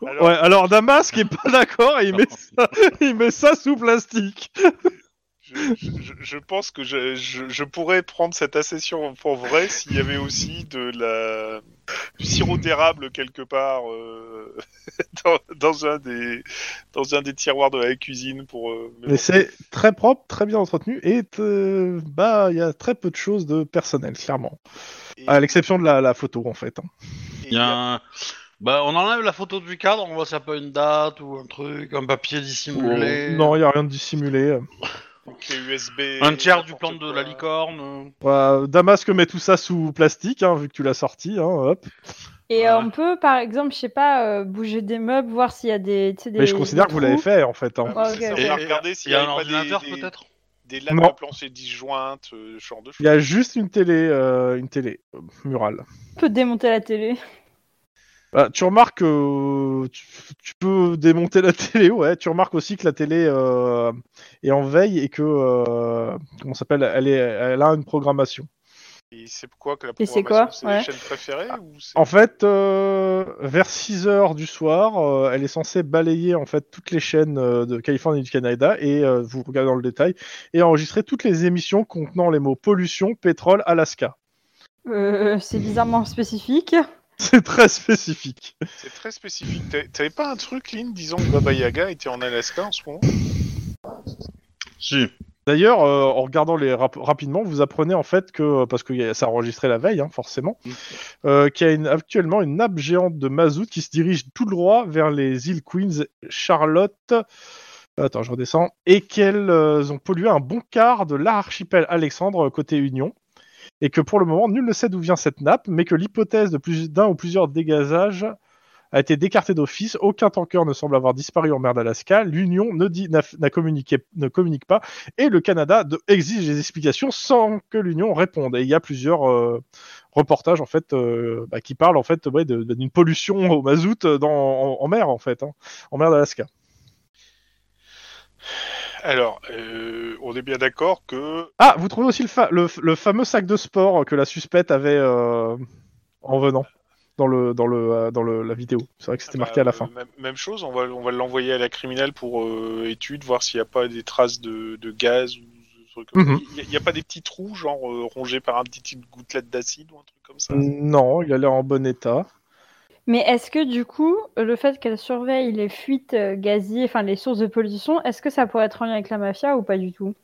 Speaker 4: Alors-
Speaker 2: Ouais, alors Damasque est pas d'accord et il met, ça, il met ça sous plastique.
Speaker 4: Je, je- je- je pense que je, je- je pourrais prendre cette accession pour vrai s'il y avait aussi de la du
Speaker 5: Hmm.
Speaker 4: sirop d'érable quelque part euh, dans, dans un des, dans un des tiroirs de la cuisine pour. euh, mais
Speaker 2: Mais
Speaker 4: bon.
Speaker 2: c'est très propre, très bien entretenu et euh, bah il y a très peu de choses de personnel, clairement.
Speaker 4: Et-
Speaker 2: À l'exception de la, la photo en fait. hein.
Speaker 4: et
Speaker 5: Il y a un- Bah, on enlève la photo du cadre, on voit si y a pas une date ou un truc, un papier dissimulé.
Speaker 4: Oh,
Speaker 2: Euh, Non, il y a rien de dissimulé. euh.
Speaker 4: une clé USB.
Speaker 5: Un tiers du
Speaker 4: n'importe
Speaker 5: plan de la
Speaker 4: quoi.
Speaker 5: licorne. euh.
Speaker 2: Voilà, Bah, Damasque met tout ça sous plastique, hein, vu que tu l'as sorti. hein, hop.
Speaker 3: Et euh,
Speaker 5: Ouais.
Speaker 3: on peut, par exemple, je sais pas, euh, bouger des meubles, voir s'il y a des. tu sais,
Speaker 2: Mais
Speaker 3: des-
Speaker 2: je considère
Speaker 3: des
Speaker 2: que vous
Speaker 3: trous.
Speaker 2: l'avez fait en fait. hein.
Speaker 4: Ouais,
Speaker 3: Ah, ok,
Speaker 4: mais ça,
Speaker 3: ok.
Speaker 4: ça va regarder s'il
Speaker 5: Il y a un
Speaker 4: avait pas des-
Speaker 5: ordinateur
Speaker 4: des-
Speaker 5: peut-être
Speaker 4: Des lames
Speaker 2: Non.
Speaker 4: à plancher disjointes, euh, ce genre de
Speaker 2: Il y
Speaker 4: choses.
Speaker 2: a juste une télé, euh, une télé euh, murale.
Speaker 3: On peut démonter la télé.
Speaker 2: Bah, tu remarques que euh, tu, tu peux démonter la télé, ouais. Tu remarques aussi que la télé euh, est en veille et que euh, comment ça s'appelle, elle, est, elle a une programmation.
Speaker 4: Et c'est quoi que la
Speaker 3: Et c'est
Speaker 4: programmation
Speaker 3: quoi
Speaker 4: C'est
Speaker 3: Ouais.
Speaker 4: les chaînes préférées ou c'est-
Speaker 2: En fait, euh, vers 6 heures du soir, euh, elle est censée balayer en fait toutes les chaînes euh, de Californie et du Canada et euh, vous regardez dans le détail et enregistrer toutes les émissions contenant les mots pollution, pétrole, Alaska.
Speaker 3: Euh, c'est bizarrement spécifique.
Speaker 2: C'est très spécifique.
Speaker 4: C'est très spécifique. T'a- T'avais pas un truc, Lynn, disant que Baba Yaga était en Alaska en ce moment
Speaker 5: Si.
Speaker 2: D'ailleurs, euh, en regardant les rap- rapidement, vous apprenez en fait que, parce que y a- ça a enregistré la veille, hein, forcément, euh, qu'il y a une- actuellement une nappe géante de mazout qui se dirige tout droit vers les îles Queens, Charlotte. Attends, je redescends. Et qu'elles euh, ont pollué un bon quart de l'archipel Alexandre euh, côté Union. Et que pour le moment, nul ne sait d'où vient cette nappe, mais que l'hypothèse de plus d'un ou plusieurs dégazages a été décartée d'office. Aucun tanker ne semble avoir disparu en mer d'Alaska. L'Union ne, dit- n'a- n'a communiqué- ne communique pas et le Canada de- exige des explications sans que l'Union réponde. Et il y a plusieurs euh, reportages en fait euh, bah, qui parlent en fait ouais, de- de- d'une pollution au mazout euh, dans, en, en mer en fait, hein, en mer d'Alaska.
Speaker 4: Alors, euh, on est bien d'accord que
Speaker 2: Ah, vous trouvez aussi le, fa- le, le fameux sac de sport que la suspecte avait euh, en venant dans le dans le euh, dans le, la vidéo. C'est vrai que
Speaker 5: Ah
Speaker 2: c'était
Speaker 4: Bah,
Speaker 2: marqué à la
Speaker 4: euh,
Speaker 2: fin.
Speaker 4: Même, même chose, on va, on va l'envoyer à la criminelle pour euh, étude, voir s'il n'y a pas des traces de, de gaz ou de trucs comme ça.
Speaker 2: Mhm.
Speaker 4: Il n'y a, pas des petits trous, genre euh, rongés par un petit petite gouttelette d'acide ou un truc comme ça
Speaker 5: euh,
Speaker 2: Mm. Non, il a l'air en bon état.
Speaker 3: Mais est-ce que du coup, le fait qu'elle surveille les fuites euh, gaziers, enfin les sources de pollution, est-ce que ça pourrait être en lien avec la mafia ou pas du tout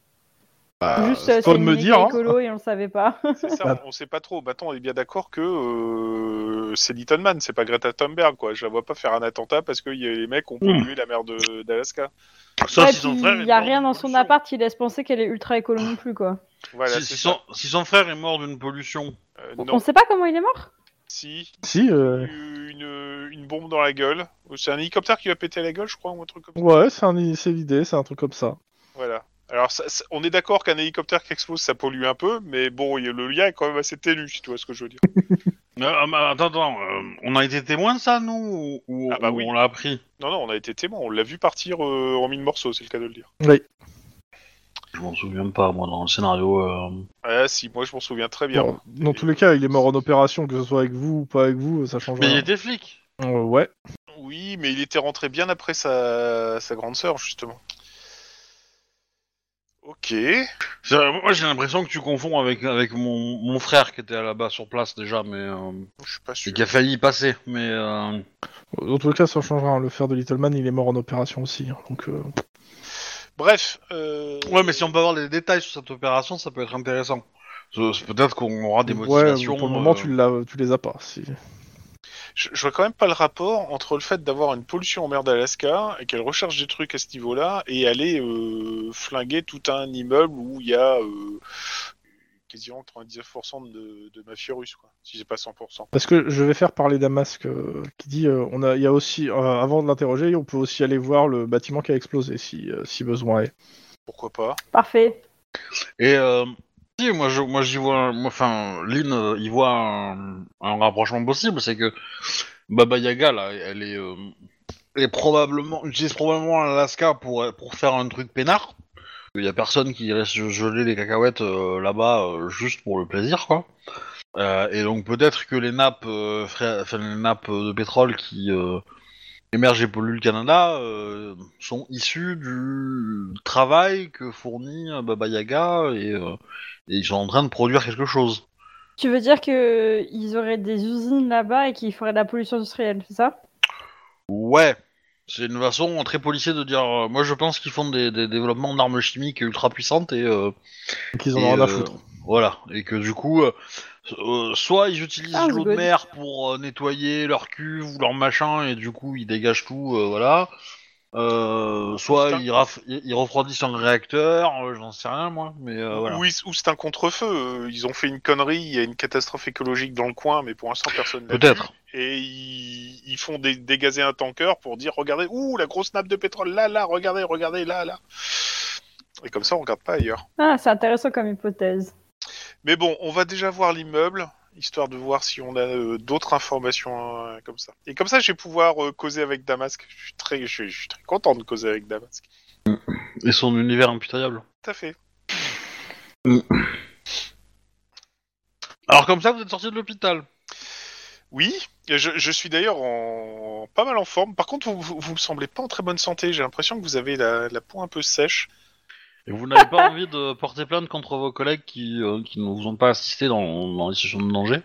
Speaker 3: Juste euh,
Speaker 2: Bah, c'est pas
Speaker 3: c'est
Speaker 2: de
Speaker 3: une
Speaker 2: me
Speaker 3: mec
Speaker 2: dire, hein.
Speaker 3: écolo et on le savait pas.
Speaker 4: C'est ça,
Speaker 2: Bah.
Speaker 4: on ne sait pas trop. Maintenant, on est bien d'accord que euh, c'est Little Man, c'est pas Greta Thunberg, quoi. Je la vois pas faire un attentat parce que y a- les
Speaker 2: Mm.
Speaker 4: mecs ont pollué la mer de- d'Alaska.
Speaker 5: Sauf
Speaker 3: Ouais,
Speaker 5: si son
Speaker 3: puis,
Speaker 5: frère est
Speaker 3: il y a
Speaker 5: mort
Speaker 3: rien
Speaker 5: d'une
Speaker 3: dans son
Speaker 5: pollution.
Speaker 3: appart qui laisse penser qu'elle est ultra écolo non plus quoi.
Speaker 4: Voilà,
Speaker 5: si,
Speaker 4: c'est
Speaker 5: si
Speaker 4: ça.
Speaker 5: son, si son frère est mort d'une pollution.
Speaker 4: Euh,
Speaker 3: On-
Speaker 4: non,
Speaker 3: On sait pas comment il est mort.
Speaker 4: si.
Speaker 2: Si. euh,
Speaker 4: Une, une bombe dans la gueule. C'est un hélicoptère qui lui a pété la gueule, je crois, ou un truc comme ça.
Speaker 2: Ouais, c'est un- c'est l'idée, c'est un truc comme ça.
Speaker 4: Voilà. Alors, ça- ça- on est d'accord qu'un hélicoptère qui explose, ça pollue un peu, mais bon, il y a- le lien est quand même assez ténu, si tu vois ce que je veux dire.
Speaker 5: Euh, ah, bah, attends, attends, euh, on a été témoin de ça, nous Ou, ou-
Speaker 4: Ah bah
Speaker 5: ou
Speaker 4: oui.
Speaker 5: on l'a appris
Speaker 4: Non, non, on a été témoin, on l'a vu partir euh, en mille morceaux, c'est le cas de le dire.
Speaker 5: Je m'en souviens pas, moi, dans le scénario. euh,
Speaker 4: Ah si, moi je m'en souviens très bien.
Speaker 2: Bon, dans tous les cas, il est mort en opération, que ce soit avec vous ou pas avec vous, ça change
Speaker 5: Mais il
Speaker 2: rien.
Speaker 5: était flic
Speaker 2: Euh, ouais.
Speaker 4: Oui, mais il était rentré bien après sa, sa grande sœur, justement. Ok.
Speaker 5: C'est- Moi, j'ai l'impression que tu confonds avec, avec mon, mon frère qui était là-bas sur place déjà, mais. euh,
Speaker 4: Je suis pas
Speaker 5: et
Speaker 4: sûr.
Speaker 5: qui a failli y passer, mais. euh,
Speaker 2: Dans tous les cas, ça change rien. Le frère de Little Man, il est mort en opération aussi. hein, donc, euh,
Speaker 4: Bref. euh,
Speaker 5: Ouais, mais si on peut avoir des détails sur cette opération, ça peut être intéressant. C'est- c'est Peut-être qu'on aura des
Speaker 2: ouais,
Speaker 5: motivations.
Speaker 2: pour le moment,
Speaker 5: euh,
Speaker 2: tu, l'as- tu les as pas. Si.
Speaker 4: Je, je vois quand même pas le rapport entre le fait d'avoir une pollution en mer d'Alaska et qu'elle recherche des trucs à ce niveau-là et aller euh, flinguer tout un immeuble où il y a euh, quasiment 99% de, de mafieux russes, quoi, si c'est pas 100%.
Speaker 2: Parce que je vais faire parler Damasque euh, qui dit euh, on a, il y a aussi, euh, avant de l'interroger, on peut aussi aller voir le bâtiment qui a explosé si, euh, si besoin est.
Speaker 4: Pourquoi pas
Speaker 3: Parfait.
Speaker 5: Et euh, si, moi, je, moi, j'y vois, moi, enfin, Lynn, euh, il voit un, un rapprochement possible, c'est que Baba Yaga, là, elle est, euh, elle est probablement, utilise probablement l'Alaska pour pour faire un truc peinard. Il y a personne qui reste geler les cacahuètes euh, là-bas euh, juste pour le plaisir, quoi. Euh, et donc peut-être que les nappes, euh, fra- enfin, les nappes de pétrole qui euh, émergent et polluent le Canada euh, sont issues du travail que fournit euh, Baba Yaga et, euh, et ils sont en train de produire quelque chose.
Speaker 3: Tu veux dire que euh, ils auraient des usines là-bas et qu'ils feraient de la pollution industrielle, c'est ça
Speaker 5: Ouais. C'est une façon très policière de dire. euh, moi, je pense qu'ils font des, des développements d'armes chimiques ultra puissantes et. euh,
Speaker 2: qu'ils en
Speaker 5: et,
Speaker 2: ont rien à
Speaker 5: euh,
Speaker 2: foutre.
Speaker 5: Voilà. Et que du coup, euh, euh, soit ils utilisent
Speaker 3: Ah,
Speaker 5: l'eau de
Speaker 3: good.
Speaker 5: mer pour euh, nettoyer leur cuve ou leur machin et du coup ils dégagent tout, euh, voilà. Euh, soit
Speaker 4: Putain.
Speaker 5: ils, raf- ils ils refroidissent un réacteur, euh, j'en sais rien moi, mais euh, voilà.
Speaker 4: Ou, ils- ou c'est un contre-feu. euh, Ils ont fait une connerie, il y a une catastrophe écologique dans le coin, mais pour l'instant personne l'a vu.
Speaker 5: Peut-être.
Speaker 4: Et ils, ils font dé- dégazer un tanker pour dire regardez, ouh, la grosse nappe de pétrole, là, là, regardez, regardez, là, là. Et comme ça, on regarde pas ailleurs.
Speaker 3: Ah, c'est intéressant comme hypothèse.
Speaker 4: Mais bon, on va déjà voir l'immeuble, histoire de voir si on a euh, d'autres informations euh, comme ça. Et comme ça, je vais pouvoir euh, causer avec Damasque. Je suis très, je, je suis très content de causer avec Damasque.
Speaker 5: Et son univers impitoyable.
Speaker 4: Tout à fait.
Speaker 5: Alors comme ça, vous êtes sorti de l'hôpital.
Speaker 4: Oui, et je, je suis d'ailleurs en pas mal en forme. Par contre, vous, vous, vous me semblez pas en très bonne santé. J'ai l'impression que vous avez la, la peau un peu sèche.
Speaker 5: Et vous n'avez pas envie de porter plainte contre vos collègues qui, euh, qui ne vous ont pas assisté dans, dans les situations de danger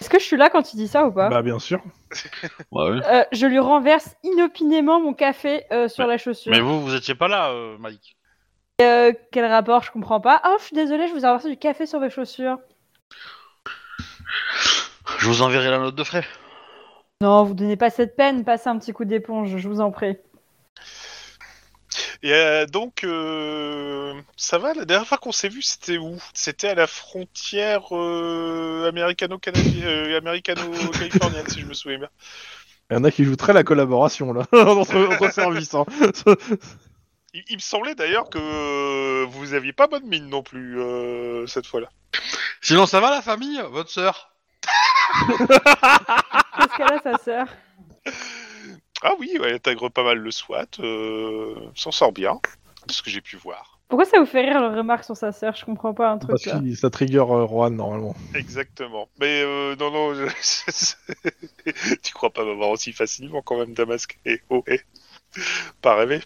Speaker 3: Est-ce que je suis là quand tu dis ça ou pas
Speaker 2: Bah bien sûr.
Speaker 5: Ouais, oui.
Speaker 3: Euh, Je lui renverse inopinément mon café euh,
Speaker 2: Bah,
Speaker 3: sur la chaussure.
Speaker 5: Mais vous, vous étiez pas là, euh, Mike.
Speaker 3: Euh, quel rapport Je comprends pas. Oh, je suis désolée, je vous ai renversé du café sur vos chaussures.
Speaker 5: Je vous enverrai la note de frais.
Speaker 3: Non, vous donnez pas cette peine, passez un petit coup d'éponge, je vous en prie.
Speaker 4: Et euh, donc, euh, ça va. La dernière fois qu'on s'est vu, c'était où C'était à la frontière euh, américano-canadienne, euh, américano-californienne, si je me souviens bien.
Speaker 2: Il y en a qui jouent très la collaboration là entre, entre services. hein.
Speaker 4: Il, il me semblait d'ailleurs que euh, vous aviez pas bonne mine non plus euh, cette fois-là.
Speaker 5: Sinon, ça va la famille Votre sœur
Speaker 3: Qu'est-ce qu'elle a, sa sœur
Speaker 4: Ah oui, ouais, elle intègre pas mal le SWAT, euh, s'en sort bien, de ce que j'ai pu voir.
Speaker 3: Pourquoi ça vous fait rire leur remarque sur sa sœur Je comprends pas un truc
Speaker 2: Parce
Speaker 3: là.
Speaker 2: que ça trigger euh, Rohan normalement.
Speaker 4: Exactement. Mais euh, non, non, je- tu crois pas m'avoir aussi facilement quand même, Damasque. Et oh, eh. pas rêvé.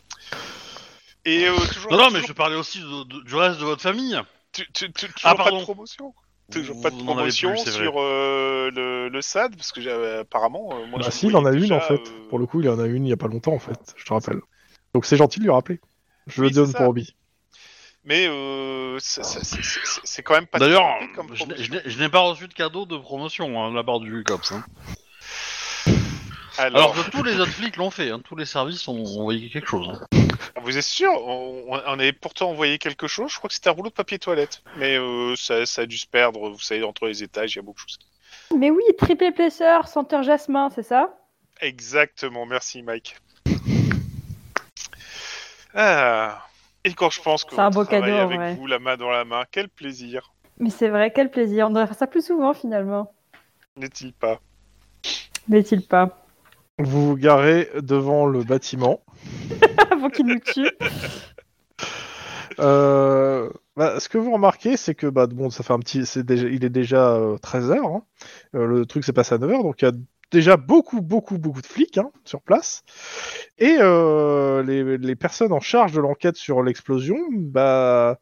Speaker 4: Et euh, toujours,
Speaker 5: Non, non, mais je
Speaker 4: toujours,
Speaker 5: parlais aussi de- de- du reste de votre famille.
Speaker 4: tu- tu- tu- toujours
Speaker 5: Ah,
Speaker 4: pas
Speaker 5: pardon.
Speaker 4: de promotion. Toujours
Speaker 5: Vous-
Speaker 4: pas de
Speaker 5: vous n'en avez
Speaker 4: promotion
Speaker 5: plus, c'est vrai.
Speaker 4: sur euh, le, le SAD, parce que j'avais- apparemment, euh, moi,
Speaker 2: Bah
Speaker 4: je
Speaker 2: si, il en a
Speaker 4: voyais
Speaker 2: une en
Speaker 4: déjà,
Speaker 2: fait.
Speaker 4: euh,
Speaker 2: Pour le coup, il en a une il y a pas longtemps en fait. Je te rappelle. Donc c'est gentil de lui rappeler. Je
Speaker 4: Oui,
Speaker 2: le donne
Speaker 4: c'est
Speaker 2: pour
Speaker 4: ça.
Speaker 2: Obi.
Speaker 4: Mais euh, ça- ça- c'est- c'est c'est quand même pas
Speaker 5: D'ailleurs,
Speaker 4: terrible comme
Speaker 5: je n'ai- je
Speaker 4: promotion.
Speaker 5: n'ai- je n'ai pas reçu de cadeau de promotion hein, de la part du COPS. hein.
Speaker 4: Alors,
Speaker 5: Alors que tous les autres flics l'ont fait, hein, tous les services ont ont envoyé quelque chose. hein.
Speaker 4: vous êtes sûr on, on- on avait pourtant envoyé quelque chose. Je crois que c'était un rouleau de papier toilette. Mais euh, ça, ça a dû se perdre. Vous savez, entre les étages, il y a beaucoup de choses.
Speaker 3: Mais oui, triple épaisseur, senteur jasmin, c'est ça
Speaker 4: Exactement. Merci, Mike. Ah. Et quand je pense que
Speaker 3: C'est un
Speaker 4: on
Speaker 3: beau
Speaker 4: travaille
Speaker 3: cadeau, en
Speaker 4: avec
Speaker 3: vrai.
Speaker 4: vous, la main dans la main, quel plaisir
Speaker 3: Mais c'est vrai, quel plaisir. On devrait faire ça plus souvent finalement.
Speaker 4: n'est-il pas
Speaker 3: N'est-il pas
Speaker 2: Vous vous garez devant le bâtiment.
Speaker 3: Avant qu'il nous tue.
Speaker 2: Euh, bah, ce que vous remarquez, c'est que bah, bon, ça fait un petit, c'est déjà, il est déjà euh, 13h. hein. Euh, le truc s'est passé à 9h, donc il y a déjà beaucoup, beaucoup, beaucoup de flics hein, sur place. Et euh, les, les personnes en charge de l'enquête sur l'explosion, bah,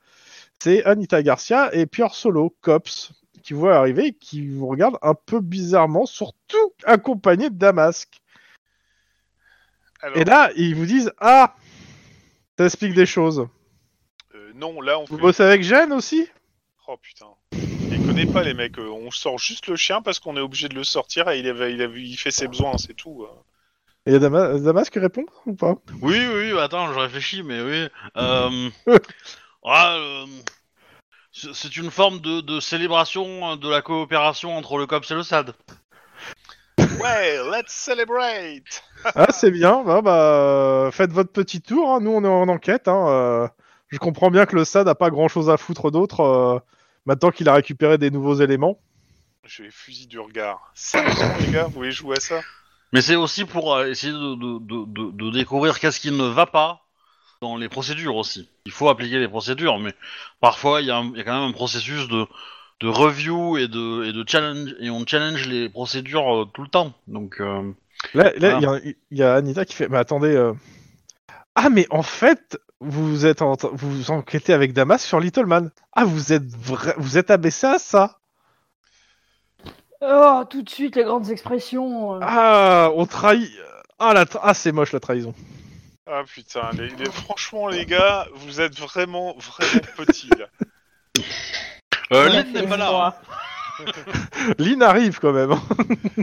Speaker 2: c'est Anita Garcia et Pierre Solo, cops, qui vous voient arriver et qui vous regardent un peu bizarrement, surtout accompagné de Damasque.
Speaker 4: Alors,
Speaker 2: Et là, ils vous disent Ah, ça explique des choses.
Speaker 4: euh, non, là, on
Speaker 2: Vous
Speaker 4: fait...
Speaker 2: bossez avec Jeanne aussi
Speaker 4: Oh putain. Il connaît pas, les mecs. Euh, On sort juste le chien parce qu'on est obligé de le sortir et il, avait, il, avait- il fait ses besoins, c'est tout. euh.
Speaker 2: Et Dama- Damas qui répond ou pas
Speaker 5: Oui, oui, oui, attends, je réfléchis, mais oui. euh, ah, euh, c'est c'est une forme de, de célébration euh, de la coopération entre le COPS et le SAD.
Speaker 4: Ouais, let's celebrate
Speaker 2: Ah c'est bien, bah, bah, faites votre petit tour, hein. nous on est en enquête. hein, euh, je comprends bien que le SAD a pas grand chose à foutre d'autre euh, maintenant qu'il a récupéré des nouveaux éléments.
Speaker 4: Je vais fusil du regard. Sérieusement, les gars, vous voulez jouer à ça
Speaker 5: Mais c'est aussi pour euh, essayer de, de- de- de- de découvrir qu'est-ce qui ne va pas dans les procédures aussi. Il faut appliquer les procédures, mais parfois il y, a un- il y a quand même un processus de, de review et de, et de challenge, et on challenge les procédures euh, tout le temps. Donc, euh,
Speaker 2: Là, là, il y a- il y, a Anita qui fait, mais attendez, euh, ah mais en fait vous êtes en- vous enquêtez avec Damas sur Little Man. Ah vous êtes vra- vous êtes abaissé à ça
Speaker 3: Oh, tout de suite, les grandes expressions. euh.
Speaker 2: Ah, on trahit. Ah, la tra- ah, c'est moche la trahison.
Speaker 4: Ah putain, les, les- franchement les gars, vous êtes vraiment, vraiment petits là.
Speaker 5: Euh,
Speaker 3: Ouais,
Speaker 5: Lynn n'est pas là. hein.
Speaker 2: Lynn arrive quand même.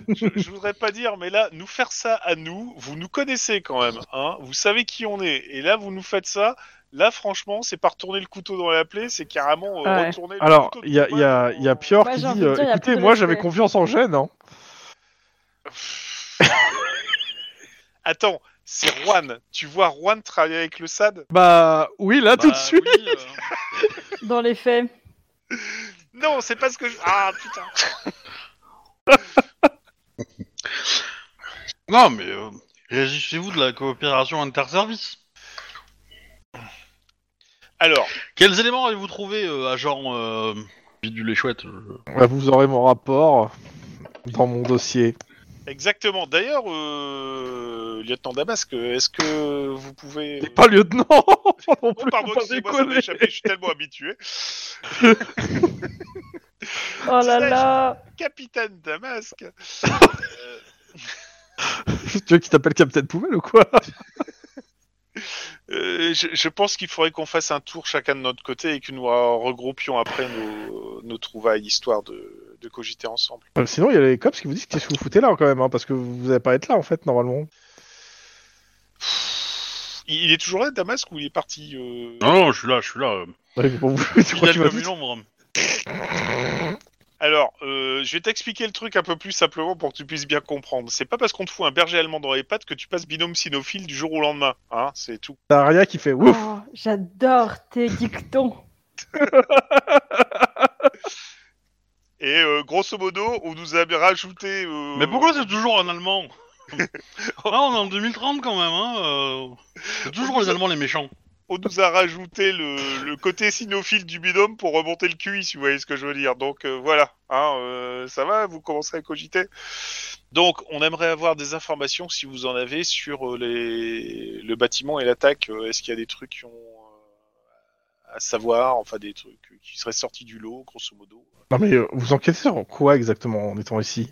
Speaker 4: Je, je voudrais pas dire, mais là, nous faire ça à nous, vous nous connaissez quand même, hein vous savez qui on est, et là vous nous faites ça, là franchement, c'est pas retourner le couteau dans la plaie, c'est carrément euh,
Speaker 3: Ah ouais.
Speaker 4: retourner le
Speaker 2: Alors,
Speaker 4: couteau
Speaker 2: il y a,
Speaker 4: dans
Speaker 2: il y a,
Speaker 4: la-
Speaker 2: il y a Pior
Speaker 3: Ouais,
Speaker 2: qui
Speaker 3: j'ai envie
Speaker 2: dit
Speaker 3: de
Speaker 2: euh,
Speaker 3: dire, il y a
Speaker 2: Écoutez,
Speaker 3: plus de
Speaker 2: moi j'avais
Speaker 3: respect.
Speaker 2: confiance en Gênes. Hein.
Speaker 4: Attends, c'est Juan, tu vois Juan travailler avec le SAD
Speaker 2: Bah, oui, là tout de
Speaker 5: Bah,
Speaker 2: suite.
Speaker 5: oui, euh,
Speaker 3: Dans les faits.
Speaker 4: Non, c'est pas ce que je... Ah putain
Speaker 5: Non, mais euh, régissez-vous de la coopération interservice.
Speaker 4: Alors,
Speaker 5: Quels éléments avez-vous trouvé, euh, agent euh, Bidule et Chouette je-
Speaker 2: Bah, vous aurez mon rapport dans mon dossier.
Speaker 4: exactement, d'ailleurs, euh, lieutenant Damasque, est-ce que vous pouvez...
Speaker 2: T'es pas lieutenant non
Speaker 4: Oh
Speaker 2: plus,
Speaker 4: pardon,
Speaker 2: faut pas
Speaker 4: excusez-moi, ça m'a
Speaker 2: déconner.
Speaker 4: échappé, je suis tellement habitué.
Speaker 3: Oh là là.
Speaker 4: Capitaine Damasque Euh,
Speaker 2: Tu veux qu'il t'appelle Capitaine Poubelle ou quoi
Speaker 4: euh, je, je pense qu'il faudrait qu'on fasse un tour chacun de notre côté et que nous euh, regroupions après nos, nos trouvailles, histoire de, de cogiter ensemble.
Speaker 2: Euh, Sinon, il y a les cops qui vous disent Qu'est-ce que vous foutez là quand même hein, Parce que vous n'allez pas être là en fait, normalement.
Speaker 4: Il, il est toujours là, Damasque, ou il est parti euh,
Speaker 5: Non, non, je suis là, je suis là. euh,
Speaker 2: Ouais, mais bon, vous- tu crois
Speaker 5: Fidèle
Speaker 2: qu'il va
Speaker 5: comme une ombre.
Speaker 4: Alors, euh, je vais t'expliquer le truc un peu plus simplement pour que tu puisses bien comprendre. C'est pas parce qu'on te fout un berger allemand dans les pattes que tu passes binôme cynophile du jour au lendemain, hein, c'est tout.
Speaker 2: T'as Aria qui fait Ouf
Speaker 3: Oh, J'adore tes dictons.
Speaker 4: Et euh, grosso modo, on nous a rajouté... euh,
Speaker 5: Mais pourquoi c'est toujours un Allemand Ouais, on est en 2030 quand même, hein. euh, C'est toujours les Allemands les méchants.
Speaker 4: on nous a rajouté le, le côté cynophile du binôme pour remonter le QI, si vous voyez ce que je veux dire. Donc euh, voilà, hein, euh, ça va, vous commencez à cogiter. Donc on aimerait avoir des informations, si vous en avez, sur euh, les, le bâtiment et l'attaque. Euh, Est-ce qu'il y a des trucs qui ont euh, à savoir, enfin des trucs qui seraient sortis du lot, grosso modo
Speaker 2: Non mais euh, vous enquêtez sur quoi exactement en étant ici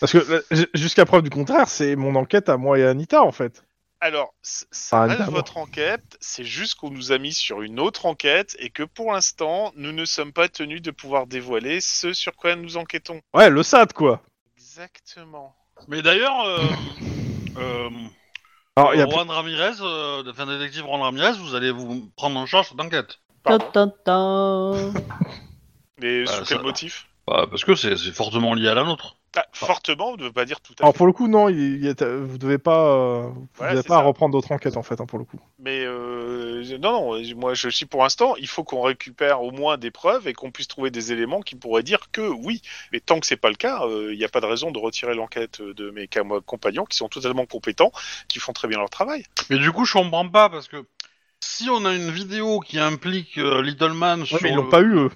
Speaker 2: Parce que euh, j- jusqu'à preuve du contraire, c'est mon enquête à moi et à Anita en fait.
Speaker 4: Alors, c- ça
Speaker 2: Ah,
Speaker 4: reste
Speaker 2: évidemment.
Speaker 4: votre enquête, c'est juste qu'on nous a mis sur une autre enquête et que pour l'instant, nous ne sommes pas tenus de pouvoir dévoiler ce sur quoi nous enquêtons.
Speaker 2: Ouais, le SAD quoi
Speaker 4: Exactement.
Speaker 5: Mais d'ailleurs, euh, euh,
Speaker 2: Alors, il y a-
Speaker 5: Juan Ramirez, euh, enfin détective Juan Ramirez, vous allez vous prendre en charge cette enquête.
Speaker 3: Tan,
Speaker 4: Pardon.
Speaker 3: tan, tan.
Speaker 4: Mais
Speaker 5: Bah,
Speaker 4: sous quel
Speaker 5: ça-
Speaker 4: motif
Speaker 5: Bah, parce que c'est c'est fortement lié à la nôtre.
Speaker 4: Ah, Fortement, on ne veut pas dire tout à
Speaker 2: Alors
Speaker 4: fait.
Speaker 2: pour le coup, non, il, il est- vous devez pas, euh, vous
Speaker 4: Ouais,
Speaker 2: devez
Speaker 4: c'est
Speaker 2: pas
Speaker 4: ça.
Speaker 2: reprendre d'autres enquêtes en fait hein, pour le coup.
Speaker 4: Mais euh, je- non, non, moi je suis pour l'instant, il faut qu'on récupère au moins des preuves et qu'on puisse trouver des éléments qui pourraient dire que oui. Mais tant que c'est pas le cas, euh, il n'y a pas de raison de retirer l'enquête de mes cam- compagnons qui sont totalement compétents, qui font très bien leur travail.
Speaker 5: Mais du coup, je comprends pas parce que si on a une vidéo qui implique euh, Little Man sur.
Speaker 2: mais ils l'ont
Speaker 5: le-
Speaker 2: pas eu eux.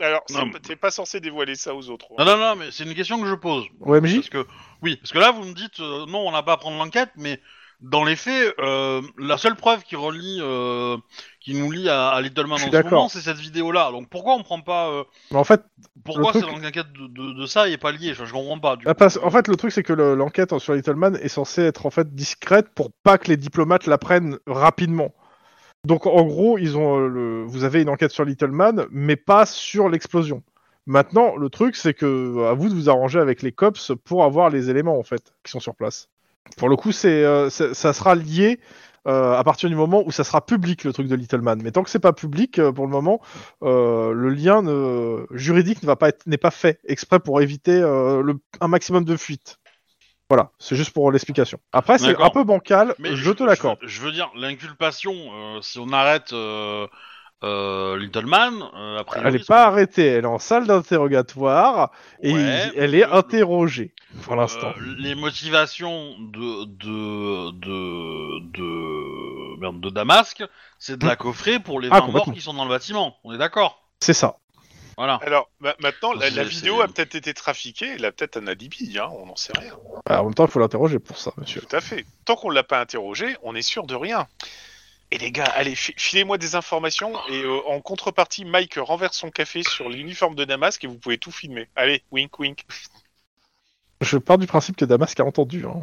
Speaker 4: Alors, c'est
Speaker 5: Non,
Speaker 4: pas- t'es pas censé dévoiler ça aux autres.
Speaker 5: Non,
Speaker 4: hein.
Speaker 5: non, non, mais c'est une question que je pose.
Speaker 2: OMJ
Speaker 5: Parce que, oui, parce que là, vous me dites, euh, non, on n'a pas à prendre l'enquête, mais dans les faits, euh, la seule preuve qui relie, euh, qui nous lie à, à Little Man
Speaker 2: Je suis
Speaker 5: en ce
Speaker 2: d'accord.
Speaker 5: moment, c'est cette vidéo-là. Donc pourquoi on prend pas, euh,
Speaker 2: Mais en fait,
Speaker 5: pourquoi
Speaker 2: Le
Speaker 5: c'est
Speaker 2: truc- Bah,
Speaker 5: dans l'enquête de, de- de ça et pas lié Enfin, Je comprends pas. Du
Speaker 2: la
Speaker 5: coup.
Speaker 2: passe- en fait, le truc c'est que le- l'enquête sur Little Man est censée être en fait discrète pour pas que les diplomates l'apprennent rapidement. Donc en gros, ils ont euh, le, vous avez une enquête sur Little Man, mais pas sur l'explosion. Maintenant, le truc c'est que à vous de vous arranger avec les cops pour avoir les éléments en fait qui sont sur place. Pour le coup, c'est euh, ça ça sera lié euh, à partir du moment où ça sera public le truc de Little Man. Mais tant que c'est pas public, euh, pour le moment, euh, le lien ne- juridique ne va pas être- n'est pas fait exprès pour éviter euh, le- un maximum de fuites. Voilà, c'est juste pour l'explication. Après, c'est
Speaker 5: D'accord.
Speaker 2: un peu bancal,
Speaker 5: Mais
Speaker 2: je te l'accorde.
Speaker 5: Je, veux dire, l'inculpation, euh, si on arrête euh, euh, Little Man, euh, après.
Speaker 2: Elle n'est pas arrêtée, elle est en salle d'interrogatoire et il- elle est interrogée pour l'instant.
Speaker 5: Euh, les motivations de de de de, merde, de Damasque, c'est de la coffrer pour les
Speaker 2: Ah,
Speaker 5: 20
Speaker 2: complètement.
Speaker 5: morts qui sont dans le bâtiment. On est d'accord.
Speaker 2: C'est ça.
Speaker 5: Voilà.
Speaker 4: Alors, ma- maintenant, la,
Speaker 5: C'est-
Speaker 4: la vidéo
Speaker 5: c'est-
Speaker 4: a peut-être été trafiquée, elle a peut-être un alibi, hein, on n'en sait rien.
Speaker 2: Ah, Bah, en même temps, il faut l'interroger pour ça, monsieur.
Speaker 4: Tout à fait. Tant qu'on ne l'a pas interrogé, on est sûr de rien. Et les gars, allez, fi- filez-moi des informations et euh, en contrepartie, Mike renverse son café sur l'uniforme de Damask et vous pouvez tout filmer. Allez, wink wink.
Speaker 2: Je pars du principe que Damask a entendu. hein.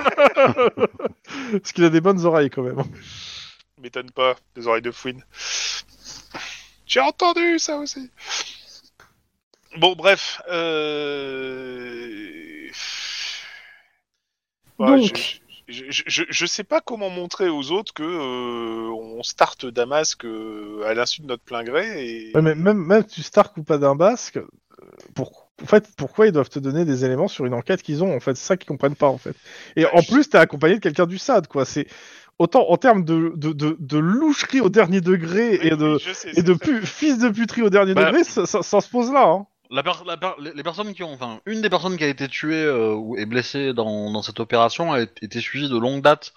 Speaker 2: Parce qu'il a des bonnes oreilles quand même.
Speaker 4: M'étonne pas, des oreilles de fouine. J'ai entendu ça aussi. Bon, bref. Euh... Ouais,
Speaker 3: Donc.
Speaker 4: je- Je, je- je- je sais pas comment montrer aux autres que euh, on starte Damask euh, à l'insu de notre plein gré et
Speaker 2: Ouais, mais même, même tu Stark ou pas d'un basque, euh, pour... en fait, pourquoi ils doivent te donner des éléments sur une enquête qu'ils ont En fait, c'est ça qu'ils comprennent pas en fait. Et en plus, t'es accompagné de quelqu'un du SAD, quoi. C'est autant en termes de, de, de, de loucherie au dernier degré et
Speaker 4: Oui,
Speaker 2: de,
Speaker 4: oui, je sais,
Speaker 2: et
Speaker 4: c'est
Speaker 2: de
Speaker 4: ça.
Speaker 2: pu- fils de puterie au dernier
Speaker 5: Bah.
Speaker 2: degré, ça, ça- ça se pose là. hein.
Speaker 5: La per- la per- les les personnes qui ont, enfin, une des personnes qui a été tuée euh, ou est blessée dans, dans cette opération a été suivie de longue date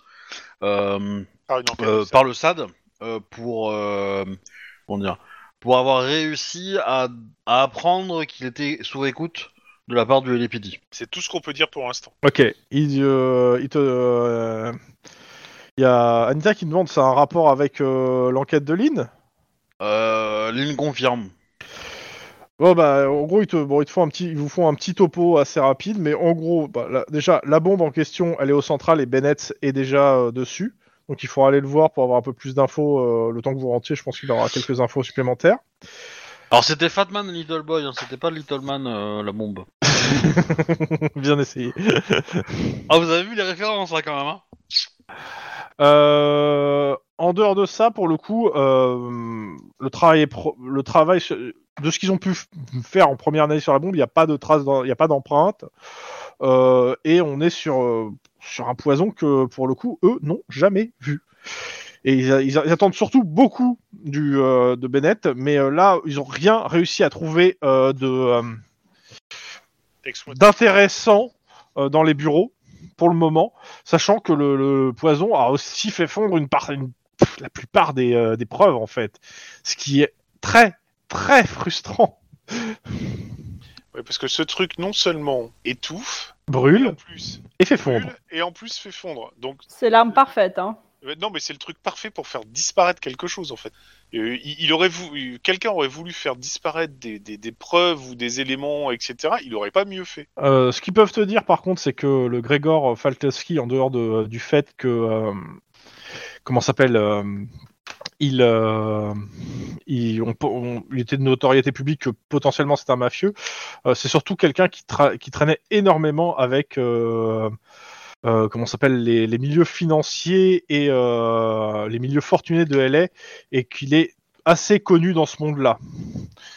Speaker 5: euh,
Speaker 4: Par une enquête,
Speaker 5: euh,
Speaker 4: ça.
Speaker 5: par le SAD euh, pour euh, comment dire, pour avoir réussi à, à apprendre qu'il était sous écoute de la part du LPD.
Speaker 4: C'est tout ce qu'on peut dire pour l'instant.
Speaker 2: Ok, il, euh, il te. euh, Il y a Anita qui demande, c'est un rapport avec euh, l'enquête de Lynn
Speaker 5: Euh, Lynn confirme.
Speaker 2: Bon bah en gros ils te, bon, ils te font un petit, ils vous font un petit topo assez rapide, mais en gros bah, la- déjà la bombe en question elle est au central et Bennett est déjà euh, dessus, donc il faudra aller le voir pour avoir un peu plus d'infos euh, le temps que vous rentiez. Je pense qu'il aura quelques infos supplémentaires.
Speaker 5: Alors c'était Fatman et Little Boy, hein, c'était pas Little Man euh, la bombe.
Speaker 2: Bien essayé.
Speaker 5: Ah vous avez vu les références là quand même. Hein
Speaker 2: Euh, en dehors de ça, pour le coup, euh, le travail, est pro- le travail sur- de ce qu'ils ont pu f- faire en première année sur la bombe, il n'y a pas de traces, d'en- il n'y a pas d'empreinte, Euh, et on est sur euh, sur un poison que pour le coup, eux n'ont jamais vu. Et ils, a- ils a- ils attendent surtout beaucoup du euh, de Bennett, mais euh, là, ils n'ont rien réussi à trouver euh, de euh,
Speaker 4: Exploit-
Speaker 2: d'intéressant euh, dans les bureaux pour le moment, sachant que le, le poison a aussi fait fondre une part, une- pff, la plupart des, euh, des preuves en fait, ce qui est très très frustrant.
Speaker 4: Ouais, parce que ce truc non seulement étouffe, et en
Speaker 2: Brûle
Speaker 4: plus
Speaker 2: et fait
Speaker 4: brûle,
Speaker 2: fondre.
Speaker 4: et en plus fait fondre. Donc
Speaker 3: C'est l'arme parfaite. Hein.
Speaker 4: euh, non, mais c'est le truc parfait pour faire disparaître quelque chose en fait. Euh, il, il aurait voulu, quelqu'un aurait voulu faire disparaître des, des- des preuves ou des éléments, etc. Il aurait pas mieux fait.
Speaker 2: Euh, ce qu'ils peuvent te dire par contre, c'est que le Grégor Falteski, en dehors de- du fait que euh, comment s'appelle, euh, il, euh, il, on peut- on- il était de notoriété publique que potentiellement c'était un mafieux. Euh, c'est surtout quelqu'un qui, tra- qui traînait énormément avec euh, euh, comment s'appelle les, les milieux financiers et euh, les milieux fortunés de LA et qu'il est assez connu dans ce monde-là.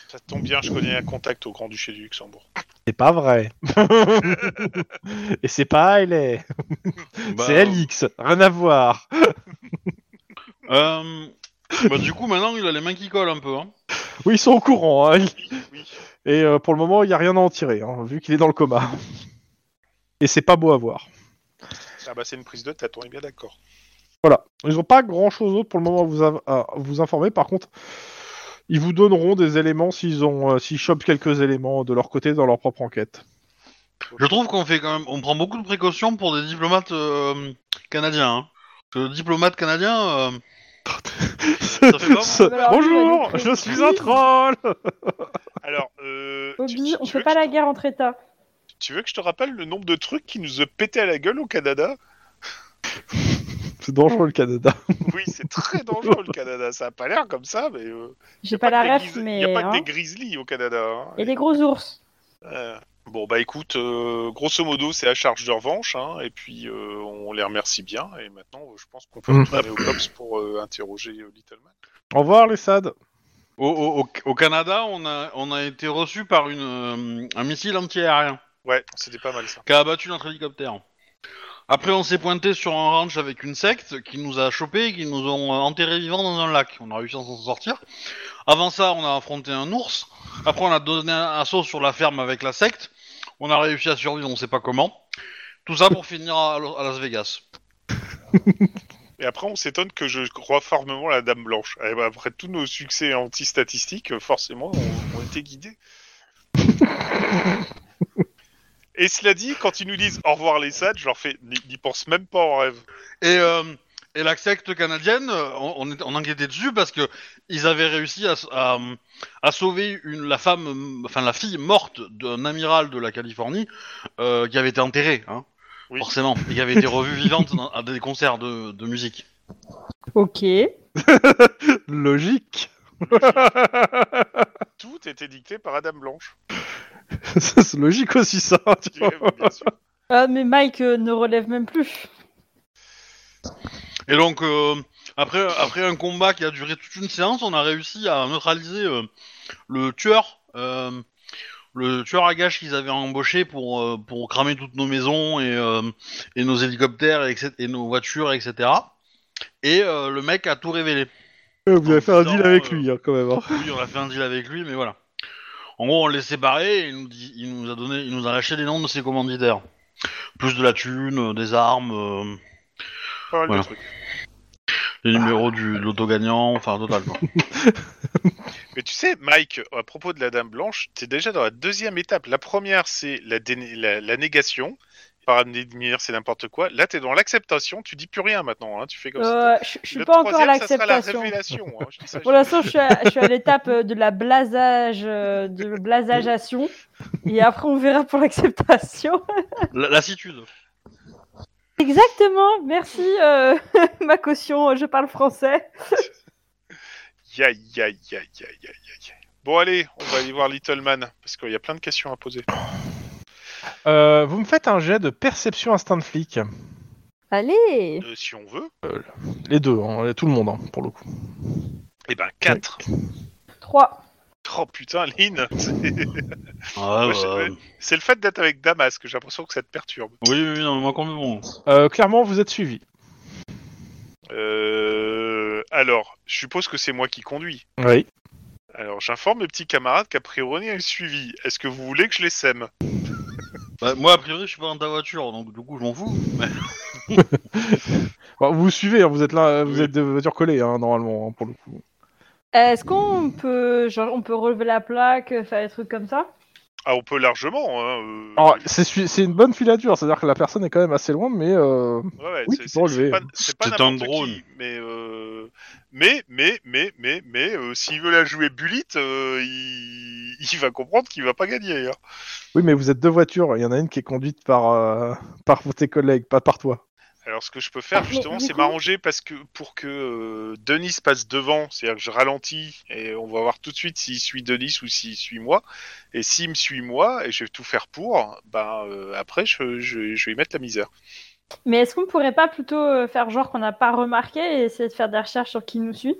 Speaker 4: Ça tombe bien, je connais un contact au Grand Duché du Luxembourg.
Speaker 2: C'est pas vrai. et c'est pas LA.
Speaker 4: Bah,
Speaker 2: C'est LX, rien à voir.
Speaker 5: Euh, bah, du coup maintenant il a les mains qui collent un peu. Hein.
Speaker 2: Oui, ils sont au courant. hein.
Speaker 4: Oui.
Speaker 2: Et euh, pour le moment, il n'y a rien à en tirer, hein, vu qu'il est dans le coma. Et c'est pas beau à voir.
Speaker 4: Ah bah c'est une prise de tête, on est bien d'accord.
Speaker 2: Voilà. Ils n'ont pas grand chose d'autre pour le moment à vous, av- à vous informer. Par contre, ils vous donneront des éléments s'ils ont, euh, s'ils chopent quelques éléments de leur côté dans leur propre enquête.
Speaker 5: Je trouve qu'on fait quand même, on prend beaucoup de précautions pour des diplomates euh, canadiens. Hein. Parce que le diplomate canadien, euh, ça fait pas
Speaker 2: Ce-
Speaker 3: Alors,
Speaker 2: Bonjour,
Speaker 3: oui,
Speaker 2: je suis un troll.
Speaker 4: Alors, euh, tu,
Speaker 3: Bobby,
Speaker 4: tu-
Speaker 3: on
Speaker 4: tu
Speaker 3: fait
Speaker 4: veux
Speaker 3: pas
Speaker 4: que
Speaker 3: la
Speaker 4: je-
Speaker 3: guerre entre États.
Speaker 4: tu veux que je te rappelle le nombre de trucs qui nous ont pété à la gueule au Canada
Speaker 2: C'est dangereux le Canada.
Speaker 4: Oui, c'est très dangereux le Canada. Ça a pas l'air comme ça, mais. euh,
Speaker 3: J'ai
Speaker 4: y a
Speaker 3: pas la
Speaker 4: que des
Speaker 3: ref,
Speaker 4: gris-
Speaker 3: mais.
Speaker 4: y a pas que
Speaker 3: hein.
Speaker 4: des grizzlies au Canada. hein.
Speaker 3: Et des gros ours.
Speaker 4: Euh, Bon, bah écoute, euh, grosso modo, c'est à charge de revanche, hein, et puis euh, on les remercie bien, et maintenant euh, je pense qu'on peut
Speaker 2: Mm.
Speaker 4: retourner au COPS pour euh, interroger euh, Little Man.
Speaker 2: Au revoir les SAD.
Speaker 5: au, au- au- au Canada, on a, on a été reçu par une, euh, un missile antiaérien
Speaker 4: Ouais, c'était pas mal ça.
Speaker 5: qui a abattu notre hélicoptère. Après, on s'est pointé sur un ranch avec une secte qui nous a chopés et qui nous ont euh, enterrés vivants dans un lac. On a réussi à s'en sortir. Avant ça, on a affronté un ours. Après, on a donné un assaut sur la ferme avec la secte. On a réussi à survivre, on sait pas comment. Tout ça pour finir à Lo- à Las Vegas.
Speaker 4: Et après, on s'étonne que je crois formement la Dame Blanche. Et bah, après tous nos succès anti-statistiques, euh, forcément, on, on était guidés. Et cela dit, quand ils nous disent au revoir les SAD, je leur fais n'y n'y pense même pas en rêve.
Speaker 5: Et, euh, et la secte canadienne, euh, on, on, est- on enquêtait dessus parce que ils avaient réussi à, s- à, à sauver une, la femme, enfin la fille morte d'un amiral de la Californie euh, qui avait été enterrée, hein,
Speaker 4: Oui.
Speaker 5: forcément, et qui avait été revue vivante dans- à des concerts de, de musique.
Speaker 3: Ok. Euh,
Speaker 6: Logique.
Speaker 4: Tout était dicté par Adam Blanche.
Speaker 6: Ça, c'est logique aussi, ça. tu vois.
Speaker 4: Bien sûr.
Speaker 3: Ah, mais Mike euh, ne relève même plus.
Speaker 5: Et donc, euh, après, après un combat qui a duré toute une séance, on a réussi à neutraliser euh, le tueur, euh, le tueur à gages qu'ils avaient embauché pour, euh, pour cramer toutes nos maisons et, euh, et nos hélicoptères et, etc., et nos voitures, etc. Et euh, le mec a tout révélé.
Speaker 6: Euh, Vous avez fait un deal
Speaker 5: Putain,
Speaker 6: avec
Speaker 5: euh.
Speaker 6: lui, hein, quand même. hein.
Speaker 5: Oui, on a fait un deal avec lui, mais voilà. En gros, on les séparés et il nous, dit- il nous a donné, il nous a lâché les noms de ses commanditaires. Plus de la thune, euh, des armes, euh,
Speaker 4: Pas mal
Speaker 5: Voilà.
Speaker 4: de trucs.
Speaker 5: les numéros du, de l'auto-gagnant, enfin, total. quoi.
Speaker 4: Mais tu sais, Mike, à propos de la Dame Blanche, t'es déjà dans la deuxième étape. La première, c'est la, déné- la, la négation. Par admire, c'est n'importe quoi. Là, t'es dans l'acceptation. Tu dis plus rien maintenant. hein, Tu fais comme ça.
Speaker 3: Euh, je je suis pas encore à
Speaker 4: La
Speaker 3: l'acceptation.
Speaker 4: révélation. hein, je dis ça,
Speaker 3: Pour l'instant, je suis à, je suis à l'étape euh, de la blasage, euh, de blasageation. Et après, on verra pour l'acceptation.
Speaker 5: La- Lassitude.
Speaker 3: Exactement, merci euh, ma caution, euh, je parle français.
Speaker 4: je- Aïe, aïe, aïe, aïe, aïe, aïe, aïe. Bon, allez, on va aller voir Little Man. Parce qu'il y a plein de questions à poser.
Speaker 2: Euh, vous me faites un jet de perception instinct de flic.
Speaker 3: Allez
Speaker 4: Euh, si on veut.
Speaker 2: Les deux, hein, tout le monde, hein, pour le coup.
Speaker 4: Eh ben, 4.
Speaker 3: 3.
Speaker 4: Oh putain, Lynn. c'est-
Speaker 5: Ouais,
Speaker 4: Moi, je-
Speaker 5: bah,
Speaker 4: ouais. C'est le fait d'être avec Damas que j'ai l'impression que ça te perturbe.
Speaker 5: Oui, oui, oui, non, mais moi quand même, bon.
Speaker 2: Euh, clairement, vous êtes suivi.
Speaker 4: Euh, alors, je suppose que c'est moi qui conduis.
Speaker 2: Oui.
Speaker 4: Alors, j'informe mes petits camarades qu'a priori, il y a le suivi. Est-ce que vous voulez que je les sème
Speaker 5: Bah, moi, a priori, je suis pas dans ta voiture, donc du coup, je m'en fous. Mais...
Speaker 2: Bon, vous vous suivez, hein, vous êtes là, euh, vous
Speaker 5: Oui.
Speaker 2: êtes de voiture collée, hein, normalement, hein, pour le coup.
Speaker 3: Est-ce qu'on peut, genre, on peut relever la plaque, euh, faire des trucs comme ça
Speaker 4: Ah, on peut largement. hein, euh,
Speaker 2: Alors, c'est su- c'est une bonne filature, c'est-à-dire que la personne est quand même assez loin, mais euh,
Speaker 4: ouais, ouais,
Speaker 2: oui,
Speaker 4: c'est-
Speaker 2: tu peux
Speaker 4: c'est-
Speaker 2: enlever.
Speaker 4: c'est pas- C'est pas
Speaker 5: C'est un
Speaker 4: n'importe
Speaker 5: drone.
Speaker 4: qui, mais, euh, mais, mais, mais, mais, mais, euh, s'il veut la jouer bullite, euh, il... il va comprendre qu'il va pas gagner. hein.
Speaker 2: oui, mais vous êtes deux voitures. Il y en a une qui est conduite par euh, par tes collègues, pas par toi.
Speaker 4: Alors, ce que je peux faire,
Speaker 2: Ah,
Speaker 3: Mais
Speaker 4: justement,
Speaker 3: du
Speaker 4: c'est
Speaker 3: coup-
Speaker 4: m'arranger parce que pour que euh, Denis passe devant, c'est-à-dire que je ralentis et on va voir tout de suite s'il suit Denis ou s'il suit moi. Et s'il me suit moi, et je vais tout faire pour, ben euh, après, je, je- je vais y mettre la misère.
Speaker 3: Mais est-ce qu'on pourrait pas plutôt euh, faire genre qu'on n'a pas remarqué et essayer de faire des recherches sur qui nous suit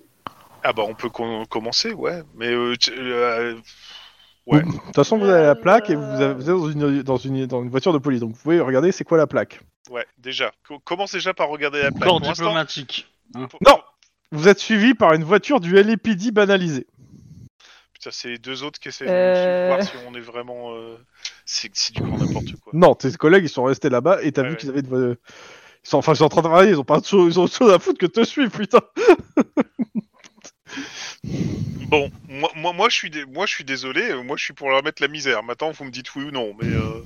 Speaker 4: Ah bah, on peut com- commencer, ouais. Mais euh, tu- euh, Ouais.
Speaker 2: Vous- De toute façon, vous avez la plaque et vous, avez- vous êtes dans une, dans, une, dans une voiture de police, donc vous pouvez regarder c'est quoi la plaque.
Speaker 4: ouais, déjà. Co- commence déjà par regarder la plaque.
Speaker 5: Corps
Speaker 4: Pour l'instant-
Speaker 5: diplomatique.
Speaker 4: pour-
Speaker 2: Non Vous êtes suivi par une voiture du LAPD banalisée.
Speaker 4: Putain, c'est les deux autres qui essaient
Speaker 3: Euh.
Speaker 4: de nous suivre, voir si on est vraiment... euh, C'est c'est du grand n'importe quoi.
Speaker 2: Non, tes collègues ils sont restés là-bas et t'as
Speaker 4: Ouais,
Speaker 2: vu
Speaker 4: ouais.
Speaker 2: qu'ils avaient de. euh, Ils sont, enfin, ils sont en train de travailler, ils ont pas de chose, ils ont autre chose à foutre que de te suivre, putain.
Speaker 4: Bon, moi, moi, moi, je suis dé- moi je suis désolé, euh, moi je suis pour leur mettre la misère. Maintenant, vous me dites oui ou non, mais euh,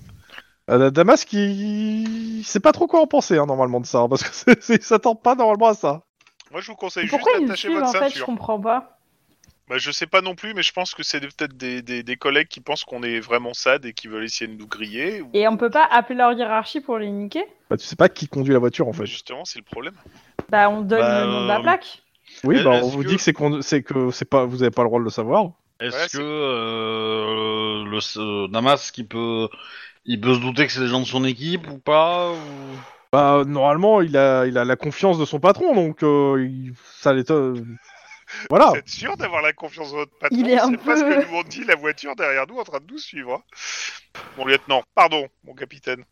Speaker 2: Euh, Damas qui. il sait pas trop quoi en penser, hein, normalement, de ça, hein, parce que c'est- c'est- il s'attend pas normalement à ça.
Speaker 4: moi je vous conseille
Speaker 3: Pourquoi
Speaker 4: juste
Speaker 3: ils nous
Speaker 4: d'attacher
Speaker 3: suivent
Speaker 4: votre
Speaker 3: en fait Je
Speaker 4: ceinture.
Speaker 3: comprends pas.
Speaker 4: Bah, je sais pas non plus, mais je pense que c'est peut-être des, des- des collègues qui pensent qu'on est vraiment sad et qui veulent essayer de nous griller. ou-
Speaker 3: Et on peut pas appeler leur hiérarchie pour les niquer
Speaker 2: Bah, tu sais pas qui conduit la voiture en
Speaker 4: Bah,
Speaker 2: fait.
Speaker 4: justement, c'est le problème.
Speaker 3: Bah on donne
Speaker 5: Bah,
Speaker 3: le nom de la
Speaker 5: euh,
Speaker 3: plaque.
Speaker 2: Oui,
Speaker 5: Est-ce
Speaker 2: bah, on vous
Speaker 5: que-
Speaker 2: dit que c'est condu- c'est que c'est pas, vous avez pas le droit de le savoir.
Speaker 5: Est-ce
Speaker 4: Ouais, c'est-
Speaker 5: que euh, le ce- Damas, qui peut, il peut se douter que c'est des gens de son équipe ou pas ou...
Speaker 2: Bah, normalement, il a, il a la confiance de son patron, donc euh, il- ça l'étonne. Voilà.
Speaker 4: Vous êtes sûr d'avoir la confiance de votre patron
Speaker 3: Il est un
Speaker 4: C'est pas ce
Speaker 3: peu-
Speaker 4: que nous ont dit la voiture derrière nous en train de nous suivre. hein. Mon lieutenant, pardon, mon capitaine.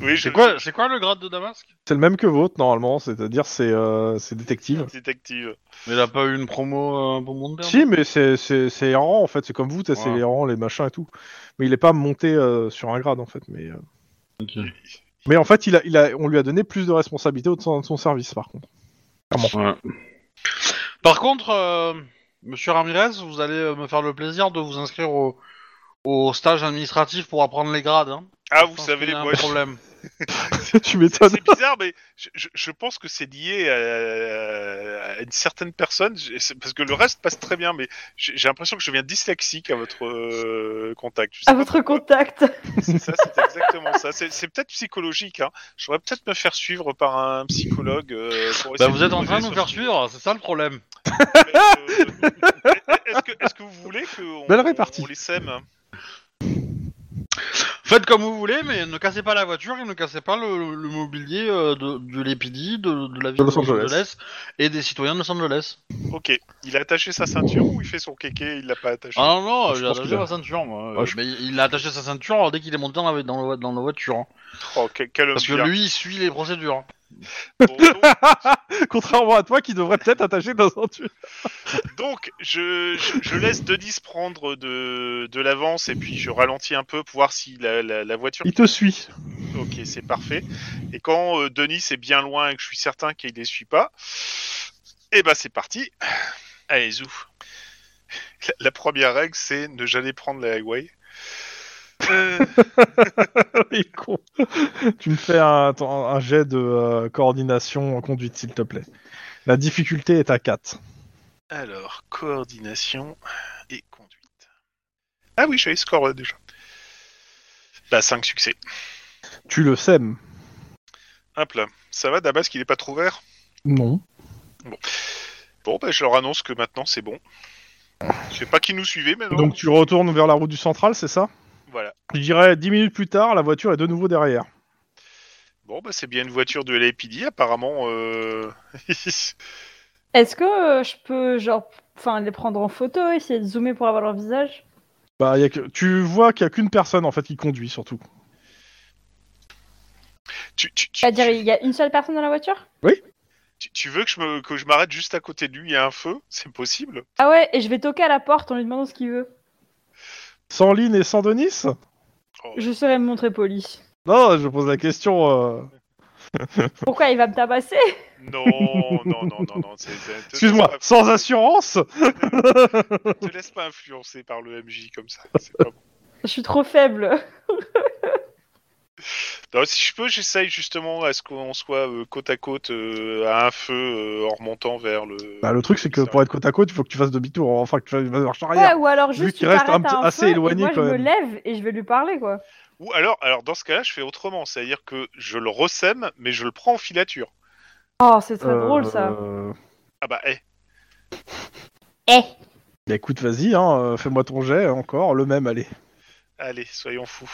Speaker 4: oui, je
Speaker 5: C'est quoi, c'est quoi le grade de Damas
Speaker 2: C'est le même que vôtre, normalement, c'est-à-dire c'est euh, c'est détective.
Speaker 4: détective.
Speaker 5: Mais il a pas eu une promo euh, pour monter
Speaker 2: Si, mais c'est- c'est c'est errant en fait, c'est comme vous, t'as c'est
Speaker 5: Voilà.
Speaker 2: errant, les machins et tout. Mais il est pas monté euh, sur un grade en fait. Mais, euh,
Speaker 5: hein Ok.
Speaker 2: mais en fait, il a, il a, on lui a donné plus de responsabilités au sein de son service par contre.
Speaker 5: Ouais. Par contre, euh, Monsieur Ramirez, vous allez euh, me faire le plaisir de vous inscrire au, au stage administratif pour apprendre les grades. hein.
Speaker 4: Ah,
Speaker 5: Je
Speaker 4: vous
Speaker 5: pense
Speaker 4: savez,
Speaker 5: qu'il y a un
Speaker 4: moi, je-
Speaker 5: problème.
Speaker 2: tu m'étonnes.
Speaker 4: C'est bizarre, mais je, je- je pense que c'est lié à, à une certaine personne, je- c'est- parce que le reste passe très bien, mais j'ai j'ai l'impression que je deviens dyslexique à votre euh, contact. Je sais
Speaker 3: À
Speaker 4: pas
Speaker 3: votre
Speaker 4: pourquoi.
Speaker 3: contact.
Speaker 4: C'est ça, c'est exactement ça. C'est c'est peut-être psychologique. Hein. Je voudrais peut-être me faire suivre par un psychologue. euh, pour
Speaker 5: Bah,
Speaker 4: essayer
Speaker 5: vous êtes en
Speaker 4: poser
Speaker 5: train de nous
Speaker 4: sur
Speaker 5: faire
Speaker 4: ce-
Speaker 5: suivre, c'est ça le problème.
Speaker 4: Mais, euh, Est-ce que, est que vous voulez qu'on
Speaker 2: Belle répartie.
Speaker 4: on les sème
Speaker 5: Faites comme vous voulez, mais ne cassez pas la voiture et ne cassez pas le, le mobilier euh, de, de l'épidie, de, de la ville
Speaker 2: De Los Angeles.
Speaker 5: et des citoyens de Los Angeles.
Speaker 4: Ok. Il a attaché sa ceinture ou il fait son kéké Il l'a pas attaché.
Speaker 5: Ah non, non,
Speaker 2: Je
Speaker 5: il a
Speaker 2: pense
Speaker 5: attaché
Speaker 2: qu'il a-
Speaker 5: sa ceinture, moi.
Speaker 2: Ouais, je-
Speaker 5: Mais il a attaché sa ceinture dès qu'il est monté dans la, dans le- dans la voiture. hein.
Speaker 4: Oh, que- quel homme
Speaker 5: Parce que
Speaker 4: bien.
Speaker 5: lui, il suit les procédures.
Speaker 4: Bon, donc,
Speaker 2: Contrairement à toi qui devrais peut-être attacher ta ceinture.
Speaker 4: donc, je, je, je laisse Denis prendre de, de l'avance et puis je ralentis un peu pour voir si la, la, la voiture.
Speaker 2: Il te suit.
Speaker 4: Ok, c'est parfait. Et quand euh, Denis est bien loin et que je suis certain qu'il ne les suit pas, eh ben c'est parti. Allez, zou. La, la première règle, c'est ne jamais prendre la highway. Euh,
Speaker 2: Oh, Il est con. tu me fais un, ton- un jet de euh, coordination en conduite, s'il te plaît. La difficulté est à 4.
Speaker 4: alors, coordination et conduite. Ah oui, j'avais score euh, déjà. Bah, 5 succès.
Speaker 2: Tu le sèmes
Speaker 4: Hop là. Ça va, Damas, qu'il n'est pas trop vert
Speaker 2: Non.
Speaker 4: Bon, bah, je leur annonce que maintenant, c'est bon. Je sais pas qui nous suivait, mais non.
Speaker 2: Donc tu retournes vers la route du central, c'est ça
Speaker 4: Voilà.
Speaker 2: Je dirais 10 minutes plus tard, la voiture est de nouveau derrière.
Speaker 4: Bon, bah, c'est bien une voiture de LAPD, apparemment. euh,
Speaker 3: Est-ce que euh, je peux, genre, enfin, les prendre en photo, essayer de zoomer pour avoir leur visage
Speaker 2: Bah, y a que... Tu vois qu'il n'y a qu'une personne en fait qui conduit surtout.
Speaker 4: Tu, tu, tu,
Speaker 3: C'est-à-dire, il y a une seule personne dans la voiture
Speaker 4: tu- tu veux que je me que je m'arrête juste à côté de lui et un feu C'est possible
Speaker 3: Ah ouais, et je vais toquer à la porte en lui demandant ce qu'il veut.
Speaker 2: Sans Lynn et sans Denis
Speaker 3: Je serai me montrer poli.
Speaker 2: Non, je pose la question. euh,
Speaker 3: Pourquoi il va me tabasser
Speaker 4: Non, non, non, non, non. c'est- c'est- te-
Speaker 2: Excuse-moi,
Speaker 4: te-
Speaker 2: sans assurance
Speaker 4: Te laisse pas influencer par le MJ comme ça. c'est pas bon.
Speaker 3: Je suis trop faible.
Speaker 4: Non, si je peux, j'essaye justement à ce qu'on soit euh, côte à côte euh, à un feu euh, en remontant vers le.
Speaker 2: Bah, le truc, c'est que pour être côte à côte, il faut que tu fasses demi-tour, hein. enfin que tu fasses marche
Speaker 3: Ouais,
Speaker 2: arrière.
Speaker 3: ou alors
Speaker 2: Vu
Speaker 3: juste
Speaker 2: qu'il
Speaker 3: tu
Speaker 2: reste un
Speaker 3: t'arrêtes
Speaker 2: petit-
Speaker 3: à un
Speaker 2: assez
Speaker 3: feu,
Speaker 2: éloigné,
Speaker 3: et moi,
Speaker 2: quand
Speaker 3: je
Speaker 2: même.
Speaker 3: me lève et je vais lui parler, quoi.
Speaker 4: Ou alors, alors dans ce cas-là, je fais autrement, c'est-à-dire que je le ressème, mais je le prends en filature.
Speaker 3: Oh, c'est très drôle, ça.
Speaker 2: Euh,
Speaker 4: Ah bah, eh.
Speaker 3: Eh
Speaker 2: bah, écoute, vas-y, hein, euh, fais-moi ton jet encore, le même, allez.
Speaker 4: Allez, soyons fous.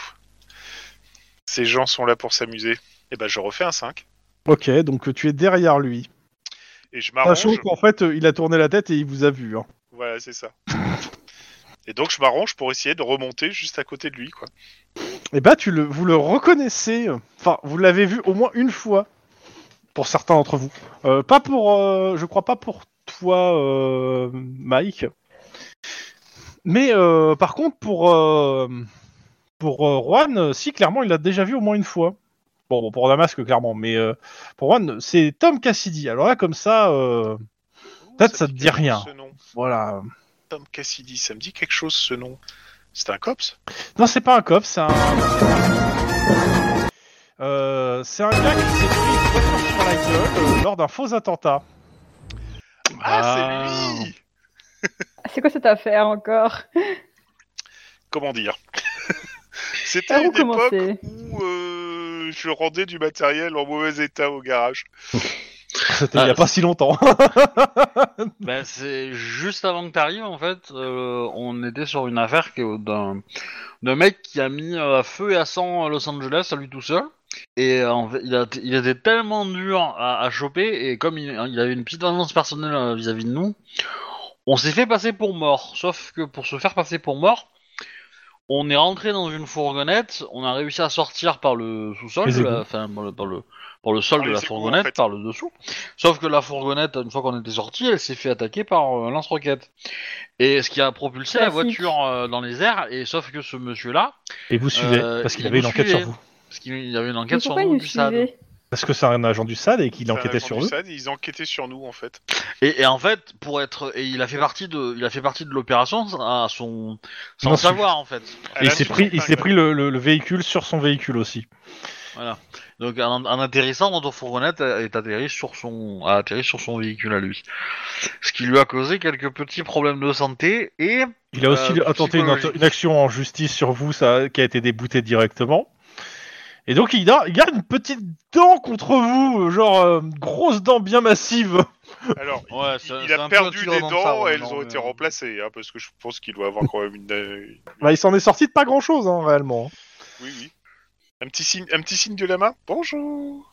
Speaker 4: Ces gens sont là pour s'amuser. Et ben, je refais un 5.
Speaker 2: Ok, donc euh, tu es derrière lui.
Speaker 4: Et je m'arrange.
Speaker 2: Sachant qu'en fait, euh, il a tourné la tête et il vous a vu. hein.
Speaker 4: Voilà, c'est ça. Et donc je m'arrange pour essayer de remonter juste à côté de lui, quoi.
Speaker 2: Eh bah, tu le, vous le reconnaissez. euh, Enfin, vous l'avez vu au moins une fois. Pour certains d'entre vous. Euh, pas pour. euh, je crois pas pour toi, euh, Mike. Mais euh, par contre, pour. euh, pour euh, Juan, euh, si, clairement, il l'a déjà vu au moins une fois. Bon, bon, pour Damasque, clairement. Mais euh, pour Juan, c'est Tom Cassidy. Alors là, comme ça. euh, Peut-être ça
Speaker 4: me
Speaker 2: te dit
Speaker 4: quelque chose,
Speaker 2: rien.
Speaker 4: ce nom.
Speaker 2: voilà.
Speaker 4: Tom Cassidy, ça me dit quelque chose ce nom. C'est un cops
Speaker 2: Non, c'est pas un cop, c'est un. Euh, c'est un gars qui s'est pris une voiture sur la gueule euh, lors d'un faux attentat.
Speaker 4: Ah,
Speaker 5: Ah.
Speaker 4: c'est lui
Speaker 3: C'est quoi cette affaire encore
Speaker 4: Comment dire C'était
Speaker 3: Par
Speaker 4: à
Speaker 3: où
Speaker 4: une époque
Speaker 3: commencer
Speaker 4: où euh, je rendais du matériel en mauvais état au garage.
Speaker 2: C'était il y a
Speaker 5: Ah,
Speaker 2: pas si longtemps.
Speaker 5: Bah, c'est juste avant que t'arrives, en fait, euh, on était sur une affaire qui est d'un d'un mec qui a mis euh, à feu et à sang euh, Los Angeles à lui tout seul. Et euh, en fait, il, a- il était tellement dur à, à choper, et comme il, hein, il avait une petite vengeance personnelle euh, vis-à-vis de nous, on s'est fait passer pour mort. Sauf que pour se faire passer pour mort, on est rentré dans une fourgonnette, on a réussi à sortir par le sous-sol,
Speaker 2: Les
Speaker 5: de la-
Speaker 2: égouts.
Speaker 5: enfin par le, par le, par le sol
Speaker 4: Par
Speaker 5: de
Speaker 4: les
Speaker 5: la
Speaker 4: égouts, en
Speaker 5: fourgonnette,
Speaker 4: fait.
Speaker 5: par le dessous. Sauf que la fourgonnette, une fois qu'on était sorti, elle s'est fait attaquer par euh, un lance-roquette. Et ce qui a propulsé la
Speaker 3: Classique.
Speaker 5: voiture euh, dans les airs, et sauf que ce monsieur-là,
Speaker 7: Et vous suivez,
Speaker 5: Euh,
Speaker 7: parce qu'il
Speaker 5: et
Speaker 7: avait une
Speaker 5: vous
Speaker 7: enquête
Speaker 5: suivez.
Speaker 7: sur vous.
Speaker 5: parce qu'il y avait une
Speaker 3: Mais
Speaker 5: enquête sur
Speaker 3: Pourquoi il
Speaker 5: nous
Speaker 3: nous
Speaker 5: du SAD.
Speaker 3: suivait
Speaker 7: Parce que c'est un agent du SAD et qu'il
Speaker 4: Enfin,
Speaker 7: enquêtait
Speaker 4: quand
Speaker 7: sur
Speaker 4: du
Speaker 7: eux.
Speaker 4: SAD, ils enquêtaient sur nous, en fait.
Speaker 5: Et, et en fait, pour être, et il a fait partie de, il a fait partie de l'opération à son, sans
Speaker 7: Non,
Speaker 5: savoir en fait.
Speaker 4: À
Speaker 7: Et
Speaker 4: la
Speaker 7: il s'est
Speaker 4: suite,
Speaker 7: pris, il
Speaker 4: enfin,
Speaker 7: s'est pris le, le- le véhicule sur son véhicule aussi.
Speaker 5: Donc en, en atterrissant dans ton fourgonnette, elle est atterri sur son, a atterri sur son véhicule à lui. Ce qui lui a causé quelques petits problèmes de santé et
Speaker 2: Il a aussi
Speaker 5: Euh,
Speaker 2: tenté une,
Speaker 5: psychologique.
Speaker 2: une action en justice sur vous ça, qui a été déboutée directement. Et donc il a, il a une petite dent contre vous, genre euh, grosse dent bien massive.
Speaker 4: Alors, il-
Speaker 5: Ouais,
Speaker 4: il,
Speaker 5: c'est-
Speaker 4: il
Speaker 5: c'est
Speaker 4: a
Speaker 5: un peu un
Speaker 4: perdu
Speaker 5: tigre
Speaker 4: des
Speaker 5: dans
Speaker 4: dents,
Speaker 5: le sabre,
Speaker 4: elles
Speaker 5: non,
Speaker 4: ont
Speaker 5: mais-
Speaker 4: été remplacées, hein, parce que je pense qu'il doit avoir quand même une. euh,
Speaker 2: Bah, il s'en est sorti de pas grand chose réellement.
Speaker 4: Oui, oui. Un petit signe, un petit signe de la main. Bonjour.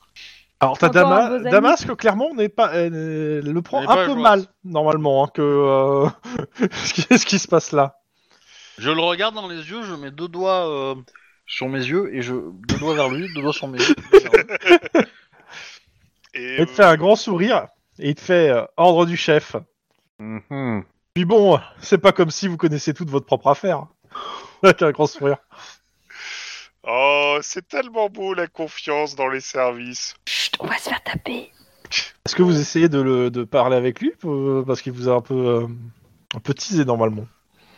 Speaker 2: Alors t'as
Speaker 3: Encore
Speaker 2: Dama-
Speaker 3: un beau ami.
Speaker 2: Damasque clairement n'est pas euh, le prend
Speaker 5: Elle est
Speaker 2: un
Speaker 5: pas
Speaker 2: peu
Speaker 5: joyeuse.
Speaker 2: mal normalement hein, que euh, ce, qui, ce qui se passe là.
Speaker 5: Je le regarde dans les yeux, je mets deux doigts euh, sur mes yeux et je deux doigts vers lui, deux doigts sur mes yeux.
Speaker 4: Et, euh,
Speaker 2: Il te fait un grand sourire et il te fait euh, ordre du chef.
Speaker 8: Mhm.
Speaker 2: Puis bon, c'est pas comme si vous connaissiez toute votre propre affaire. hein. Avec un grand sourire.
Speaker 4: Oh, c'est tellement beau la confiance dans les services.
Speaker 3: Chut, on va se faire taper.
Speaker 2: Est-ce que vous essayez de, le, de parler avec lui euh, Parce qu'il vous a un peu, euh, un peu teasé normalement.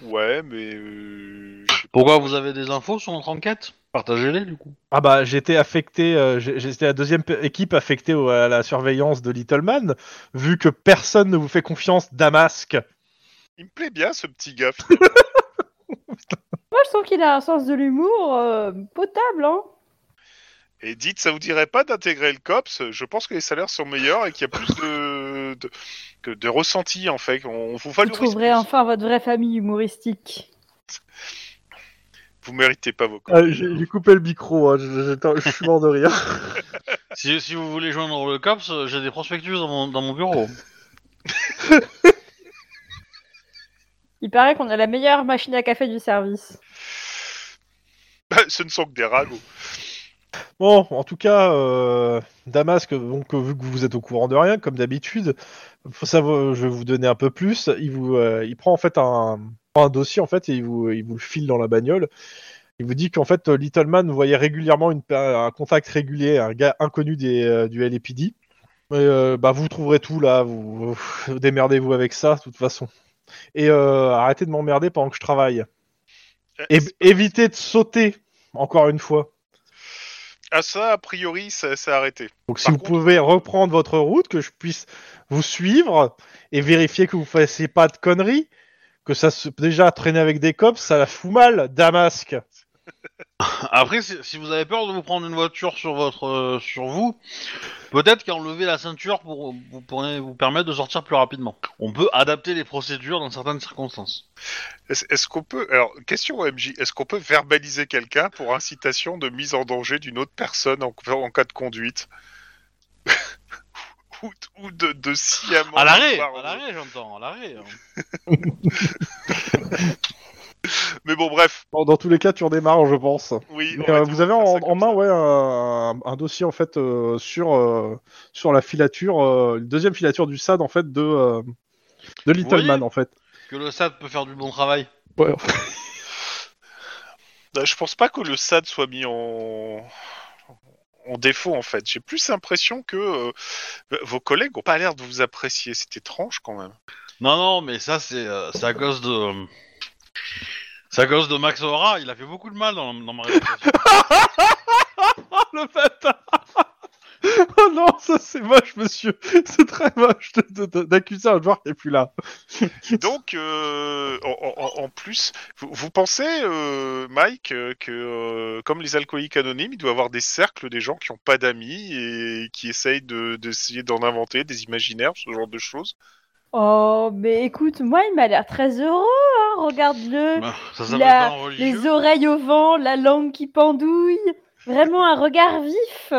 Speaker 4: Ouais, mais euh,
Speaker 5: Pourquoi vous avez des infos sur notre enquête Partagez-les du coup.
Speaker 2: Ah bah j'étais affecté, euh, j'ai- j'étais la deuxième pe- équipe affectée au- à la surveillance de Little Man, vu que personne ne vous fait confiance, Damasque.
Speaker 4: il me plaît bien ce petit gars.
Speaker 3: Moi, je trouve qu'il a un sens de l'humour euh, potable, hein.
Speaker 4: Et dites, ça vous dirait pas d'intégrer le COPS Je pense que les salaires sont meilleurs et qu'il y a plus de, de, que de ressenti en fait. On vous
Speaker 3: Vous
Speaker 4: valorise.
Speaker 3: trouverez
Speaker 4: plus.
Speaker 3: enfin votre vraie famille humoristique.
Speaker 4: Vous méritez pas vos
Speaker 2: Ah,
Speaker 4: COPS.
Speaker 2: j'ai j'ai coupé le micro, hein, je- j'étais- je suis mort de rire.
Speaker 5: Si, si vous voulez joindre le COPS, euh, j'ai des prospectus dans mon, dans mon bureau.
Speaker 3: Il paraît qu'on a la meilleure machine à café du service.
Speaker 4: Ce ne sont que des ragots.
Speaker 2: Bon, en tout cas, euh, Damasque, donc, euh, vu que vous êtes au courant de rien, comme d'habitude, faut savoir- euh, je vais vous donner un peu plus. Il, vous, euh, il prend en fait un, un dossier en fait, et il vous, il vous le file dans la bagnole. Il vous dit qu'en fait, euh, Little Man voyait régulièrement une, per- un contact régulier, un gars inconnu des, euh, du LAPD. Mais, euh, bah, vous trouverez tout là, vous, vous- démerdez-vous avec ça, de toute façon. Et euh, arrêtez de m'emmerder pendant que je travaille. Et, évitez de sauter, encore une fois.
Speaker 4: À Ah, ça, a priori, ça s'est arrêté.
Speaker 2: Donc si
Speaker 4: Par
Speaker 2: vous
Speaker 4: contre-
Speaker 2: pouvez reprendre votre route, que je puisse vous suivre et vérifier que vous ne fassiez pas de conneries, que ça se... déjà traîner avec des cops, ça la fout mal, Damasque.
Speaker 5: Après, si, si vous avez peur de vous prendre une voiture sur votre euh, sur vous, peut-être qu'enlever la ceinture pour, vous pourrez vous permettre de sortir plus rapidement. On peut adapter les procédures dans certaines circonstances.
Speaker 4: Est-ce est-ce qu'on peut. Alors, question OMJ. Est-ce qu'on peut verbaliser quelqu'un pour incitation de mise en danger d'une autre personne en, en cas de conduite Ou, ou de, de sciemment.
Speaker 5: À l'arrêt,
Speaker 4: vouloir-
Speaker 5: à l'arrêt, j'entends, à l'arrêt. hein.
Speaker 4: Mais bon, bref.
Speaker 2: Bon, dans tous les cas, tu redémarres, je pense.
Speaker 4: Oui.
Speaker 2: Mais,
Speaker 4: on va
Speaker 2: euh,
Speaker 4: dire
Speaker 2: vous avez
Speaker 4: faire
Speaker 2: en,
Speaker 4: ça
Speaker 2: en
Speaker 4: comme
Speaker 2: main
Speaker 4: ça.
Speaker 2: ouais, un, un dossier en fait euh, sur, euh, sur la filature, euh, le deuxième filature du SAD en fait de, euh, de Little
Speaker 5: voyez
Speaker 2: Man en fait.
Speaker 5: Que le SAD peut faire du bon travail.
Speaker 4: Bah, je pense pas que le SAD soit mis en, en défaut en fait. J'ai plus l'impression que euh, bah, vos collègues n'ont pas l'air de vous apprécier. C'est étrange quand même.
Speaker 5: Non, non, mais ça, c'est euh, c'est à cause de. C'est à cause de Max O'Hara, il a fait beaucoup de mal dans, dans ma réputation.
Speaker 2: le bâtard Oh non, ça c'est moche, monsieur. C'est très moche de- de- de- d'accuser un joueur qui est plus là.
Speaker 4: Donc, euh, en, en- en plus, vous, vous pensez, euh, Mike, euh, que euh, comme les alcooliques anonymes, il doit y avoir des cercles des gens qui n'ont pas d'amis et qui essayent de- d'essayer d'en inventer des imaginaires, ce genre de choses.
Speaker 3: Oh, mais écoute, moi, il m'a l'air très heureux, hein. Regarde-le.
Speaker 5: Bah, ça
Speaker 3: Il
Speaker 5: s'appelle
Speaker 3: a
Speaker 5: pas un religieux.
Speaker 3: Les oreilles au vent, la langue qui pendouille. Vraiment un regard vif.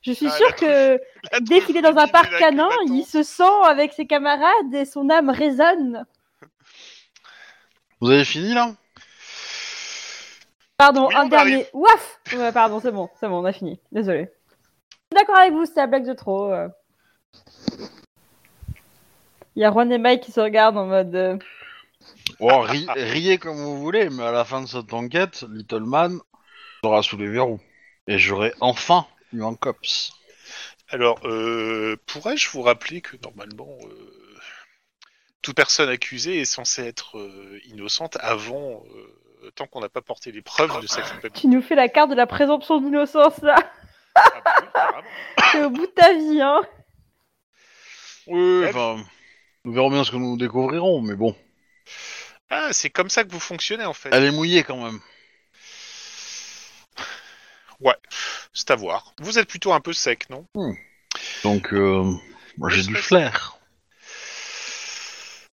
Speaker 3: Je suis
Speaker 4: Ah,
Speaker 3: sûre
Speaker 4: la
Speaker 3: que dès qu'il est dans un
Speaker 4: truffée,
Speaker 3: parc
Speaker 4: la
Speaker 3: canin,
Speaker 4: culaton.
Speaker 3: il se sent avec ses camarades et son âme résonne.
Speaker 5: Vous avez fini là
Speaker 3: Pardon,
Speaker 4: Oui,
Speaker 3: un
Speaker 4: on
Speaker 3: dernier. Ouaf Ouais, Pardon, c'est bon, c'est bon, on a fini. Désolé. D'accord avec vous, c'était la blague de trop. euh. Il y a Juan et Mike qui se regardent en mode. euh,
Speaker 5: Bon, Oh, ri- riez comme vous voulez, mais à la fin de cette enquête, Little Man sera sous les verrous. Et j'aurai enfin eu un cops.
Speaker 4: Alors, euh, pourrais-je vous rappeler que normalement, euh, toute personne accusée est censée être euh, innocente avant, euh, tant qu'on n'a pas porté les preuves de sa culpabilité.
Speaker 3: Tu nous fais la carte de la présomption d'innocence là
Speaker 4: Ah, bah
Speaker 3: T'es au bout de ta vie, hein.
Speaker 5: Oui, enfin, nous verrons bien ce que nous découvrirons, mais bon,
Speaker 4: Ah, c'est comme ça que vous fonctionnez en fait.
Speaker 5: elle est mouillée quand même.
Speaker 4: C'est à voir. Vous êtes plutôt un peu sec, non
Speaker 5: Donc, euh, moi, j'ai du flair.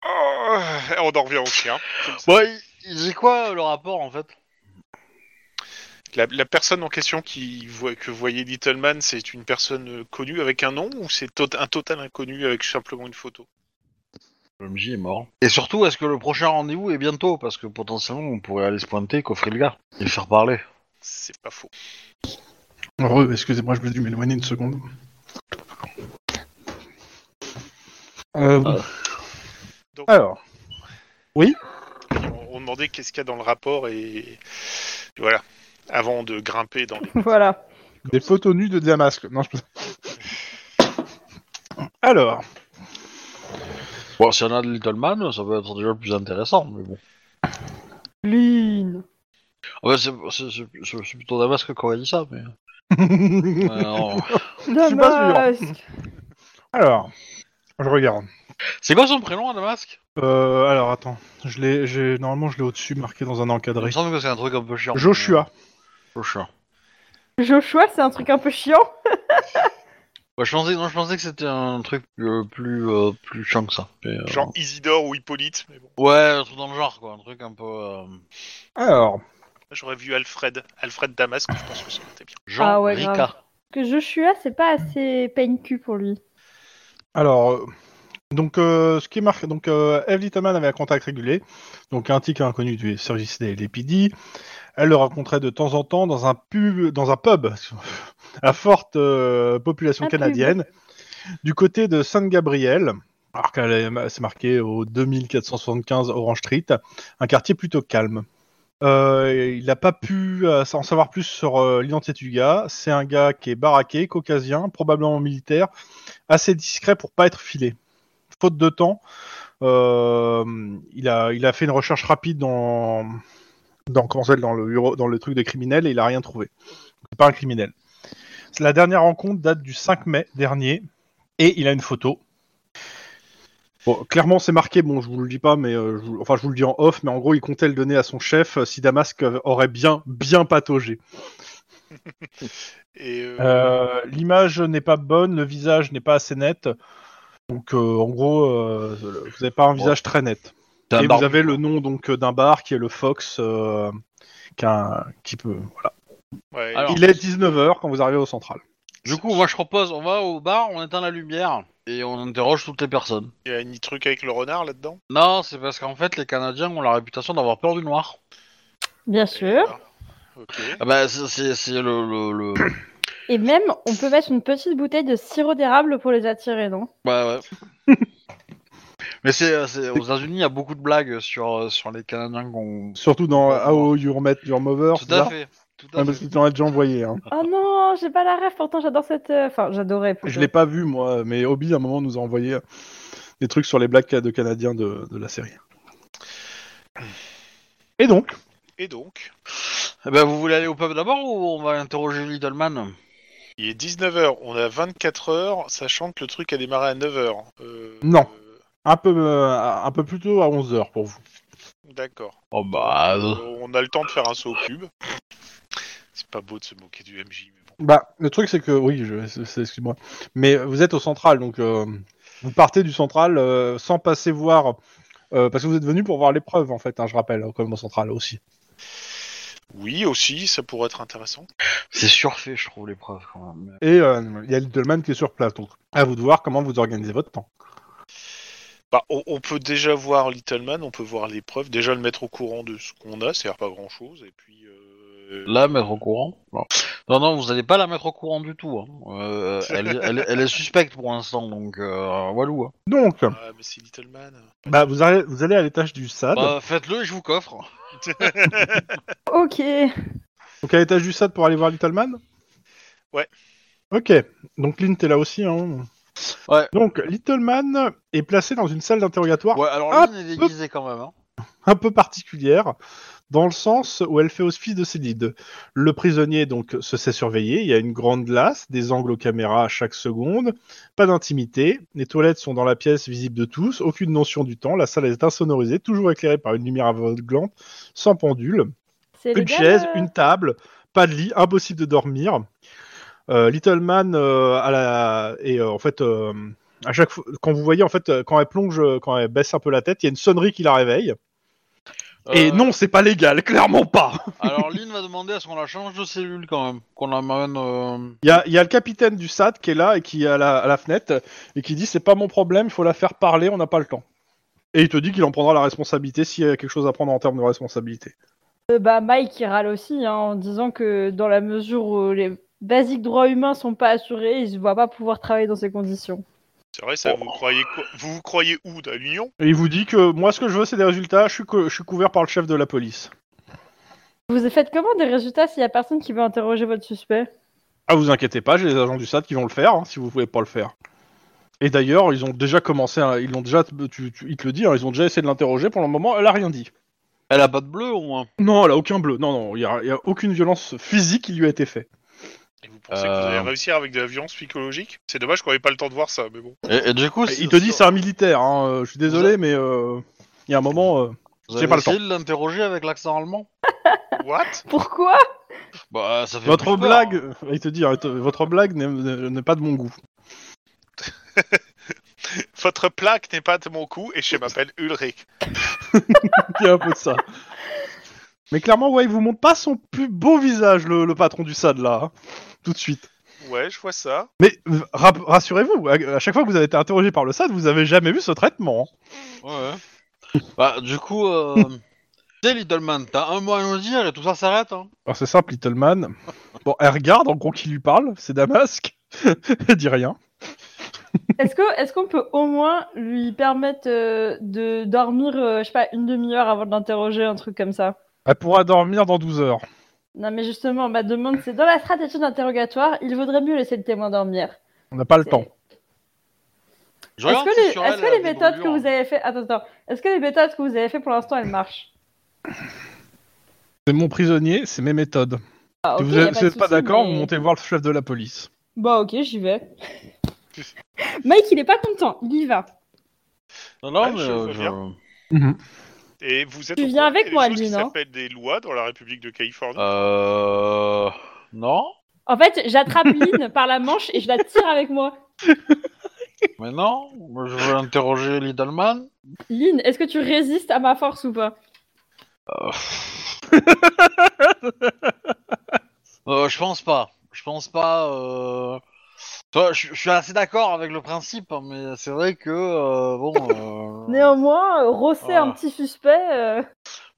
Speaker 4: Oh, On en revient au chien.
Speaker 5: Ouais, c'est quoi euh, le rapport en fait
Speaker 4: La, la personne en question qui voit, que voyait Little Man, c'est une personne euh, connue avec un nom ou c'est tot- un total inconnu avec simplement une photo
Speaker 5: Le MJ est mort. Et surtout, est-ce que le prochain rendez-vous est bientôt Parce que potentiellement, on pourrait aller se pointer, coffrer le gars et le faire parler.
Speaker 4: C'est pas faux.
Speaker 2: Heureux, excusez-moi, je me dû m'éloigner une seconde. Euh, oui.
Speaker 4: Donc,
Speaker 2: Alors,
Speaker 4: on, on demandait qu'est-ce qu'il y a dans le rapport et, et voilà. Avant de grimper dans les.
Speaker 3: Voilà.
Speaker 2: des photos nues de Damasque. Non, je peux- Alors,
Speaker 5: Bon, s'il y en a de Little Man, ça peut être déjà plus intéressant, mais bon.
Speaker 3: Lean.
Speaker 5: En fait, ben, c'est- c'est c'est- c'est- c'est plutôt Damasque qui aurait dit ça, mais. Ouais, non.
Speaker 2: suis pas
Speaker 3: Damasque.
Speaker 2: alors, je regarde.
Speaker 5: c'est quoi son prénom à Damasque
Speaker 2: Euh, alors, attends, je l'ai, j'ai- normalement, je l'ai au-dessus, marqué dans un
Speaker 5: Il me
Speaker 2: encadré.
Speaker 5: semble que c'est un truc un peu chiant.
Speaker 2: Joshua.
Speaker 5: Joshua.
Speaker 3: Joshua, c'est un truc un peu chiant.
Speaker 5: Ouais, je, pensais, non, je pensais que c'était un truc euh, plus, euh, plus chiant que ça. Mais, euh,
Speaker 4: Genre Isidore ou Hippolyte, mais bon.
Speaker 5: Ouais, un truc dans le genre, quoi. Un truc un peu. euh,
Speaker 2: Alors,
Speaker 4: J'aurais vu Alfred. Alfred Damasque, je pense que ça aurait été bien.
Speaker 5: Jean
Speaker 3: Ah ouais,
Speaker 5: Rica.
Speaker 3: grave. Que Joshua, c'est pas assez pain-cul pour lui.
Speaker 2: alors, euh, donc, euh, ce qui est marqué, donc, euh, Eve Litterman avait un contact régulier, donc un tic inconnu du service des Lépidies. Elle le rencontrait de temps en temps dans un pub, dans un pub à forte euh, population
Speaker 3: Un pub.
Speaker 2: canadienne, du côté de Sainte-Gabrielle. Alors qu'elle est- c'est marqué au 2475 Orange Street, un quartier plutôt calme. Euh, il n'a pas pu euh, en savoir plus sur euh, l'identité du gars. C'est un gars qui est baraqué, caucasien, probablement militaire, assez discret pour pas être filé. Faute de temps, euh, il, a, il a fait une recherche rapide dans, dans, comment ça s'appelle, dans, le, bureau- dans le truc des criminels et il a rien trouvé. C'est pas un criminel. La dernière rencontre date du 5 mai dernier et il a une photo. Bon, clairement, c'est marqué. Bon, je vous le dis pas, mais euh, je vous- enfin, je vous le dis en off. Mais en gros, il comptait le donner à son chef euh, si Damasque euh, aurait bien, bien pataugé.
Speaker 4: Et euh,
Speaker 2: Euh, L'image n'est pas bonne, le visage n'est pas assez net. Donc, euh, en gros, euh, vous n'avez pas un visage très net.
Speaker 5: C'est un
Speaker 2: Et vous
Speaker 5: barbu.
Speaker 2: avez le nom donc euh, d'un bar qui est le Fox, euh, qui, a un- qui peut. Voilà.
Speaker 4: ouais,
Speaker 5: alors-
Speaker 2: Il est 19h quand vous arrivez au central.
Speaker 5: Du coup, moi je propose, on va au bar, on éteint la lumière et on interroge toutes les personnes.
Speaker 4: il y a un truc avec le renard là-dedans
Speaker 5: Non, c'est parce qu'en fait, les Canadiens ont la réputation d'avoir peur du noir.
Speaker 3: Bien sûr.
Speaker 4: Ok.
Speaker 5: Ah bah, c'est- c'est c'est le. le, le-
Speaker 3: Et même, on peut mettre une petite bouteille de sirop d'érable pour les attirer, non
Speaker 5: Ouais, ouais. Mais c'est euh, c'est- aux États-Unis, il y a beaucoup de blagues sur, euh, sur les Canadiens qu'on.
Speaker 2: Surtout dans AO Your Met Your Mover.
Speaker 5: Tout à fait. Tout à
Speaker 2: parce
Speaker 5: fait.
Speaker 2: que tu en as déjà envoyé. hein.
Speaker 3: Oh non, j'ai pas la rêve, pourtant j'adore cette. euh, Enfin, j'adorais. plutôt.
Speaker 2: Je l'ai pas vu moi, mais Obi à un moment nous a envoyé euh, des trucs sur les blagues de Canadiens de, de la série. Et donc,
Speaker 4: Et donc,
Speaker 5: Eh ben, vous voulez aller au pub d'abord ou on va interroger Little Man
Speaker 4: il est 19h, on a 24h, sachant que le truc a démarré à 9h. Euh,
Speaker 2: Non.
Speaker 4: euh,
Speaker 2: un peu, euh, un peu plus tôt à 11h pour vous.
Speaker 4: D'accord.
Speaker 5: Oh bah.
Speaker 4: Euh, on a le temps de faire un saut au cube. C'est pas beau de se moquer du MJ, mais bon.
Speaker 2: Bah, le truc c'est que, oui, je, c'est- c'est- excuse-moi, mais vous êtes au central, donc euh, vous partez du central euh, sans passer voir, euh, parce que vous êtes venu pour voir l'épreuve en fait, hein, je rappelle, quand même au central aussi.
Speaker 4: Oui, aussi, ça pourrait être intéressant.
Speaker 5: C'est surfait, je trouve, l'épreuve quand même.
Speaker 2: Et euh, il y a Littleman qui est sur place, donc à vous de voir comment vous organisez votre temps.
Speaker 4: Bah, on, on peut déjà voir Little Man, on peut voir l'épreuve, déjà le mettre au courant de ce qu'on a, c'est-à-dire pas grand-chose, et puis... euh,
Speaker 5: La mettre au courant Non, non, non, vous allez pas la mettre au courant du tout. hein. Euh, elle, est- elle est- elle est suspecte pour l'instant, donc euh, walou. hein.
Speaker 2: Donc,
Speaker 4: Ah, mais c'est Little Man.
Speaker 2: bah, vous, allez, vous allez à l'étage du SAD.
Speaker 5: Bah, Faites-le et je vous coffre.
Speaker 3: Ok.
Speaker 2: Donc à l'étage du SAD pour aller voir Little Man
Speaker 4: Ouais.
Speaker 2: Ok, donc Lynn, t'es là aussi. Hein.
Speaker 5: Ouais.
Speaker 2: Donc Little Man est placé dans une salle d'interrogatoire.
Speaker 5: Ouais, alors
Speaker 2: Ah,
Speaker 5: Lynn est déguisée quand même. Hein.
Speaker 2: un peu particulière, dans le sens où elle fait office de cellide. Le prisonnier donc se sait surveiller, il y a une grande glace, des angles aux caméras à chaque seconde, pas d'intimité, les toilettes sont dans la pièce visible de tous, aucune notion du temps, la salle est insonorisée, toujours éclairée par une lumière aveuglante, sans pendule
Speaker 3: C'est le
Speaker 2: une
Speaker 3: gars,
Speaker 2: chaise,
Speaker 3: euh,
Speaker 2: une table, pas de lit, impossible de dormir. Euh, Little Man, euh, à la... et euh, en fait, euh, à chaque fois, quand vous voyez, en fait, euh, quand elle plonge, euh, quand elle baisse un peu la tête, il y a une sonnerie qui la réveille. Et
Speaker 5: Euh,
Speaker 2: non, c'est pas légal, clairement pas.
Speaker 5: Alors Lynn va demander à ce qu'on la change de cellule quand même, qu'on la mène. euh,
Speaker 2: Il y a, il y a le capitaine du SAT qui est là et qui est à la, à la fenêtre et qui dit c'est pas mon problème, il faut la faire parler, on n'a pas le temps. Et il te dit qu'il en prendra la responsabilité s'il y a quelque chose à prendre en termes de responsabilité.
Speaker 3: euh, bah, Mike, il râle aussi hein, en disant que dans la mesure où les basiques droits humains sont pas assurés, il ne va pas pouvoir travailler dans ces conditions.
Speaker 4: C'est vrai, ça, vous, croyez quoi- vous vous croyez où Dans l'Union
Speaker 2: Et il vous dit que moi, ce que je veux, c'est des résultats. Je suis, co- je suis couvert par le chef de la police.
Speaker 3: Vous faites comment des résultats s'il y a personne qui veut interroger votre suspect
Speaker 2: Ah, vous inquiétez pas, j'ai les agents du SAT qui vont le faire, hein, si vous pouvez pas le faire. Et d'ailleurs, ils ont déjà commencé, à- ils l'ont déjà, tu, tu- il te le dit, hein, ils ont déjà essayé de l'interroger, pour le moment, elle a rien dit.
Speaker 5: Elle a pas de bleu au moins.
Speaker 2: Non, elle a aucun bleu, non, non, il y a, il y a aucune violence physique qui lui a été faite.
Speaker 4: Et vous pensez que vous allez
Speaker 5: Euh.
Speaker 4: réussir avec de la violence psychologique C'est dommage qu'on n'ait pas le temps de voir ça, mais bon.
Speaker 5: Et, et du coup,
Speaker 2: Bah, Il te dit, c'est un militaire, hein, euh, je suis désolé, mais euh, il y a un moment... euh,
Speaker 5: Vous
Speaker 2: j'ai
Speaker 5: avez
Speaker 2: pas le
Speaker 5: essayé de l'interroger avec l'accent allemand
Speaker 4: What
Speaker 3: Pourquoi
Speaker 5: Bah ça fait
Speaker 2: votre
Speaker 5: plus peur.
Speaker 2: blague, il te dit, hein, votre blague n'est- n'est n'est pas de mon goût.
Speaker 4: Votre plaque n'est pas de mon coup et je m'appelle Ulrich.
Speaker 2: Il y a un peu de ça. Mais clairement, ouais, il vous montre pas son plus beau visage, le, le patron du SAD, là, hein, tout de suite.
Speaker 4: Ouais, je vois ça.
Speaker 2: Mais v- rap- rassurez-vous, à, à chaque fois que vous avez été interrogé par le SAD, vous avez jamais vu ce traitement. hein.
Speaker 5: Ouais. ouais. bah du coup, euh... tu sais, Little Man, t'as un mot à nous dire et tout ça s'arrête. Hein.
Speaker 2: Alors c'est simple, Little Man. Bon, elle regarde en gros qui lui parle, c'est Damasque. elle dit rien.
Speaker 3: Est-ce que est-ce qu'on peut au moins lui permettre euh, de dormir, euh, je sais pas, une demi-heure avant de l'interroger, un truc comme ça
Speaker 2: Elle pourra dormir dans 12 heures.
Speaker 3: Non, mais justement, ma demande, c'est dans la stratégie d'interrogatoire, il vaudrait mieux laisser le témoin dormir.
Speaker 2: On n'a pas le temps.
Speaker 5: Je
Speaker 3: Est-ce
Speaker 5: regarde si
Speaker 3: que les,
Speaker 5: sur
Speaker 3: est-ce
Speaker 5: elle,
Speaker 3: que
Speaker 5: elle a
Speaker 3: les
Speaker 5: des
Speaker 3: méthodes que
Speaker 5: brûlures.
Speaker 3: vous avez fait, attends, attends, est-ce que les méthodes que vous avez fait pour l'instant, elles marchent
Speaker 2: C'est mon prisonnier, c'est mes méthodes.
Speaker 3: Ah, ok,
Speaker 2: si
Speaker 3: y
Speaker 2: vous
Speaker 3: a de
Speaker 2: n'êtes pas
Speaker 3: souci,
Speaker 2: d'accord,
Speaker 3: mais-
Speaker 2: vous montez voir le chef de la police.
Speaker 3: Bah ok, j'y vais. Mike, il est pas content, il y va.
Speaker 5: Non, non,
Speaker 4: Ouais,
Speaker 5: mais
Speaker 4: je
Speaker 5: euh,
Speaker 4: vois
Speaker 5: je-
Speaker 4: bien. Et vous êtes
Speaker 3: Tu
Speaker 4: au
Speaker 3: viens
Speaker 4: courant
Speaker 3: avec
Speaker 4: qu'il y a
Speaker 3: moi,
Speaker 4: des choses qui
Speaker 3: Lynn, hein
Speaker 4: s'appellent des lois dans la République de
Speaker 5: Ah.
Speaker 4: Californie.
Speaker 5: Euh... Non
Speaker 3: En fait, j'attrape Lynn par la manche et je la tire avec moi.
Speaker 5: Mais non Moi, Je veux interroger Little Man.
Speaker 3: Lynn, est-ce que tu résistes à ma force ou pas
Speaker 5: Euh, je pense pas. Je pense pas. Euh... Toi, je, je suis assez d'accord avec le principe, hein, mais c'est vrai que euh, bon. euh,
Speaker 3: Néanmoins, euh, rosser
Speaker 5: Ah.
Speaker 3: un petit suspect. euh,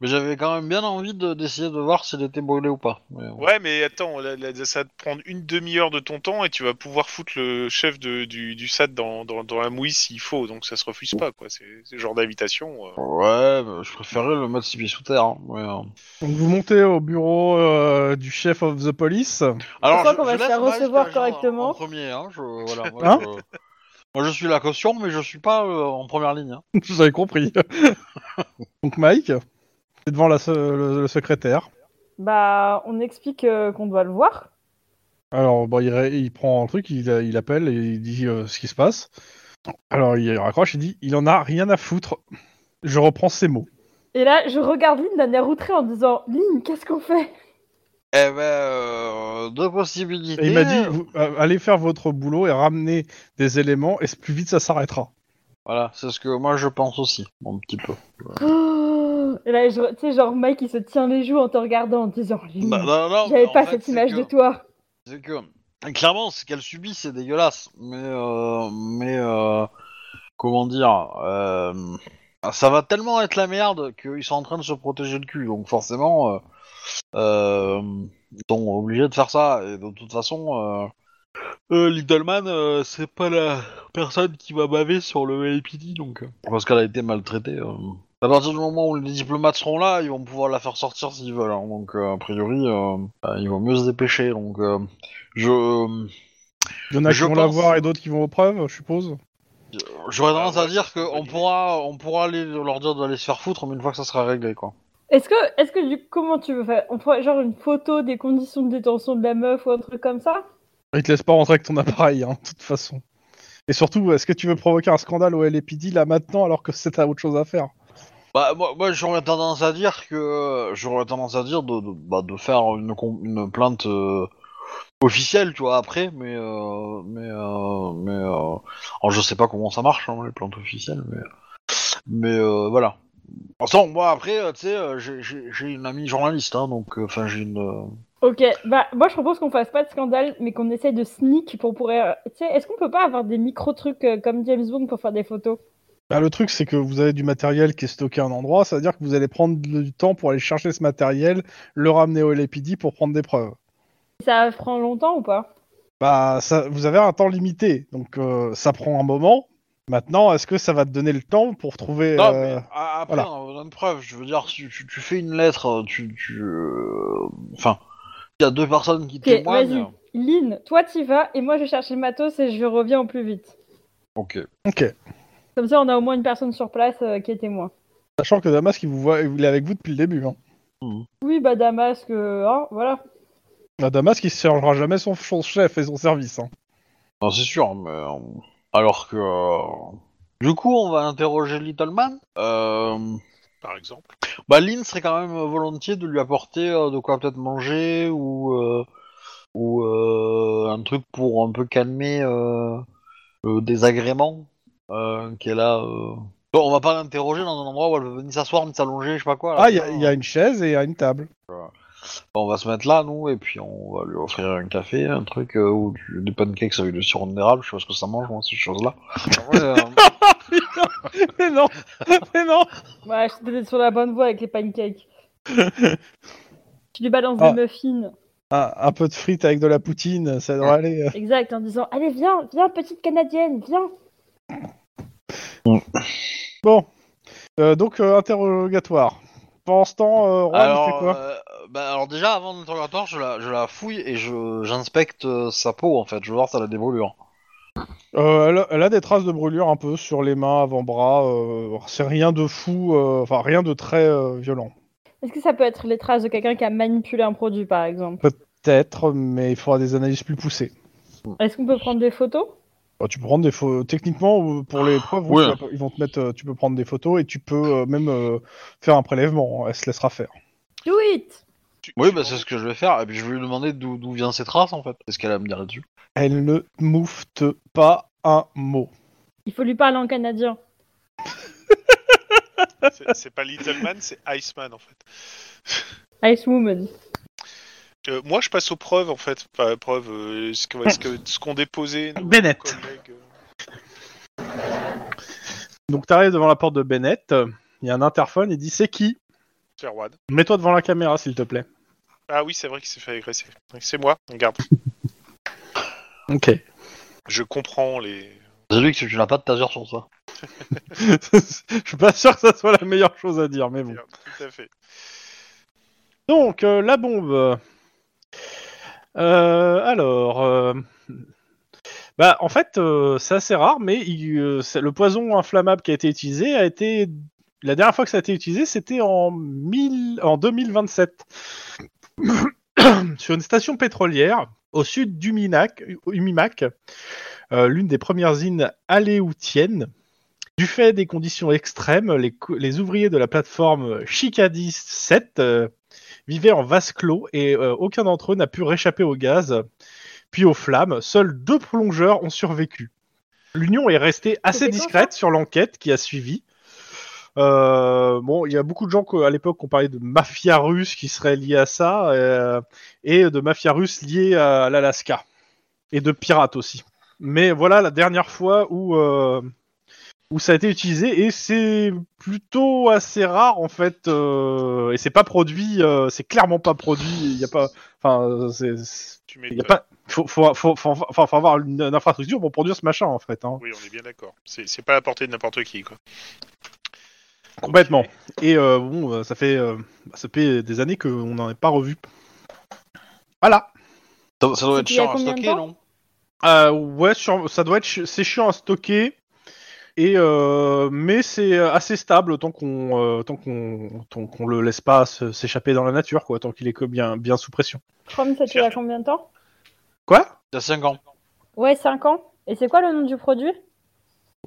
Speaker 5: Mais j'avais quand même bien envie de- d'essayer de, voir s'il était brûlé ou pas. mais bon.
Speaker 4: Ouais, mais attends, là, là, ça va te prendre une demi-heure de ton temps et tu vas pouvoir foutre le chef de- du, du SAT dans, dans- dans la mouille s'il faut, donc ça se refuse pas, quoi. C'est c'est le genre d'invitation. euh.
Speaker 5: Ouais, bah, je préférais le mettre six pieds sous terre. hein, mais, euh.
Speaker 2: Donc vous montez au bureau euh, du chef of the police.
Speaker 5: Alors,
Speaker 3: sens qu'on va se
Speaker 5: laisse
Speaker 3: faire
Speaker 5: Mike
Speaker 3: recevoir
Speaker 5: agir en-
Speaker 3: correctement.
Speaker 5: En premier, hein, je, voilà, moi,
Speaker 2: Hein
Speaker 5: je... moi, je suis la caution, mais je suis pas euh, en première ligne. hein.
Speaker 2: Vous avez compris. Donc Mike, c'est devant la se- le- le secrétaire.
Speaker 3: Bah, on explique euh, qu'on doit le voir.
Speaker 2: Alors, bon, il, ré- il prend un truc, il, il appelle et il dit euh, ce qui se passe. Alors, il raccroche, il dit Il en a rien à foutre. Je reprends ses mots.
Speaker 3: Et là, je regarde Lynn d'un air outré en disant Lynn, qu'est-ce qu'on fait
Speaker 5: Eh ben, euh, deux possibilités.
Speaker 2: Et il m'a dit Vous- euh, Allez faire votre boulot et ramenez des éléments, et plus vite ça s'arrêtera.
Speaker 5: Voilà, c'est ce que moi je pense aussi, un petit peu.
Speaker 3: Oh Et là, je- tu sais, genre Mike, il se tient les joues en te regardant en disant Lynn, Mmh.
Speaker 5: Bah, Oh,
Speaker 3: j'avais pas cette image de toi.
Speaker 5: C'est que clairement, ce qu'elle subit, c'est dégueulasse. Mais euh, mais euh, comment dire, euh, ça va tellement être la merde qu'ils sont en train de se protéger le cul. Donc forcément, euh, euh, ils sont obligés de faire ça. Et de toute façon, euh, euh, Little Man, euh, c'est pas la personne qui va baver sur le LPD, donc euh, parce qu'elle a été maltraitée. euh. À partir du moment où les diplomates seront là, ils vont pouvoir la faire sortir s'ils veulent. hein. Donc, euh, a priori, euh, euh, il vaut mieux se dépêcher. Donc, euh, je.
Speaker 2: Il y en a
Speaker 5: Je
Speaker 2: qui vont la
Speaker 5: pense-
Speaker 2: voir et d'autres qui vont aux preuves, je suppose.
Speaker 5: J'aurais tendance
Speaker 4: Ah,
Speaker 5: à
Speaker 4: ouais,
Speaker 5: dire qu'on
Speaker 4: bonne idée.
Speaker 5: pourra, on pourra les- leur dire d'aller se faire foutre, mais une fois que ça sera réglé, quoi.
Speaker 3: Est-ce que, est-ce que du comment tu veux faire On ferait genre une photo des conditions de détention de la meuf ou un truc comme ça
Speaker 2: Il te laisse pas rentrer avec ton appareil, hein, de toute façon. Et surtout, est-ce que tu veux provoquer un scandale au LAPD là maintenant alors que c'est à autre chose à faire
Speaker 5: Bah, moi, moi j'aurais tendance à dire que. J'aurais tendance à dire de, de- bah, de faire une, com- une plainte euh, officielle, tu vois, après, mais. euh, mais. euh, mais euh, alors, je sais pas comment ça marche, hein, les plaintes officielles, mais. Mais euh, voilà. En ce temps, moi, après, euh, tu sais, euh, j'ai- j'ai j'ai une amie journaliste, hein, donc. Enfin, j'ai une. euh,
Speaker 3: Ok, bah moi je propose qu'on fasse pas de scandale, mais qu'on essaye de sneak pour pourrir. Tu sais, est-ce qu'on peut pas avoir des micro trucs euh, comme James Bond pour faire des photos
Speaker 2: Bah, le truc, c'est que vous avez du matériel qui est stocké à un endroit, ça veut dire que vous allez prendre du temps pour aller chercher ce matériel, le ramener au LAPD pour prendre des preuves.
Speaker 3: Ça prend longtemps ou pas
Speaker 2: Bah, ça, vous avez un temps limité, donc euh, ça prend un moment. Maintenant, est-ce que ça va te donner le temps pour trouver
Speaker 5: Non,
Speaker 2: euh,
Speaker 5: mais a- après,
Speaker 2: voilà.
Speaker 5: on a besoin de preuves. Je veux dire, si tu, tu fais une lettre, tu. tu, euh, Enfin, il y a deux personnes qui
Speaker 3: Ok, vas-y.
Speaker 5: témoignent.
Speaker 3: Lynn, toi t'y vas et moi je cherche le matos et je reviens au plus vite.
Speaker 5: Ok.
Speaker 2: Ok.
Speaker 3: Comme ça on a au moins une personne sur place euh, qui est témoin.
Speaker 2: Sachant que Damas, il, vous voit, il est avec vous depuis le début. Hein.
Speaker 3: Oui, bah Damas, que. hein, voilà.
Speaker 2: Bah, Damas, il se changera jamais son, son chef et son service. hein.
Speaker 5: Non, c'est sûr, mais. euh, Alors que. euh, Du coup, on va interroger Littleman. Euh...
Speaker 4: par exemple.
Speaker 5: Bah, Lynn serait quand même volontiers de lui apporter euh, de quoi peut-être manger ou. euh, Ou euh, un truc pour un peu calmer euh, le désagrément euh, qu'elle a. euh. Bon, on va pas l'interroger dans un endroit où elle veut venir s'asseoir, mais s'allonger, je sais pas quoi. là.
Speaker 2: Ah, il y, a- il y a une chaise et il y a une table.
Speaker 5: Bon, on va se mettre là, nous, et puis on va lui offrir un café, un truc, euh, ou du- des pancakes avec du sirop d'érable, je sais pas ce que ça mange, moi, ces choses-là. Ouais, euh,
Speaker 2: Mais non Mais non
Speaker 3: Ouais, j'étais peut-être sur la bonne voie avec les pancakes. tu lui balances
Speaker 2: Ah.
Speaker 3: des muffins.
Speaker 2: un, Ah, un peu de frites avec de la poutine, ça devrait aller.
Speaker 3: Exact, en disant Allez, viens, viens, petite canadienne, viens.
Speaker 2: Euh, donc, euh, interrogatoire. Pendant ce temps, euh, Juan, il fait
Speaker 5: alors,
Speaker 2: quoi
Speaker 5: euh, bah, alors déjà, avant l'interrogatoire, je la, je la fouille et je j'inspecte euh, sa peau, en fait, je veux voir si elle a des brûlures.
Speaker 2: Euh, elle, a, elle a des traces de brûlure un peu sur les mains, avant-bras. euh, c'est rien de fou, euh, enfin rien de très euh, violent.
Speaker 3: Est-ce que ça peut être les traces de quelqu'un qui a manipulé un produit par exemple
Speaker 2: Peut-être, mais il faudra des analyses plus poussées.
Speaker 5: Mm.
Speaker 3: Est-ce qu'on peut prendre des photos
Speaker 2: Bah, tu peux prendre des photos. Techniquement, euh, pour les preuves, oui,
Speaker 5: Ouais.
Speaker 2: tu vas- ils vont te mettre. euh, Tu peux prendre des photos et tu peux euh, même euh, faire un prélèvement. Elle se laissera faire.
Speaker 3: Do it
Speaker 4: Tu-
Speaker 5: Oui,
Speaker 4: tu
Speaker 5: bah
Speaker 4: m'en-
Speaker 5: c'est ce que je vais faire, et puis je vais lui demander d'où d'où viennent ces traces, en fait. Est-ce qu'elle a me dire dessus
Speaker 2: Elle ne moufte pas un mot.
Speaker 3: Il faut lui parler en canadien.
Speaker 4: c'est- C'est pas Littleman, c'est Iceman en fait.
Speaker 3: Ice Woman.
Speaker 4: Euh, moi, je passe aux preuves, en fait. Pas preuves, euh, ce qu'on ce que- ce qu'on déposait nos
Speaker 2: Bennett.
Speaker 4: collègues. euh.
Speaker 2: Donc t'arrives devant la porte de Bennett. euh, Il y a un interphone. Il dit c'est qui
Speaker 4: Sherwad.
Speaker 2: Mets-toi devant la caméra, s'il te plaît.
Speaker 4: Ah oui, c'est vrai qu'il s'est fait agresser. Donc, C'est moi, regarde.
Speaker 2: Ok.
Speaker 4: Je comprends les...
Speaker 5: J'ai vu que tu tu n'as pas de taser sur toi.
Speaker 2: Je suis pas sûr que ça soit la meilleure chose à dire, mais bon.
Speaker 4: Tout à fait.
Speaker 2: Donc, euh, la bombe. Euh, alors. euh, Bah, en fait, euh, c'est assez rare, mais il, euh, c'est- le poison inflammable qui a été utilisé a été. La dernière fois que ça a été utilisé, c'était en, 1000 en 2027. Sur une station pétrolière au sud d'Uminac, Umimac, euh, l'une des premières îles aléoutiennes. Du fait des conditions extrêmes, les, cou- les ouvriers de la plateforme Chicadis 7 euh, vivaient en vase clos et euh, aucun d'entre eux n'a pu réchapper au gaz, puis aux flammes. Seuls deux plongeurs ont survécu. L'Union est restée assez
Speaker 3: C'était quand,
Speaker 2: discrète sur l'enquête qui a suivi. Euh, bon, il y a beaucoup de gens qu'à- à l'époque ont parlé de mafia russe qui serait liée à ça, euh, et de mafia russe liée à l'Alaska, et de pirates aussi. Mais voilà la dernière fois où, euh, où ça a été utilisé, et c'est plutôt assez rare en fait, euh, et c'est pas produit, euh, c'est clairement pas produit, il y a pas. Enfin, euh, c'est- c'est-
Speaker 4: Tu
Speaker 2: il y a
Speaker 4: m'étonnes.
Speaker 2: pas. Faut, faut, faut, faut- enfin, faut avoir une, une infrastructure pour produire ce machin en fait, hein,
Speaker 4: Oui, on est bien d'accord. C'est c'est pas à la portée de n'importe qui, quoi.
Speaker 2: complètement. Et euh, bon, euh, ça fait, euh, ça fait des années qu'on n'en est pas revu. Voilà.
Speaker 5: Ça, ça doit être
Speaker 3: C'était il y a
Speaker 5: chiant à
Speaker 2: Ah,
Speaker 3: combien de
Speaker 5: stocker,
Speaker 3: temps
Speaker 5: non
Speaker 2: Euh, ouais, sur- ça doit être, chi- c'est chiant à stocker. Et euh, mais c'est assez stable tant qu'on euh, tant qu'on tant qu'on le laisse pas se- s'échapper dans la nature quoi, tant qu'il est que bien bien sous pression.
Speaker 3: Chrome, ça tu l'as combien de temps
Speaker 2: Quoi
Speaker 5: Il y a 5 ans.
Speaker 3: Ouais, 5 ans. Et c'est quoi le nom du produit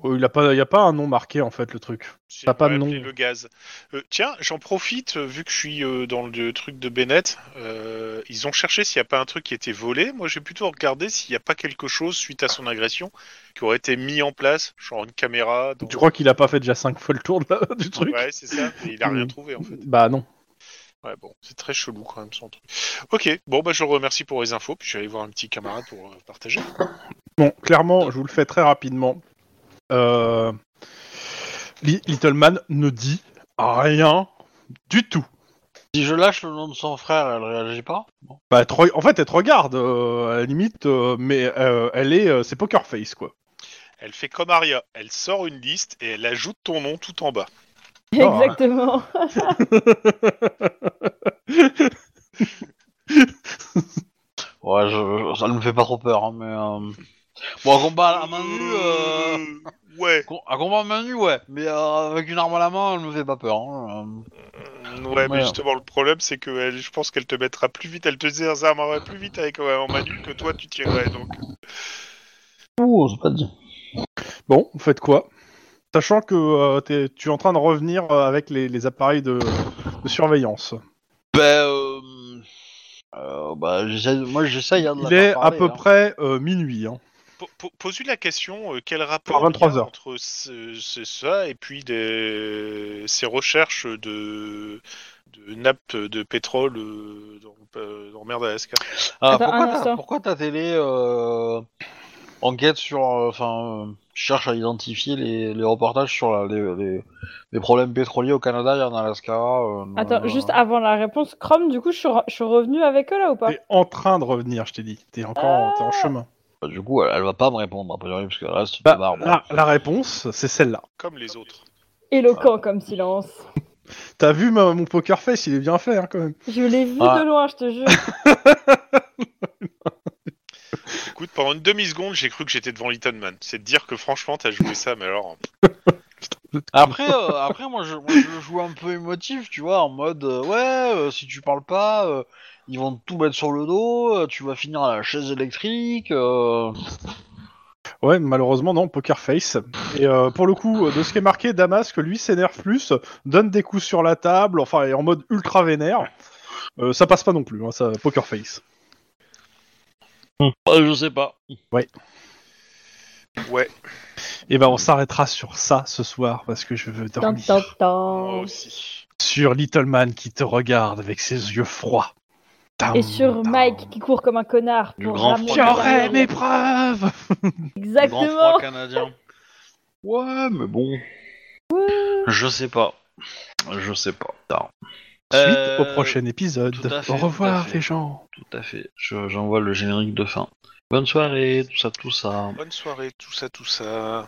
Speaker 2: Euh, Il a pas il y a pas un nom marqué en fait le truc.
Speaker 4: C'est
Speaker 2: T'as pas de
Speaker 4: ouais,
Speaker 2: nom.
Speaker 4: appeler le gaz. Euh, tiens, j'en profite, euh, vu que je suis euh, dans le truc de Bennett, euh, ils ont cherché s'il n'y a pas un truc qui était volé. Moi, j'ai plutôt regardé s'il n'y a pas quelque chose, suite à son agression, qui aurait été mis en place, genre une caméra. dans-
Speaker 2: Tu crois qu'il a pas fait déjà cinq fois le tour de la- du truc
Speaker 4: Ouais, c'est ça, mais il n'a rien trouvé, en fait.
Speaker 2: Bah non.
Speaker 4: Ouais, bon, c'est très chelou, quand même, son truc. Ok, bon, bah, je vous remercie pour les infos, puis je vais aller voir un petit camarade pour euh, partager.
Speaker 2: Bon, clairement, je vous le fais très rapidement. Euh, Li- Little Man ne dit rien du tout.
Speaker 5: Si je lâche le nom de son frère, elle réagit pas Bon.
Speaker 2: Bah, elle te re- en fait, elle te regarde, euh, à la limite, euh, mais euh, elle est, euh, c'est poker face quoi.
Speaker 4: Elle fait comme Aria, elle sort une liste et elle ajoute ton nom tout en bas.
Speaker 5: Oh.
Speaker 2: Non,
Speaker 3: Exactement.
Speaker 5: Ouais, je- ça ne me fait pas trop peur, hein, mais... euh, Bon, un combat
Speaker 4: Ah,
Speaker 5: à main nue... euh,
Speaker 4: Euh, Ouais.
Speaker 5: com- Un combat à main nue, ouais. Mais euh, avec une arme à la main, elle me fait pas peur. hein, euh.
Speaker 4: Ouais, mais
Speaker 5: Ouais.
Speaker 4: justement, le problème, c'est que elle- je pense qu'elle te mettra plus vite, elle te désarmera plus vite avec un en manu que toi, tu tirerais. Donc,
Speaker 5: Ouh, c'est pas dit.
Speaker 2: Bon, vous faites quoi Sachant que euh, t'es- tu es en train de revenir euh, avec les, les appareils de, de surveillance.
Speaker 5: Ben, euh... euh, bah, j'essaie- moi j'essaye. hein, de la
Speaker 2: Il
Speaker 5: faire
Speaker 2: est à
Speaker 5: parler,
Speaker 2: peu
Speaker 5: hein.
Speaker 2: près euh, minuit. hein.
Speaker 4: po- po- pose-lui la question, euh, quel rapport
Speaker 2: Par 23
Speaker 4: il y a
Speaker 2: heures.
Speaker 4: entre ce, ce- ça et puis des, ses recherches de, de nappes de pétrole euh, dans, euh, dans le mer d'Alaska
Speaker 5: Ah,
Speaker 3: Attends, un
Speaker 5: pourquoi,
Speaker 3: instant.
Speaker 5: ta, pourquoi ta télé euh, enquête sur. euh, Enfin, euh, cherche à identifier les, les reportages sur la- les, les- les problèmes pétroliers au Canada et en Alaska euh,
Speaker 3: Attends,
Speaker 5: euh,
Speaker 3: juste avant la réponse, Chrome, du coup, je suis, re- je suis revenue avec eux là ou pas
Speaker 2: T'es en train de revenir, je t'ai dit. T'es encore en- t'es en chemin.
Speaker 5: bah, du coup, elle, elle va pas me répondre, a priori, parce que reste
Speaker 2: Bah, la, la réponse, c'est celle-là.
Speaker 4: Comme les autres.
Speaker 3: Éloquent comme silence.
Speaker 2: T'as vu ma- mon poker face, il est bien fait hein, quand même.
Speaker 3: Je l'ai vu
Speaker 5: Ah.
Speaker 3: de loin, je te jure.
Speaker 4: Écoute, pendant une demi-seconde, j'ai cru que j'étais devant Little Man. C'est de dire que franchement, t'as joué ça, mais alors.
Speaker 5: Après, euh, après moi, je, moi, je le joue un peu émotif, tu vois, en mode euh, ouais, euh, si tu parles pas, euh, ils vont tout mettre sur le dos, euh, tu vas finir à la chaise électrique. euh.
Speaker 2: Ouais, malheureusement, non, poker face. Et euh, pour le coup, euh, de ce qui est marqué, Damasque, lui, s'énerve plus, donne des coups sur la table, enfin, est en mode ultra vénère. Euh, ça passe pas non plus, hein, ça, poker face.
Speaker 5: Bah, je sais pas.
Speaker 4: Ouais,
Speaker 2: Et ben, on s'arrêtera sur ça ce soir, parce que je veux
Speaker 3: Tan,
Speaker 2: dormir.
Speaker 3: tan,
Speaker 4: moi
Speaker 5: Oh,
Speaker 3: tan.
Speaker 4: aussi.
Speaker 2: Sur Little Man qui te regarde avec ses yeux froids. Tam,
Speaker 3: Et sur
Speaker 2: tam.
Speaker 3: Mike qui court comme un connard
Speaker 5: Du
Speaker 3: pour
Speaker 5: grand
Speaker 3: ramener
Speaker 5: froid.
Speaker 3: la
Speaker 2: J'aurai
Speaker 3: balle.
Speaker 2: mes preuves
Speaker 5: Le Grand
Speaker 3: Exactement.
Speaker 5: froid canadien. Ouais, mais bon.
Speaker 3: Ouais.
Speaker 5: Je sais pas. Je sais pas. Non.
Speaker 2: Suite
Speaker 5: Euh,
Speaker 2: au prochain épisode.
Speaker 5: tout à fait,
Speaker 2: Au
Speaker 5: tout à
Speaker 2: revoir,
Speaker 5: fait.
Speaker 2: les gens.
Speaker 5: Tout à fait. Je- J'envoie le générique de fin. Bonne soirée, tout ça, tout ça.
Speaker 4: Bonne soirée, tout ça, tout ça.